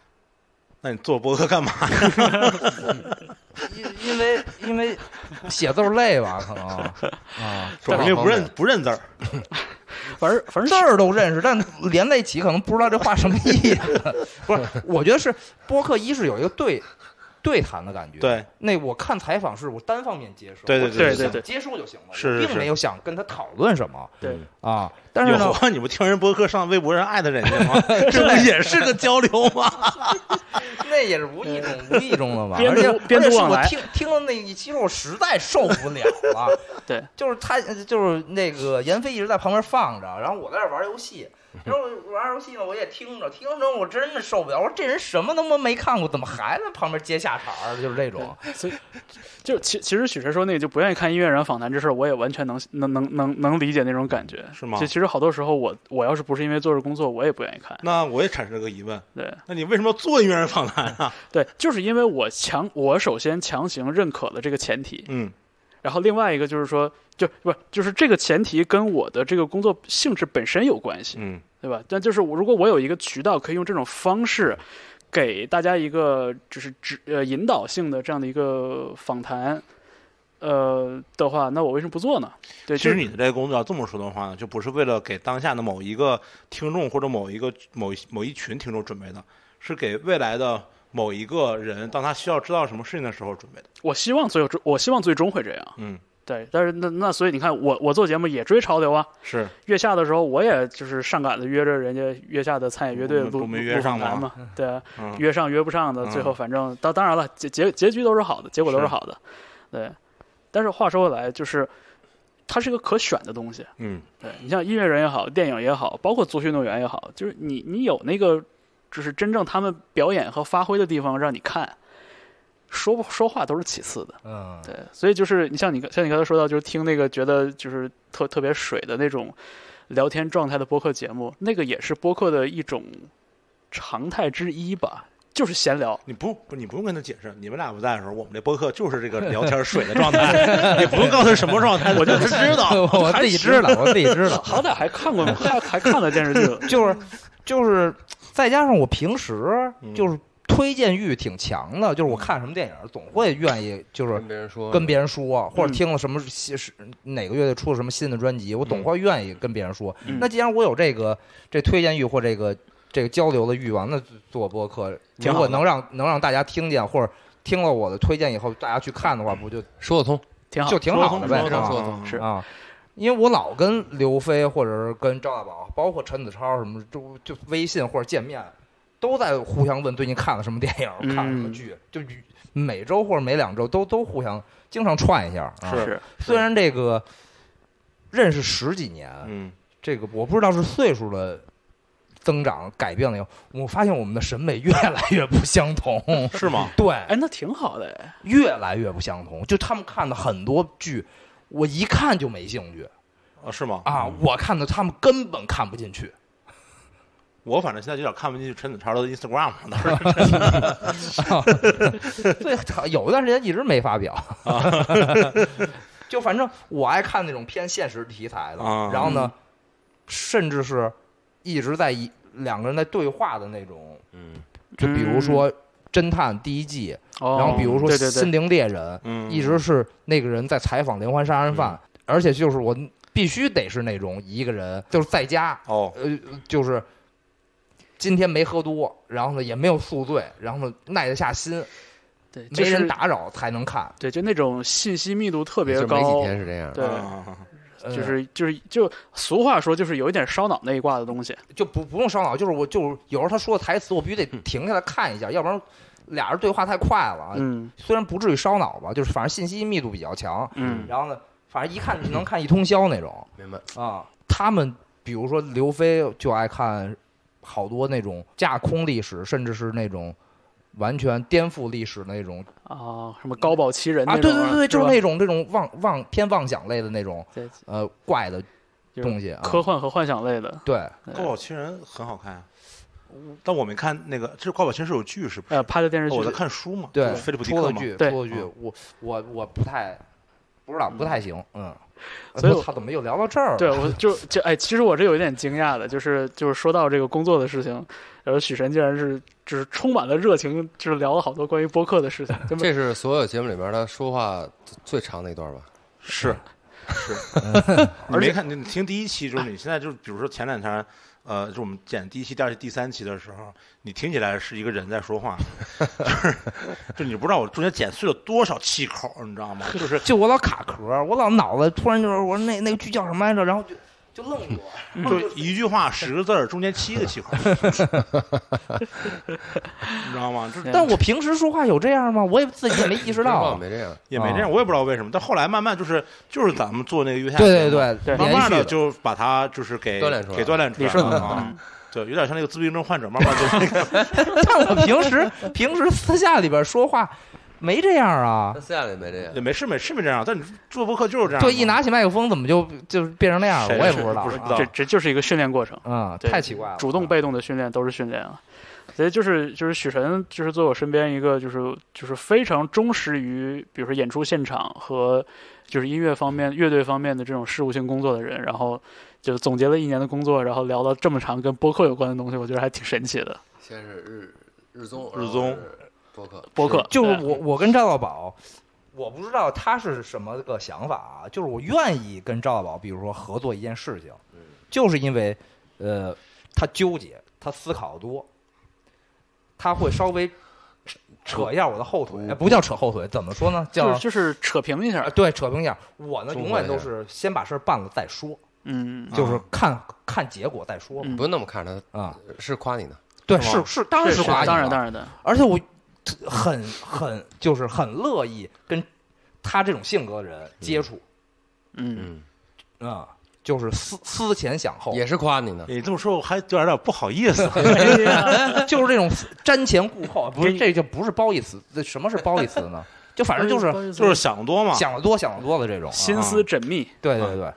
Speaker 1: 那你做播客干嘛？
Speaker 4: 因因为因为写字儿累吧，可能
Speaker 2: <laughs>
Speaker 4: 啊。
Speaker 1: 主要因为不认不认字儿，
Speaker 2: 反正反正
Speaker 4: 字儿都认识，但连在一起可能不知道这话什么意
Speaker 2: <laughs>
Speaker 4: 思。不是，我觉得是播客一是有一个对对谈的感觉。，
Speaker 1: 对，
Speaker 4: 那我看采访是我单方面接收，
Speaker 1: 对对
Speaker 4: 我只
Speaker 1: 对
Speaker 4: 是
Speaker 2: 对
Speaker 4: 想
Speaker 2: 对
Speaker 4: 接收就行了，我
Speaker 1: 是是
Speaker 4: 并
Speaker 1: 是
Speaker 4: 没有想跟他讨论什么
Speaker 2: 对
Speaker 4: 啊。但是呢
Speaker 1: 有，啊，你不听人播客上微博上艾特人家吗？这不也是个交流吗？ <laughs>
Speaker 4: 那也是无意中无意中的嘛，
Speaker 2: 边
Speaker 4: 而且
Speaker 2: 读边
Speaker 4: 而且
Speaker 2: 读
Speaker 4: 是
Speaker 2: 往
Speaker 4: 我
Speaker 2: 来
Speaker 4: 听听了那一期后，我实在受不了了。
Speaker 2: <laughs> 对，
Speaker 4: 就是他就是那个闫飞一直在旁边放着，然后我在这玩
Speaker 1: <laughs>
Speaker 4: 游戏，然后我玩游戏呢，我也听着听着，我真的受不了。我说这人什么他妈没看过，怎么还在旁边接下茬儿？就是这种。
Speaker 2: 所以就其其实许晨说那个就不愿意看音乐人访谈这事儿，我也完全能能能能能理解那种感觉。
Speaker 1: 是吗
Speaker 2: 其其实好多时候我我要是不是因为做着工作，我也不愿意看。
Speaker 1: 那我也产生了个疑问，
Speaker 2: 对
Speaker 1: 那你为什么要做音乐人访谈啊？
Speaker 2: 对，就是因为我强我首先强行认可了这个前提，
Speaker 1: 嗯，
Speaker 2: 然后另外一个就是说，就不就是这个前提跟我的这个工作性质本身有关系，
Speaker 1: 嗯，
Speaker 2: 对吧？但就是我如果我有一个渠道可以用这种方式。给大家一个就是指呃引导性的这样的一个访谈，呃的话，那我为什么不做呢？对，
Speaker 1: 其
Speaker 2: 就
Speaker 1: 实你的这个工作要这么说的话呢，就不是为了给当下的某一个听众或者某一个某一某一群听众准备的，是给未来的某一个人，当他需要知道什么事情的时候准备的。
Speaker 2: 我希望最后我希望最终会这样，
Speaker 1: 嗯，
Speaker 2: 对。但是那那所以你看，我我做节目也追潮流啊。
Speaker 1: 是
Speaker 2: 月下的时候，我也就是上赶着约着人家月下的参演乐队
Speaker 1: 我们
Speaker 2: 录
Speaker 1: 我们
Speaker 2: 录
Speaker 1: 约上
Speaker 2: 录访谈
Speaker 1: 吗
Speaker 2: 嘛，
Speaker 1: <laughs>
Speaker 2: 对啊，
Speaker 1: 嗯
Speaker 2: 约上约不上的，最后
Speaker 1: 嗯
Speaker 2: 反正当当然了，结结结局都是好的，结果都是
Speaker 1: 是
Speaker 2: 好的，对。但是话说回来，就是它是一个可选的东西，
Speaker 1: 嗯，
Speaker 2: 对你像音乐人也好，电影也好，包括足球运动员也好，就是你你有那个，就是真正他们表演和发挥的地方让你看，说不说话都是其次的。
Speaker 4: 嗯，
Speaker 2: 对，所以就是你像你像你刚才说到，就是听那个觉得就是特特别水的那种聊天状态的播客节目，那个也是播客的一种常态之一吧，就是闲聊。
Speaker 1: 你不不你不用跟他解释，你们俩不在的时候，我们这播客就是这个聊天水的状
Speaker 4: <laughs>
Speaker 1: 态，你不用告诉他什么状态，我就知道。
Speaker 4: 我自己知道，我自己知道。。
Speaker 2: 好歹还看过，还还看了电视剧了
Speaker 1: <laughs>
Speaker 4: 就是就是，再加上我平时
Speaker 1: 嗯
Speaker 4: 就是推荐欲挺强的，就是我看什么电影总会愿意就是
Speaker 5: 跟别人说，
Speaker 4: 跟别人说，
Speaker 1: 嗯
Speaker 4: 或者听了什么新是哪个乐队出了什么新的专辑，我
Speaker 1: 嗯
Speaker 4: 总会愿意跟别人说。
Speaker 2: 嗯
Speaker 4: 那既然我有这个这推荐欲或这个这个交流的欲望，那做播客
Speaker 1: 挺
Speaker 4: 如
Speaker 1: 好的
Speaker 4: 果能让能让大家听见，或者听了我的推荐以后，大家去看的话，不就
Speaker 5: 说得通，
Speaker 2: 挺好，
Speaker 4: 就挺好的呗
Speaker 5: 说得通说得通
Speaker 1: 啊
Speaker 2: 是
Speaker 4: 啊？因为我老跟刘飞或者是跟赵大宝，包括陈子超什么，就就微信或者见面，都在互相问最近看了什么电影，
Speaker 2: 嗯
Speaker 4: 看了什么剧，就每周或者每两周都都互相经常串一下。啊、
Speaker 1: 是
Speaker 2: 是
Speaker 4: 虽然这个认识十几年，
Speaker 1: 嗯，
Speaker 4: 这个我不知道是岁数的增长改变了以后，我发现我们的审美越来越不相同。
Speaker 1: <laughs> 是吗？
Speaker 4: 对，
Speaker 2: 哎，那挺好的哎。
Speaker 4: 越来越不相同。就他们看的很多剧，我一看就没兴趣
Speaker 1: 啊，是吗？
Speaker 4: 啊，
Speaker 2: 嗯
Speaker 4: 我看的他们根本看不
Speaker 2: <laughs>
Speaker 4: 进去。
Speaker 1: 我反正现在有点看不进去陈子超的 Instagram 了。
Speaker 4: 对，有一段时间一直没发表。
Speaker 2: 啊
Speaker 4: <laughs> 就反正我爱看那种偏现实题材的，
Speaker 1: 啊
Speaker 4: 然后
Speaker 2: 嗯
Speaker 4: 呢，甚至是一直在一两个人在对话的那种。
Speaker 5: 嗯，
Speaker 4: 就比如说《侦探》第一季，
Speaker 2: 哦，
Speaker 4: 然后比如说
Speaker 2: 对
Speaker 4: 《
Speaker 2: 对
Speaker 4: 心
Speaker 2: 对，
Speaker 4: 灵猎人》
Speaker 1: 嗯，
Speaker 4: 一直是那个人在采访连环杀人犯，
Speaker 2: 嗯
Speaker 4: 而且就是我必须得是那种一个人，就是在家，
Speaker 1: 哦，
Speaker 4: 呃，就是今天没喝多，然后呢也没有宿醉，然后呢耐得下心，
Speaker 2: 对，就
Speaker 4: 没
Speaker 2: 是
Speaker 4: 人打扰才能看，
Speaker 2: 对，就那种信息密度特
Speaker 5: 特
Speaker 2: 别
Speaker 5: 没
Speaker 2: 高
Speaker 5: 几，天是这样，
Speaker 2: 对
Speaker 1: 啊
Speaker 4: 呃
Speaker 2: 就是就是就俗话说，就是有一点烧脑那一挂的东西。
Speaker 4: 就不不用烧脑，就是我就是有时候他说的台词我必须得
Speaker 2: 嗯
Speaker 4: 停下来看一下，要不然俩人对话太快了啊，
Speaker 2: 嗯
Speaker 4: 虽然不至于烧脑吧，就是反正信息密度比较强，
Speaker 2: 嗯
Speaker 4: 然后呢，反正一看就能看一通宵那种
Speaker 5: 明白。
Speaker 4: 啊。他们比如说刘飞就爱看好多那种架空历史，甚至是那种完全颠覆历史那种
Speaker 2: 啊，什么高保奇人
Speaker 4: 啊，
Speaker 2: 那
Speaker 4: 对
Speaker 2: 种
Speaker 4: 对对，就是
Speaker 2: 吧
Speaker 4: 那种这种妄妄偏妄想类的那种
Speaker 2: 对
Speaker 4: 呃怪的东西啊，
Speaker 2: 科幻和幻想类的，
Speaker 4: 对，
Speaker 1: 《高保奇人》很好看啊，但我没看那个，这《高保奇人》是有剧是不是？
Speaker 2: 呃，拍的电视
Speaker 1: 哦
Speaker 2: 剧
Speaker 1: 我在看书嘛，
Speaker 4: 对
Speaker 1: 就是，菲利普迪
Speaker 4: 出
Speaker 1: 克
Speaker 4: 了
Speaker 1: 嘛，
Speaker 4: 剧，
Speaker 2: 对嗯
Speaker 4: 出了剧，我我我不太不知道，不太行，嗯。
Speaker 2: 所
Speaker 4: <laughs>
Speaker 2: 以我
Speaker 4: 他怎么又聊到这儿了？
Speaker 2: 对，我就就哎，其实我这有一点惊讶的，就是就是说到这个工作的事情，然后许晨竟然是就是充满了热情，就是聊了好多关于播客的事情，就没
Speaker 5: 这是所有节目里面他说话最长的一段吧？
Speaker 1: 是是，你没看你听第一期，就是你现在就是比如说前两天，呃，就我们剪第一期、第二期、第三期的时候，你听起来是一个人在说
Speaker 4: <laughs>
Speaker 1: 话，就是就你不知道我中间剪碎了多少气口，你知道吗？就是
Speaker 4: 就我老卡壳，我老脑子突然就是我说那那个剧叫什么来着，然后就
Speaker 2: 嗯
Speaker 4: 就愣住了。
Speaker 1: 就一句话十个字儿，中间七个气口，
Speaker 4: <laughs>
Speaker 1: 你知道吗？就是
Speaker 4: 但我平时说话有这样吗？我也自己也没意识到。啊
Speaker 5: 没这样。
Speaker 1: 也没这样，我也不知道为什么。但后来慢慢就是就是咱们做那个月下，
Speaker 4: 对对
Speaker 2: 对
Speaker 1: 慢慢
Speaker 4: 连
Speaker 1: 的
Speaker 4: 续
Speaker 1: 就把它就是给
Speaker 5: 锻炼出来
Speaker 1: 给锻炼出来
Speaker 2: 理顺
Speaker 1: 了
Speaker 2: 了
Speaker 4: 嗯
Speaker 1: 啊。对，有点像那个自闭症患者，慢慢就那个
Speaker 4: 但我平时平时私下里边说话没这样啊
Speaker 5: 那。私下里没这样
Speaker 1: 也。没事没事没这样，但你做播客就是
Speaker 2: 啊
Speaker 1: 这样嘛。
Speaker 4: 对，一拿起麦克风怎么就就变成那样了？
Speaker 1: 谁
Speaker 4: 我也
Speaker 1: 是
Speaker 4: 不知道
Speaker 1: 不知道
Speaker 4: 啊。
Speaker 2: 这这就是一个训练过程。
Speaker 4: 嗯，
Speaker 2: 对
Speaker 4: 太奇怪了。
Speaker 2: 主动被动的训练都是训练啊。所以就是就是许晨就是做我身边一个就是就是非常忠实于比如说演出现场和就是音乐方面乐队方面的这种事务性工作的人，然后就总结了一年的工作，然后聊到这么长跟播客有关的东西，我觉得还挺神奇的。
Speaker 5: 先是日日综，
Speaker 1: 日综
Speaker 5: 然后是播客，
Speaker 2: 播客
Speaker 4: 就是
Speaker 2: 对
Speaker 4: 我我跟赵大宝，我不知道他是什么个想法啊，就是我愿意跟赵大宝，比如说合作一件事情，就是因为呃他纠结，他思考得多，他会稍微扯扯一下我的后腿，哎不叫扯后腿，怎么说呢？
Speaker 2: 就
Speaker 4: 叫
Speaker 2: 是就是扯平一
Speaker 4: 啊
Speaker 2: 下，
Speaker 4: 对扯平一下。我呢
Speaker 5: 综
Speaker 4: 永
Speaker 5: 合一
Speaker 4: 远都
Speaker 5: 下
Speaker 4: 是先把事儿办了再说，
Speaker 2: 嗯，
Speaker 1: 啊
Speaker 4: 就是看看结果再说嘛
Speaker 2: 嗯
Speaker 5: 不用那么看着
Speaker 4: 啊。
Speaker 5: 他，是夸你呢。
Speaker 4: 对，
Speaker 1: 是
Speaker 4: 是
Speaker 1: 吗
Speaker 4: 是，当然
Speaker 2: 是
Speaker 4: 是
Speaker 2: 是
Speaker 4: 夸你
Speaker 2: 当然
Speaker 4: 了
Speaker 2: 当然的，
Speaker 4: 而且我特很很就是很乐意跟他这种性格的人接触
Speaker 2: 嗯，
Speaker 5: 嗯，
Speaker 4: 啊、就是思思前想后，
Speaker 5: 也是夸你呢。
Speaker 1: 你这么说，我还有点点不好意思。
Speaker 2: 哎呀
Speaker 4: <laughs> 就是这种瞻前顾后，不
Speaker 2: 给
Speaker 4: 是
Speaker 2: 你
Speaker 4: 这就不是褒义词，这什么是褒义词呢？就反正就是
Speaker 1: 就是想多嘛，
Speaker 4: 想的多想的多的这种、啊，
Speaker 2: 心思缜密，
Speaker 4: 对对对。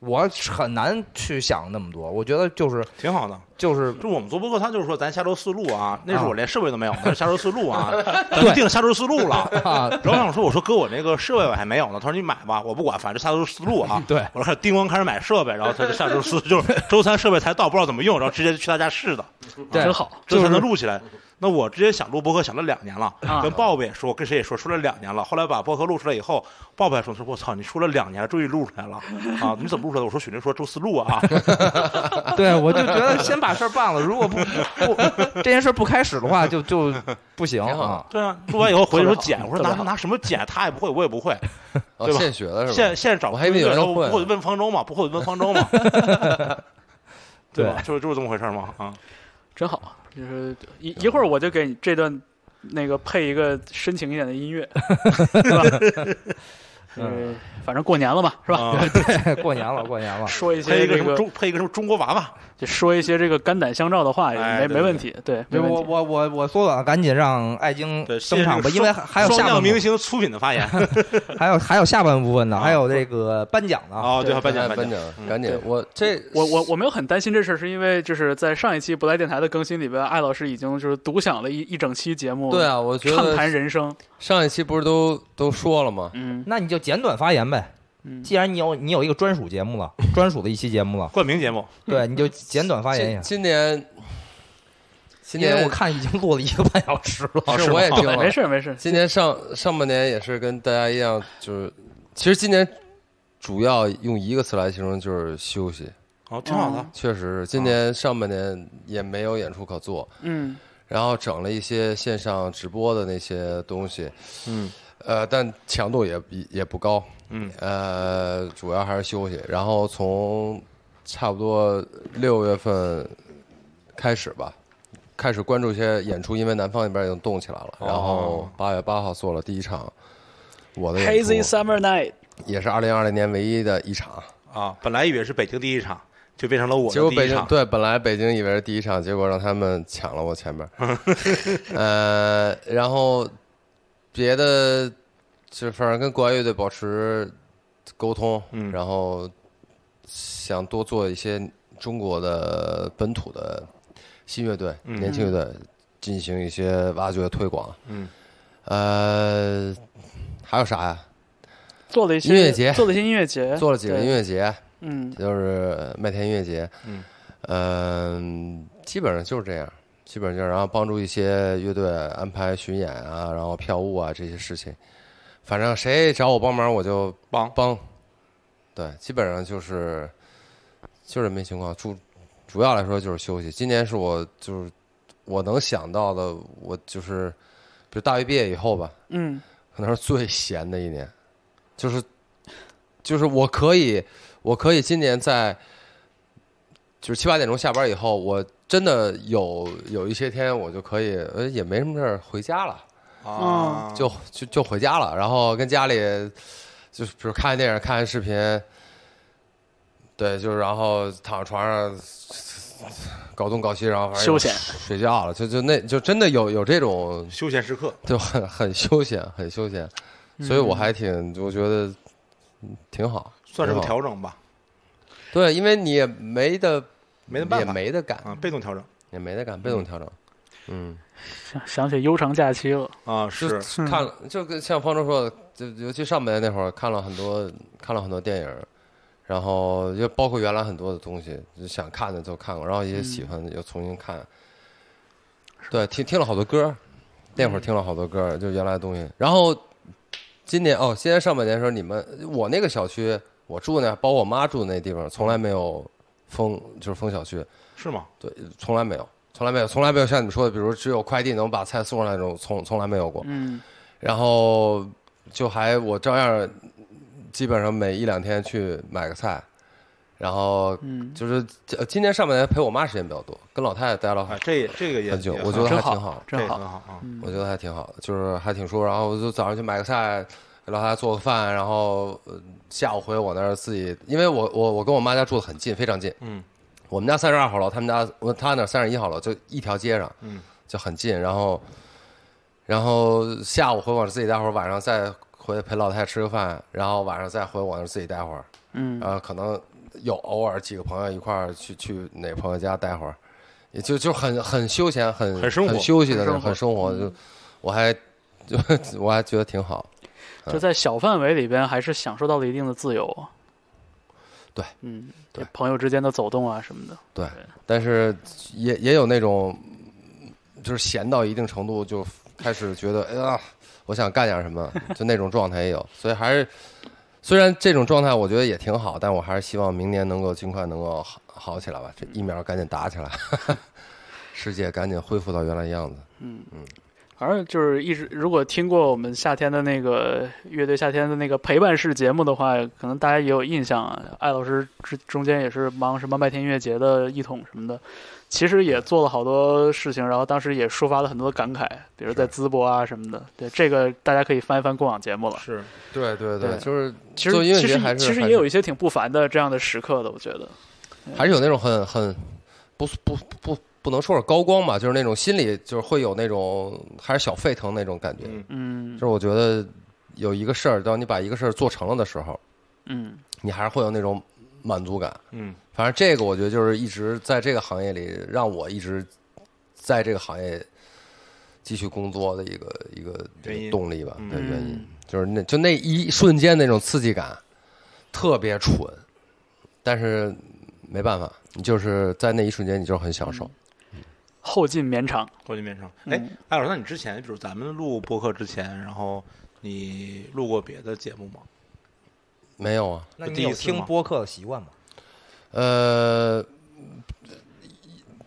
Speaker 4: 我很难去想那么多，我觉得就是
Speaker 1: 挺好的。
Speaker 4: 就是
Speaker 1: 就我们做播客，他就是说咱下周四录啊，那时
Speaker 4: 啊
Speaker 1: 候我连设备都没有，那是下周四录
Speaker 4: <laughs>
Speaker 1: 啊，咱们定下周四录了。
Speaker 4: 啊，
Speaker 1: 然后我想说，我说哥，我那个设备我还没有呢。他说你买吧，我不管，反正下周四录啊。
Speaker 4: 对
Speaker 1: 我说开始叮咣开始买设备，然后他就下周四就是周三设备才到，不知道怎么用，然后直接就去他家试的，
Speaker 4: 对
Speaker 2: 真好，
Speaker 1: 这
Speaker 4: 就
Speaker 1: 才
Speaker 4: 是
Speaker 1: 能录起来。那我之前想录播客想了两年了
Speaker 2: 啊，
Speaker 1: 跟鲍勃也说，跟谁也说，说了两年了。后来把播客录出来以后，鲍勃还说：“他说我操，你说了两年了，终于录出来了啊！你怎么录出来的？”我说：“许林说周四录啊。
Speaker 4: 对，我就觉得先把事儿办了，如果不不这件事儿不开始的话，就就不行
Speaker 5: 挺好
Speaker 4: 啊”。
Speaker 1: 对啊，录完以后回去说剪，我说
Speaker 2: 特别
Speaker 1: 拿
Speaker 2: 好
Speaker 1: 拿什么剪？他也不会，我也不会。
Speaker 5: 哦，
Speaker 1: 对吧
Speaker 5: 现学的是吧？
Speaker 1: 现在现在找
Speaker 5: 我还以为有人
Speaker 1: 不
Speaker 5: 会
Speaker 1: 会问方舟嘛，不会问方舟嘛，对吧？就是就是这么回事嘛啊。
Speaker 2: 真好，就是一一会儿我就给你这段那个配一个深情一点的音乐，是吧？就是反正过年了嘛，是吧？
Speaker 1: 啊
Speaker 4: <laughs> 过年了，过年了，
Speaker 2: 说一
Speaker 1: 配
Speaker 2: 些
Speaker 1: 一个
Speaker 2: 这
Speaker 1: 什么
Speaker 2: 个，
Speaker 1: 中配一个什么中国娃娃，
Speaker 2: 就说一些这个肝胆相照的话，也
Speaker 1: 哎对
Speaker 2: 没没
Speaker 1: 对
Speaker 2: 问题，对，没
Speaker 4: 对，
Speaker 2: 问
Speaker 4: 我
Speaker 2: 题。
Speaker 4: 我我我缩短，赶紧让艾晶
Speaker 1: 对，
Speaker 4: 登场吧，因
Speaker 1: <laughs>
Speaker 4: 为还还有
Speaker 1: 双
Speaker 4: 下
Speaker 1: 亮
Speaker 4: 半部
Speaker 1: 明星出品的
Speaker 4: <laughs>
Speaker 1: 发言
Speaker 4: 还有还有下半部分呢，
Speaker 1: 啊
Speaker 4: 还有这个颁奖呢。
Speaker 1: 哦，对，
Speaker 2: 对
Speaker 1: 颁奖
Speaker 5: 哎
Speaker 1: 颁
Speaker 5: 颁
Speaker 1: 奖，
Speaker 5: 奖，
Speaker 1: 嗯
Speaker 5: 赶紧
Speaker 2: 对！
Speaker 5: 我这
Speaker 2: 我我我没有很担心这事儿，是因为就是在上一期不来电台的更新里边，艾老师已经就是独享了一一整期节目，
Speaker 5: 对，啊，我觉
Speaker 2: 畅
Speaker 5: 得
Speaker 2: 谈人生，
Speaker 5: 上一期不是都都说了吗？
Speaker 2: 嗯
Speaker 4: 那你就简短发言呗，
Speaker 2: 嗯，
Speaker 4: 既然你有你有一个专属节目了，专属的一期节目了，
Speaker 1: 冠名节目，
Speaker 4: 对，你就简短发言一
Speaker 5: 今
Speaker 4: 下。
Speaker 5: 今年，今
Speaker 4: 因为
Speaker 5: 年
Speaker 4: 我看已经录了一个半小时了，
Speaker 1: 哦
Speaker 5: 是
Speaker 1: 是
Speaker 5: 我
Speaker 1: 吗
Speaker 5: 也听了，
Speaker 2: 哎没事儿没事儿，
Speaker 5: 今年上上半年也是跟大家一样，就是其实今年主要用一个词来形容就是休息，
Speaker 1: 哦，挺好的
Speaker 2: 嗯，
Speaker 5: 确实是今年上半年也没有演出可做，
Speaker 2: 嗯
Speaker 5: 然后整了一些线上直播的那些东西，
Speaker 1: 嗯，
Speaker 5: 呃，但强度也也也不高，
Speaker 1: 嗯，
Speaker 5: 呃，主要还是休息，然后从差不多六月份开始吧。开始关注一些演出，因为南方那边已经
Speaker 1: 哦
Speaker 5: 动起来了。然后八月八号做了第一场我的演出
Speaker 2: ，Hazy Summer Night，
Speaker 5: 也是二零二零年唯一的一场。
Speaker 1: 啊，本来以为是北京第一场，就变成了我
Speaker 5: 嗯结
Speaker 1: 的
Speaker 5: 果
Speaker 1: 第
Speaker 5: 北
Speaker 1: 一
Speaker 5: 京
Speaker 1: 场。
Speaker 5: 对，本来北京以为是第一场，结果让他们抢了我
Speaker 1: <laughs>
Speaker 5: 前面。呃，然后别的就是反正跟国外乐队保持沟通，
Speaker 1: 嗯
Speaker 5: 然后想多做一些中国的本土的新乐队、
Speaker 1: 嗯
Speaker 5: 年轻乐队，进行一些挖掘推广。
Speaker 1: 嗯，
Speaker 5: 呃，还有啥呀？
Speaker 2: 做了一些
Speaker 5: 音乐节
Speaker 2: 做了一些音乐节，
Speaker 5: 做了几个
Speaker 2: 哎对
Speaker 5: 音，乐节，
Speaker 2: 嗯，
Speaker 5: 就是麦田音乐节，
Speaker 1: 嗯
Speaker 5: 嗯、基本上就是这样，基本上就是然后帮助一些乐队安排巡演啊，然后票务啊这些事情，反正谁找我帮忙我就
Speaker 1: 帮
Speaker 5: 帮，对，基本上就是就这么一情况，主主要来说就是休息。今年是我就是我能想到的，我就是比如大学毕业以后吧，
Speaker 2: 嗯，
Speaker 5: 可能是最闲的一年，就是就是我可以，我可以今年在就是七八点钟下班以后，我真的有有一些天我就可以，呃，也没什么事儿，回家了，
Speaker 1: 啊，
Speaker 5: 就就就回家了，然后跟家里就是比如看看电影、看看视频，对，就是然后躺床上搞东搞西，然后反正
Speaker 2: 休闲
Speaker 5: 睡觉了，就就那就真的有有这种
Speaker 1: 休闲时刻。
Speaker 5: 就很 <laughs> 很休闲，很休闲，所以我还挺，我觉得嗯挺好，
Speaker 1: 算是个
Speaker 5: 挺好。
Speaker 1: 调整吧，
Speaker 5: 对，因为你也没得，
Speaker 1: 没得办
Speaker 5: 也
Speaker 1: 法
Speaker 5: 没得干，
Speaker 1: 啊，被动调整
Speaker 5: 也没得干，被动调整。嗯，
Speaker 2: 想想起悠长假期了，
Speaker 1: 啊，是
Speaker 5: 就看了，就跟像方舟说的，就尤其上半年那会儿看了很多，看了很多电影儿，然后就包括原来很多的东西，就想看的都看过，然后也喜欢的又重新看。对，听听了好多歌儿，那会儿听了好多歌儿，就原来的东西。然后今年哦，今年上半年的时候，你们我那个小区，我住那，包括我妈住的那地方，从来没有封，就是封小区，
Speaker 1: 是吗？
Speaker 5: 对，从来没有，从来没有，从来没有像你们说的，比如只有快递能把菜送上来那种，从从来没有过。
Speaker 2: 嗯
Speaker 5: 然后就还我照样，基本上每一两天去买个菜，然后
Speaker 2: 嗯，
Speaker 5: 就是呃今年上半年陪我妈时间比较多，跟老太太待了
Speaker 1: 啊，这也这个也
Speaker 5: 很久，
Speaker 1: 也
Speaker 5: 我觉
Speaker 1: 很
Speaker 5: 得
Speaker 1: 好
Speaker 5: 还
Speaker 2: 真好
Speaker 5: 挺好，
Speaker 1: 这
Speaker 2: 真
Speaker 1: 也很
Speaker 2: 好，嗯
Speaker 1: 好啊，
Speaker 5: 我觉得还挺好的，就是还挺舒服。然后我就早上去买个菜，给老太太做个饭，然后呃下午回我那儿自己，因为我我我跟我妈家住的很近，非常近，
Speaker 1: 嗯
Speaker 5: 我们家三十二号楼，他们家我他那三十一号楼，就一条街上。
Speaker 1: 嗯
Speaker 5: 就很近，然后，然后下午回我自己待会儿，晚上再回陪老太太吃个饭，然后晚上再回我那儿自己待会儿，
Speaker 2: 嗯，
Speaker 5: 呃，可能有偶尔几个朋友一块儿去去哪朋友家待会儿，也就就很很休闲，很
Speaker 1: 很生活
Speaker 5: 休息的那种，
Speaker 2: 很
Speaker 5: 很生活，就我还就我还觉得挺好，啊
Speaker 2: 就在小范围里边，还是享受到了一定的自由。
Speaker 5: 对，
Speaker 2: 嗯，
Speaker 5: 对
Speaker 2: 这朋友之间的走动啊什么的，
Speaker 5: 对，但是也也有那种就是闲到一定程度就开始觉得哎呀，我想干点什 <laughs> 么，就那种状态也有。所以还是虽然这种状态我觉得也挺好，但我还是希望明年能够尽快能够好好起来吧，这疫苗赶紧打起 <laughs> 来，世界赶紧恢复到原来样子。
Speaker 2: 嗯
Speaker 5: 嗯
Speaker 2: 反正就是一直，如果听过我们夏天的那个乐队夏天的那个陪伴式节目的话，可能大家也有印象啊。艾老师之中间也是忙什么麦田音乐节的一统什么的，其实也做了好多事情，然后当时也抒发了很多感慨，比如在淄博啊什么的。对，这个大家可以翻一翻过往节目了。
Speaker 1: 是
Speaker 5: 对对
Speaker 2: 对
Speaker 5: 就是
Speaker 2: 其
Speaker 5: 做
Speaker 2: 实
Speaker 5: 音乐
Speaker 2: 其
Speaker 5: 节
Speaker 2: 实
Speaker 5: 还是
Speaker 2: 其实
Speaker 5: 还
Speaker 2: 也
Speaker 5: 是
Speaker 2: 有一些挺不凡的这样的时刻的，我觉得。
Speaker 5: 还是有那种很很不不不不能说是高光吧，就是那种心里就是会有那种还是小沸腾那种感觉。
Speaker 1: 嗯
Speaker 2: 嗯
Speaker 5: 就是我觉得有一个事儿，当你把一个事儿做成了的时候，
Speaker 2: 嗯
Speaker 5: 你还是会有那种满足感。
Speaker 1: 嗯
Speaker 5: 反正这个我觉得就是一直在这个行业里，让我一直在这个行业继续工作的一个一个
Speaker 1: 原因
Speaker 5: 一个动力吧，
Speaker 1: 嗯
Speaker 5: 对原因
Speaker 2: 嗯，
Speaker 5: 就是那就那一瞬间那种刺激感特别蠢，但是没办法，你就是在那一瞬间你就是很享
Speaker 1: 嗯
Speaker 5: 受。
Speaker 2: 后劲绵长。
Speaker 1: 后进变成。哎，艾老师，那你之前，比如咱们录播客之前，然后你录过别的节目吗？
Speaker 5: 没有啊，
Speaker 4: 那
Speaker 1: 就
Speaker 4: 你
Speaker 1: 第一
Speaker 4: 有
Speaker 1: 次
Speaker 4: 听
Speaker 1: 吗
Speaker 4: 播客的习惯吗？
Speaker 5: 呃，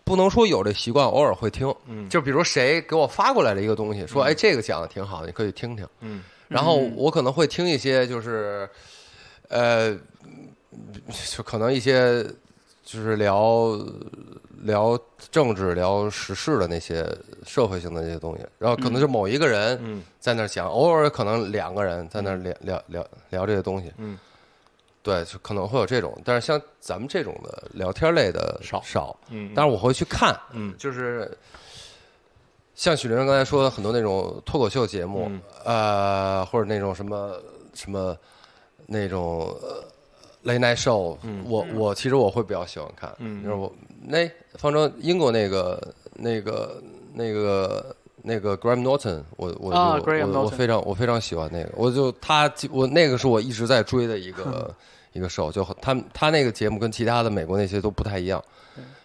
Speaker 5: 不能说有这习惯，偶尔会听。
Speaker 1: 嗯
Speaker 5: 就比如谁给我发过来了一个东西，说：“哎，这个讲的挺好的，你可以听听。
Speaker 1: 嗯”
Speaker 5: 然后我可能会听一些，就是，呃，就可能一些就是聊聊政治、聊时事的那些社会性的那些东西，然后可能就某一个人
Speaker 1: 嗯
Speaker 5: 在那儿讲，偶尔可能两个人在那儿聊聊聊聊这些东西，
Speaker 1: 嗯，
Speaker 5: 对，就可能会有这种，但是像咱们这种的聊天类的
Speaker 1: 少
Speaker 5: 少，
Speaker 1: 嗯，
Speaker 5: 但是我会去看，
Speaker 1: 嗯
Speaker 5: 就是像许玲刚才说的很多那种脱口秀节
Speaker 1: 嗯
Speaker 5: 目，呃，或者那种什么什么那种呃 late night show，、我我其实我会比较喜欢看，
Speaker 1: 嗯
Speaker 5: 就是我那方舟英国那个那个那个。那个 Graham Norton，我我就、
Speaker 2: 啊
Speaker 5: 我
Speaker 2: Graham
Speaker 5: 我
Speaker 2: Norton
Speaker 5: 非常我非常喜欢那个，我就他我那个是我一直在追的
Speaker 2: <laughs>
Speaker 5: 一个一个 show，就很他他那个节目跟其他的美国那些都不太一样，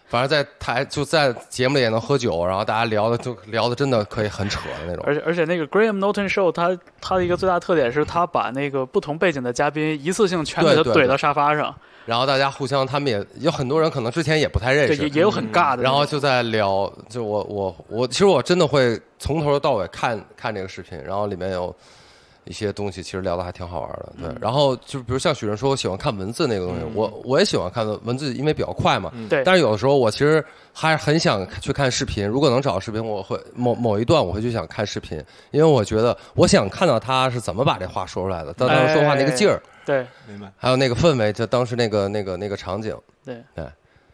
Speaker 5: 反正在台就在节目里也能喝酒，然后大家聊的就聊的真的可以很扯的那种。
Speaker 2: 而且而且那个 Graham Norton Show，它它的一个最大特点是，它把那个不同背景的嘉宾一次性全给他
Speaker 5: 对对对
Speaker 2: 怼到沙发上，
Speaker 5: 然后大家互相，他们也有很多人可能之前也不太认
Speaker 2: 对，
Speaker 5: 识
Speaker 2: 也，也有很尬的那种。
Speaker 5: 然后就在聊，就我我我，其实我真的会从头到尾看看这个视频，然后里面有一些东西，其实聊的还挺好玩的。
Speaker 2: 嗯
Speaker 5: 对，然后就比如像许晨说，我喜欢看文字那个东西，我我也喜欢看文字，因为比较快嘛。
Speaker 2: 对
Speaker 5: 但是有的时候我其实还是很想去看视频，如果能找视频，我会某某一段我会去想看视频，因为我觉得我想看到他是怎么把这话说出来的，当时说话那个
Speaker 2: 哎
Speaker 5: 劲儿，
Speaker 2: 对
Speaker 1: 明白。
Speaker 5: 还有那个氛围，就当时那个那个那个场景。
Speaker 2: 对
Speaker 5: 对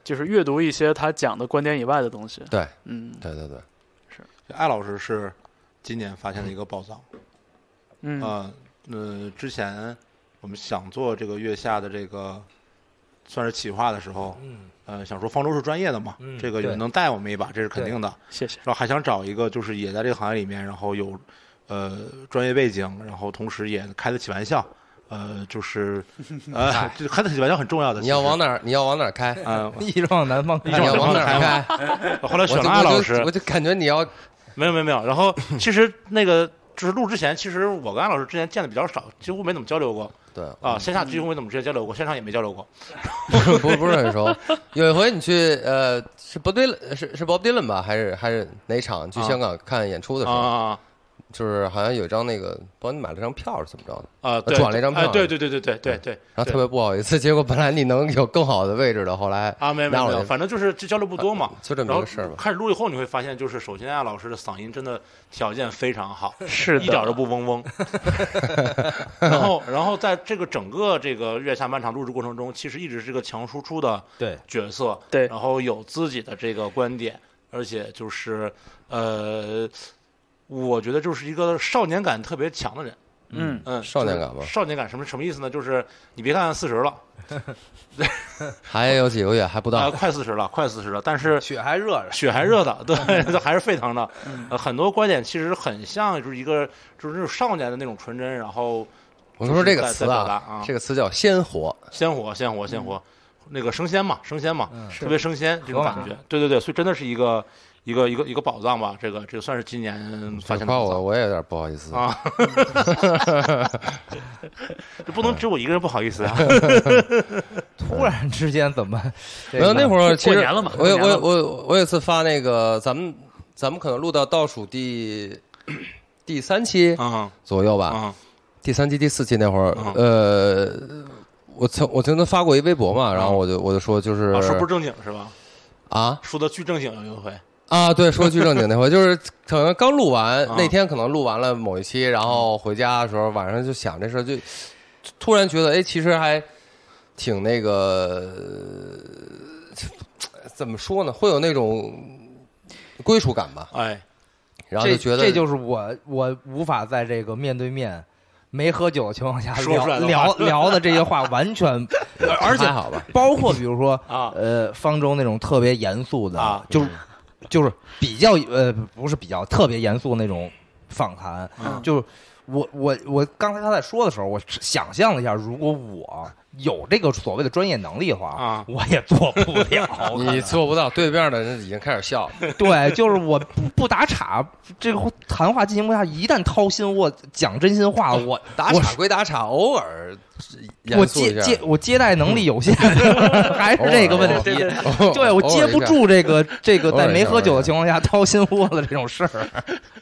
Speaker 2: 就是阅读一些他讲的观点以外的东西。
Speaker 5: 对
Speaker 2: 嗯
Speaker 5: 对对对，
Speaker 1: 艾老师是今年发现了一个宝藏，
Speaker 2: 嗯、
Speaker 1: 啊，呃，之前我们想做这个月下的这个算是企划的时候，
Speaker 4: 嗯，
Speaker 1: 呃，想说方舟是专业的嘛，
Speaker 4: 嗯
Speaker 1: 这个有
Speaker 4: 对
Speaker 1: 人能带我们一把，这是肯
Speaker 4: 对
Speaker 1: 定的。
Speaker 2: 谢谢。
Speaker 1: 然后还想找一个就是也在这个行业里面，然后有呃专业背景，然后同时也开得起玩笑，呃，就是呃，这开得起玩笑很重要的。
Speaker 5: 你要
Speaker 1: 其实
Speaker 5: 往哪儿你要往哪儿开？
Speaker 1: 呃，
Speaker 4: 一直往南方
Speaker 5: 你
Speaker 4: 看，
Speaker 5: 要哎往哪
Speaker 1: 开
Speaker 5: 儿啊开？
Speaker 1: 后来 <laughs>
Speaker 5: 我
Speaker 1: 选
Speaker 5: 就
Speaker 1: 了艾
Speaker 5: 我就
Speaker 1: 老师，
Speaker 5: 我就感觉你要
Speaker 1: 没有没有没有。然
Speaker 5: <laughs>
Speaker 1: 后其实那个就是录之前，其实我跟安老师之前见的比较少，几乎没怎么交流过
Speaker 5: 对，
Speaker 1: 啊，线下几乎没怎么直接交流过，线上也没交流过。
Speaker 5: 不不是很熟。有一回你去呃是 Bob Dylan 是是 Bob Dylan 吧，还是还是哪场去
Speaker 1: 啊
Speaker 5: 香港看演出的时
Speaker 1: 啊
Speaker 5: 候，
Speaker 1: 啊啊！
Speaker 5: 就是好像有一张那个帮你买了张票是怎么着的？
Speaker 1: 啊，对，
Speaker 5: 转了一张票
Speaker 1: 哎，对对对对对对对，
Speaker 5: 然后特
Speaker 1: 对
Speaker 5: 别不好意思， <laughs> 结果本来你能有更好的位置的，后来
Speaker 1: 啊，没有没有
Speaker 5: 那我
Speaker 1: 没
Speaker 5: 就
Speaker 1: 有，反正就是这交流不多嘛，
Speaker 5: 就这么
Speaker 1: 然后
Speaker 5: 一个事儿吧。
Speaker 1: 开始录以后，你会发现，就是首先艾老师的嗓音真的条件非常好，
Speaker 2: 是的，
Speaker 1: 一点都不嗡
Speaker 5: <laughs>
Speaker 1: 嗡。然后，然后在这个整个这个月下漫长录制过程中，其实一直是个强输出的
Speaker 4: 对，
Speaker 1: 角色，
Speaker 2: 对
Speaker 1: 然后有自己的这个观点，而且就是呃，我觉得就是一个少年感特别强的人。
Speaker 2: 嗯，
Speaker 1: 嗯，
Speaker 5: 少年
Speaker 1: 就是
Speaker 5: 感吗
Speaker 1: 少年感什么什么意思呢？就是你别看四十了，
Speaker 5: 还有几个月还不
Speaker 1: 啊、
Speaker 5: 到，
Speaker 1: 快四十了，快四十了，但是
Speaker 4: 雪还热着，嗯
Speaker 1: 血还热的，对， <laughs> 它还是沸腾的。呃，很多观点其实很像，就是一个就是那种少年的那种纯真，然后
Speaker 5: 我跟你说这个
Speaker 1: 就是在
Speaker 5: 词
Speaker 1: 在表达啊
Speaker 5: 这个词叫鲜活，
Speaker 1: 鲜活、鲜活、鲜活，那个生鲜嘛，生鲜嘛，
Speaker 4: 嗯
Speaker 2: 是
Speaker 1: 特别生鲜这种感觉。对对对，所以真的是一个一个一个一个宝藏吧，这个这个算是今年发现的
Speaker 5: 夸
Speaker 1: 宝
Speaker 5: 我
Speaker 1: 藏。
Speaker 5: 我也有点不好意思。
Speaker 1: 啊，这不能只有我一个人不好意 <laughs> 思啊！
Speaker 4: 突然之间怎么？
Speaker 5: 没有那会
Speaker 4: 儿
Speaker 5: 儿其
Speaker 2: 过
Speaker 5: 实
Speaker 2: 年了嘛
Speaker 5: 我
Speaker 2: 过
Speaker 5: 有
Speaker 2: 年
Speaker 5: 我
Speaker 2: 了
Speaker 5: 有我有我有一次发那个咱们咱们可能录到倒数第第三期
Speaker 1: 啊
Speaker 5: 左右吧，
Speaker 1: 啊
Speaker 5: 第三期、第四期那会儿，
Speaker 1: 嗯
Speaker 5: 呃，我曾我曾经发过一微博嘛，然后我就我就说就是
Speaker 1: 啊啊！说不正经是吧？
Speaker 5: 啊
Speaker 1: 说的巨正经有一回，
Speaker 5: 啊，对，说句正经那回，就是可能刚录完
Speaker 1: 啊
Speaker 5: 那天，可能录完了某一期，然后回家的时候晚上就想这事儿，就突然觉得哎，其实还挺那个呃怎么说呢，会有那种归属感吧，
Speaker 1: 哎，
Speaker 5: 然后
Speaker 4: 这
Speaker 5: 就觉得
Speaker 4: 这就是我我无法在这个面对面没喝酒的情况下
Speaker 1: 说出
Speaker 4: 聊
Speaker 1: 来的话
Speaker 4: 聊聊的这些话，完全而且
Speaker 5: 还好吧，
Speaker 4: 包括比如说
Speaker 1: 啊
Speaker 4: 呃方舟那种特别严肃的，
Speaker 1: 啊
Speaker 4: 就是就是比较呃不是比较特别严肃那种访谈，
Speaker 1: 嗯
Speaker 4: 就是我我我刚才他在说的时候，我想象了一下，如果我有这个所谓的专业能力的话，
Speaker 1: 啊
Speaker 4: 我也做不了。 <laughs>
Speaker 5: 你做不到，对面的人已经开始笑了。
Speaker 4: 对，就是我不不打岔，这个谈话进行不下去。一旦掏心窝讲真心话，啊我
Speaker 5: <laughs> 打
Speaker 4: 我
Speaker 5: 岔归打岔，偶尔哦严
Speaker 4: 我
Speaker 5: 肃一
Speaker 4: 接
Speaker 5: 下
Speaker 4: 接我接待能力有限，还是这个问题。
Speaker 5: <laughs> 哦
Speaker 4: 对，我接不。
Speaker 5: <laughs> 偶尔一下
Speaker 4: 住这个这个
Speaker 5: 偶尔
Speaker 4: 在
Speaker 5: 一下
Speaker 4: 没喝酒的情况下掏心窝子这种事儿。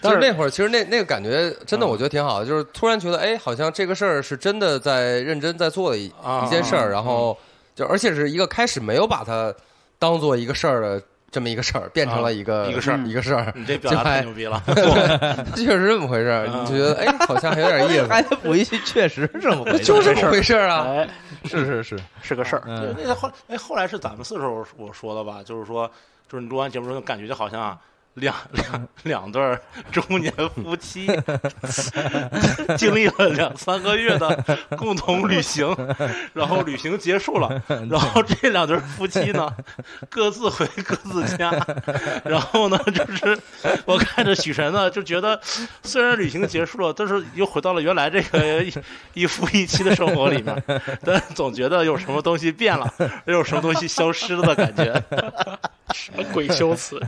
Speaker 5: 但是那会儿其实那那个感觉真的，我觉得挺好的，就是突然觉得，哎，好像这个事儿是真的在认真在做的一
Speaker 1: 啊
Speaker 5: 一件事儿，然后就而且是一个开始没有把它当做一个事儿的这么一个事儿，变成了一个
Speaker 1: 啊一个事
Speaker 2: 儿
Speaker 5: 一个事儿，
Speaker 1: 你这表
Speaker 5: 就
Speaker 1: 达太
Speaker 5: 还
Speaker 1: 牛逼
Speaker 5: <laughs>
Speaker 1: 了，
Speaker 5: 确实是这么回事儿，你就觉得哎，好像还
Speaker 4: <laughs>
Speaker 5: 有点意
Speaker 4: 还
Speaker 5: 思，
Speaker 4: 得补一句，确实是这么回事，
Speaker 5: 就是这么回事儿啊。
Speaker 2: 哎，
Speaker 4: 是是
Speaker 5: <laughs>
Speaker 4: 是，
Speaker 2: 是个事儿。
Speaker 1: 对，
Speaker 4: 嗯，
Speaker 1: 那后哎，后来是咱们四时候我说的吧，就是说，就是你录完节目之后，感觉就好像啊两两两对儿中年夫妻 <laughs> 经历了两三个月的共同旅行，然后旅行结束了，然后这两对儿夫妻呢各自回各自家，然后呢就是我看着许晨呢就觉得，虽然旅行结束了，但是又回到了原来这个一一夫一妻的生活里面， <laughs> 但总觉得有什么东西变了，又有什么东西消失了的感觉。
Speaker 2: 什么鬼修辞？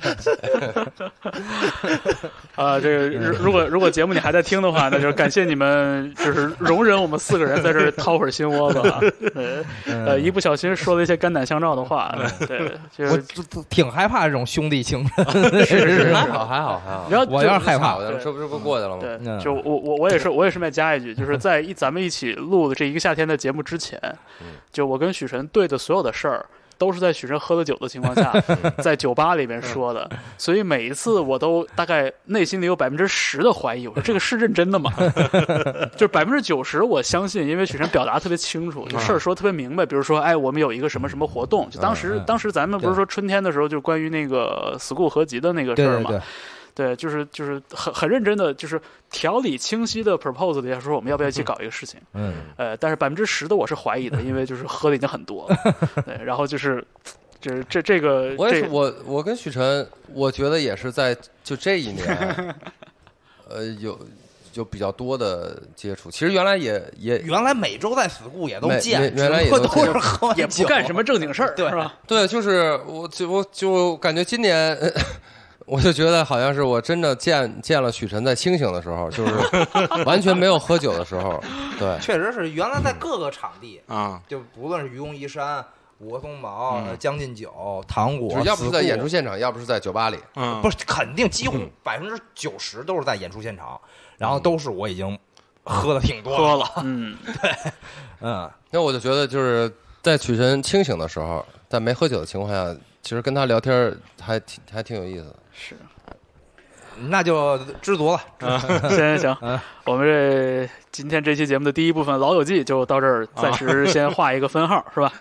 Speaker 2: <laughs> 啊，这个如如果如果节目你还在听的话，那就感谢你们，就是容忍我们四个人在这儿掏会儿心窝子 <laughs> 啊。呃
Speaker 4: 嗯
Speaker 5: <laughs>
Speaker 2: 呃，一不小心说了一些肝胆相照的话，对，就
Speaker 4: 我
Speaker 2: 是
Speaker 4: 就就挺害怕这种兄弟情的，
Speaker 5: 啊
Speaker 2: 是是
Speaker 5: 还好还好 <laughs> 还好，
Speaker 2: 然后
Speaker 4: 我有点害怕
Speaker 5: 我
Speaker 2: 对
Speaker 5: 这不是不过去了吗？
Speaker 2: 对，
Speaker 4: 嗯
Speaker 2: 就我我我也是我也顺便加一句，就是在一咱们一起录的这一个夏天的节目之前，
Speaker 4: 嗯
Speaker 2: <laughs> 就我跟许晨对的所有的事儿。都是在许晨喝了酒的情况下，
Speaker 4: 嗯
Speaker 2: <laughs> 在酒吧里面说的， <laughs> 所以每一次我都大概内心里有百分之十的怀疑，我说这个是认真的
Speaker 4: <laughs>
Speaker 2: 吗？ <laughs> 就是百分之九十我相信，因为许晨表达特别清楚，就
Speaker 4: 嗯
Speaker 2: 事儿说特别明白。比如说，哎，我们有一个什么什么活动，就当时
Speaker 4: 嗯
Speaker 2: 当时咱们不是说春天的时候，就关于那个 school 合集的那个
Speaker 4: 对
Speaker 2: 事儿
Speaker 4: 对
Speaker 2: 嘛，
Speaker 4: 对，
Speaker 2: 对，就是就是很很认真的，就是条理清晰的 propose 了一下，说我们要不要一起搞一个事情。
Speaker 4: 嗯，
Speaker 2: 呃，但是百分之十的我是怀疑的，因为就是喝的已经很多了。对，然后就是就是这这个
Speaker 5: 我也是，
Speaker 2: 这
Speaker 5: 我我跟许晨，我觉得也是在就这一
Speaker 2: <laughs>
Speaker 5: 年，呃，有有比较多的接触。其实原来也也
Speaker 4: 原来每周在 school 也都
Speaker 5: 每
Speaker 4: 见，
Speaker 5: 每原来也
Speaker 4: 只
Speaker 5: 都
Speaker 4: 不过都
Speaker 5: 见
Speaker 4: 是喝完
Speaker 2: 也
Speaker 4: 酒
Speaker 2: 不干什么正经事儿，
Speaker 4: 对
Speaker 2: 是吧？
Speaker 5: 对，就是我就我就感觉今年， <laughs> 呃我就觉得好像是我真的见见了许晨在清醒的时候，就是
Speaker 2: <laughs>
Speaker 5: 完全没有喝酒的时候。对，
Speaker 4: 确实是原来在各个场地，
Speaker 1: <laughs> 啊，
Speaker 4: 就不论是愚公移山、五棵松毛、将进酒、糖
Speaker 5: 就
Speaker 4: 果
Speaker 5: 是，嗯要不是在
Speaker 4: school
Speaker 5: 演出，嗯现场，要不是在酒吧里。
Speaker 1: 嗯，
Speaker 4: 不
Speaker 1: 是，
Speaker 4: 是肯定几乎百分之九十都是在演出现场，然
Speaker 5: 嗯
Speaker 4: 后都是我已经喝的挺多
Speaker 1: 喝
Speaker 4: 了，
Speaker 1: 了，
Speaker 2: 嗯，
Speaker 4: 嗯，
Speaker 5: 那我就觉得就是在许晨清醒的时候，在没喝酒的情况下，其实跟他聊天儿还挺还挺有意思的。
Speaker 2: 是。
Speaker 4: 那就知足了。
Speaker 2: <laughs> 行行
Speaker 1: 嗯
Speaker 2: 行，我们这今天这期节目的第一部分《老友记》就到这儿，暂
Speaker 1: 啊
Speaker 2: 时先画一个分号， <laughs> 是吧？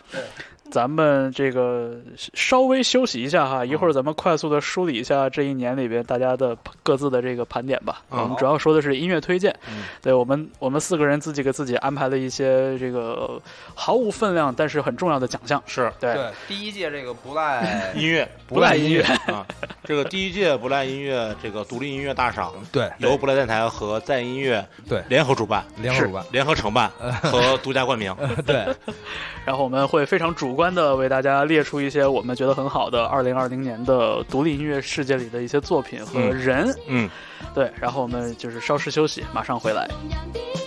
Speaker 2: 咱们这个稍微休息一下哈，一会儿咱们快速的梳理一下这一年里边大家的各自的这个盘点吧。
Speaker 1: 嗯
Speaker 2: 我们主要说的是音乐推荐，对我们我们四个人自己给自己安排了一些这个毫无分量但是很重要的奖项。
Speaker 1: 是
Speaker 2: 对，，
Speaker 4: 第一届这个不赖
Speaker 1: 音乐
Speaker 2: 不赖音乐，
Speaker 1: 啊，这个第一届不赖音乐这个独立音乐大赏，
Speaker 4: <laughs> 对
Speaker 1: 由不赖电台和在音乐
Speaker 4: 对
Speaker 1: 联合主办、呃
Speaker 4: 联合主办，
Speaker 1: 联合承办和独家冠 <laughs> 名。
Speaker 4: 对，
Speaker 2: 然后我们会非常主观的为大家列出一些我们觉得很好的2020年的独立音乐世界里的一些作品和
Speaker 1: 嗯
Speaker 2: 人。
Speaker 1: 嗯，
Speaker 2: 对，然后我们就是稍事休息，马上回来。
Speaker 6: 「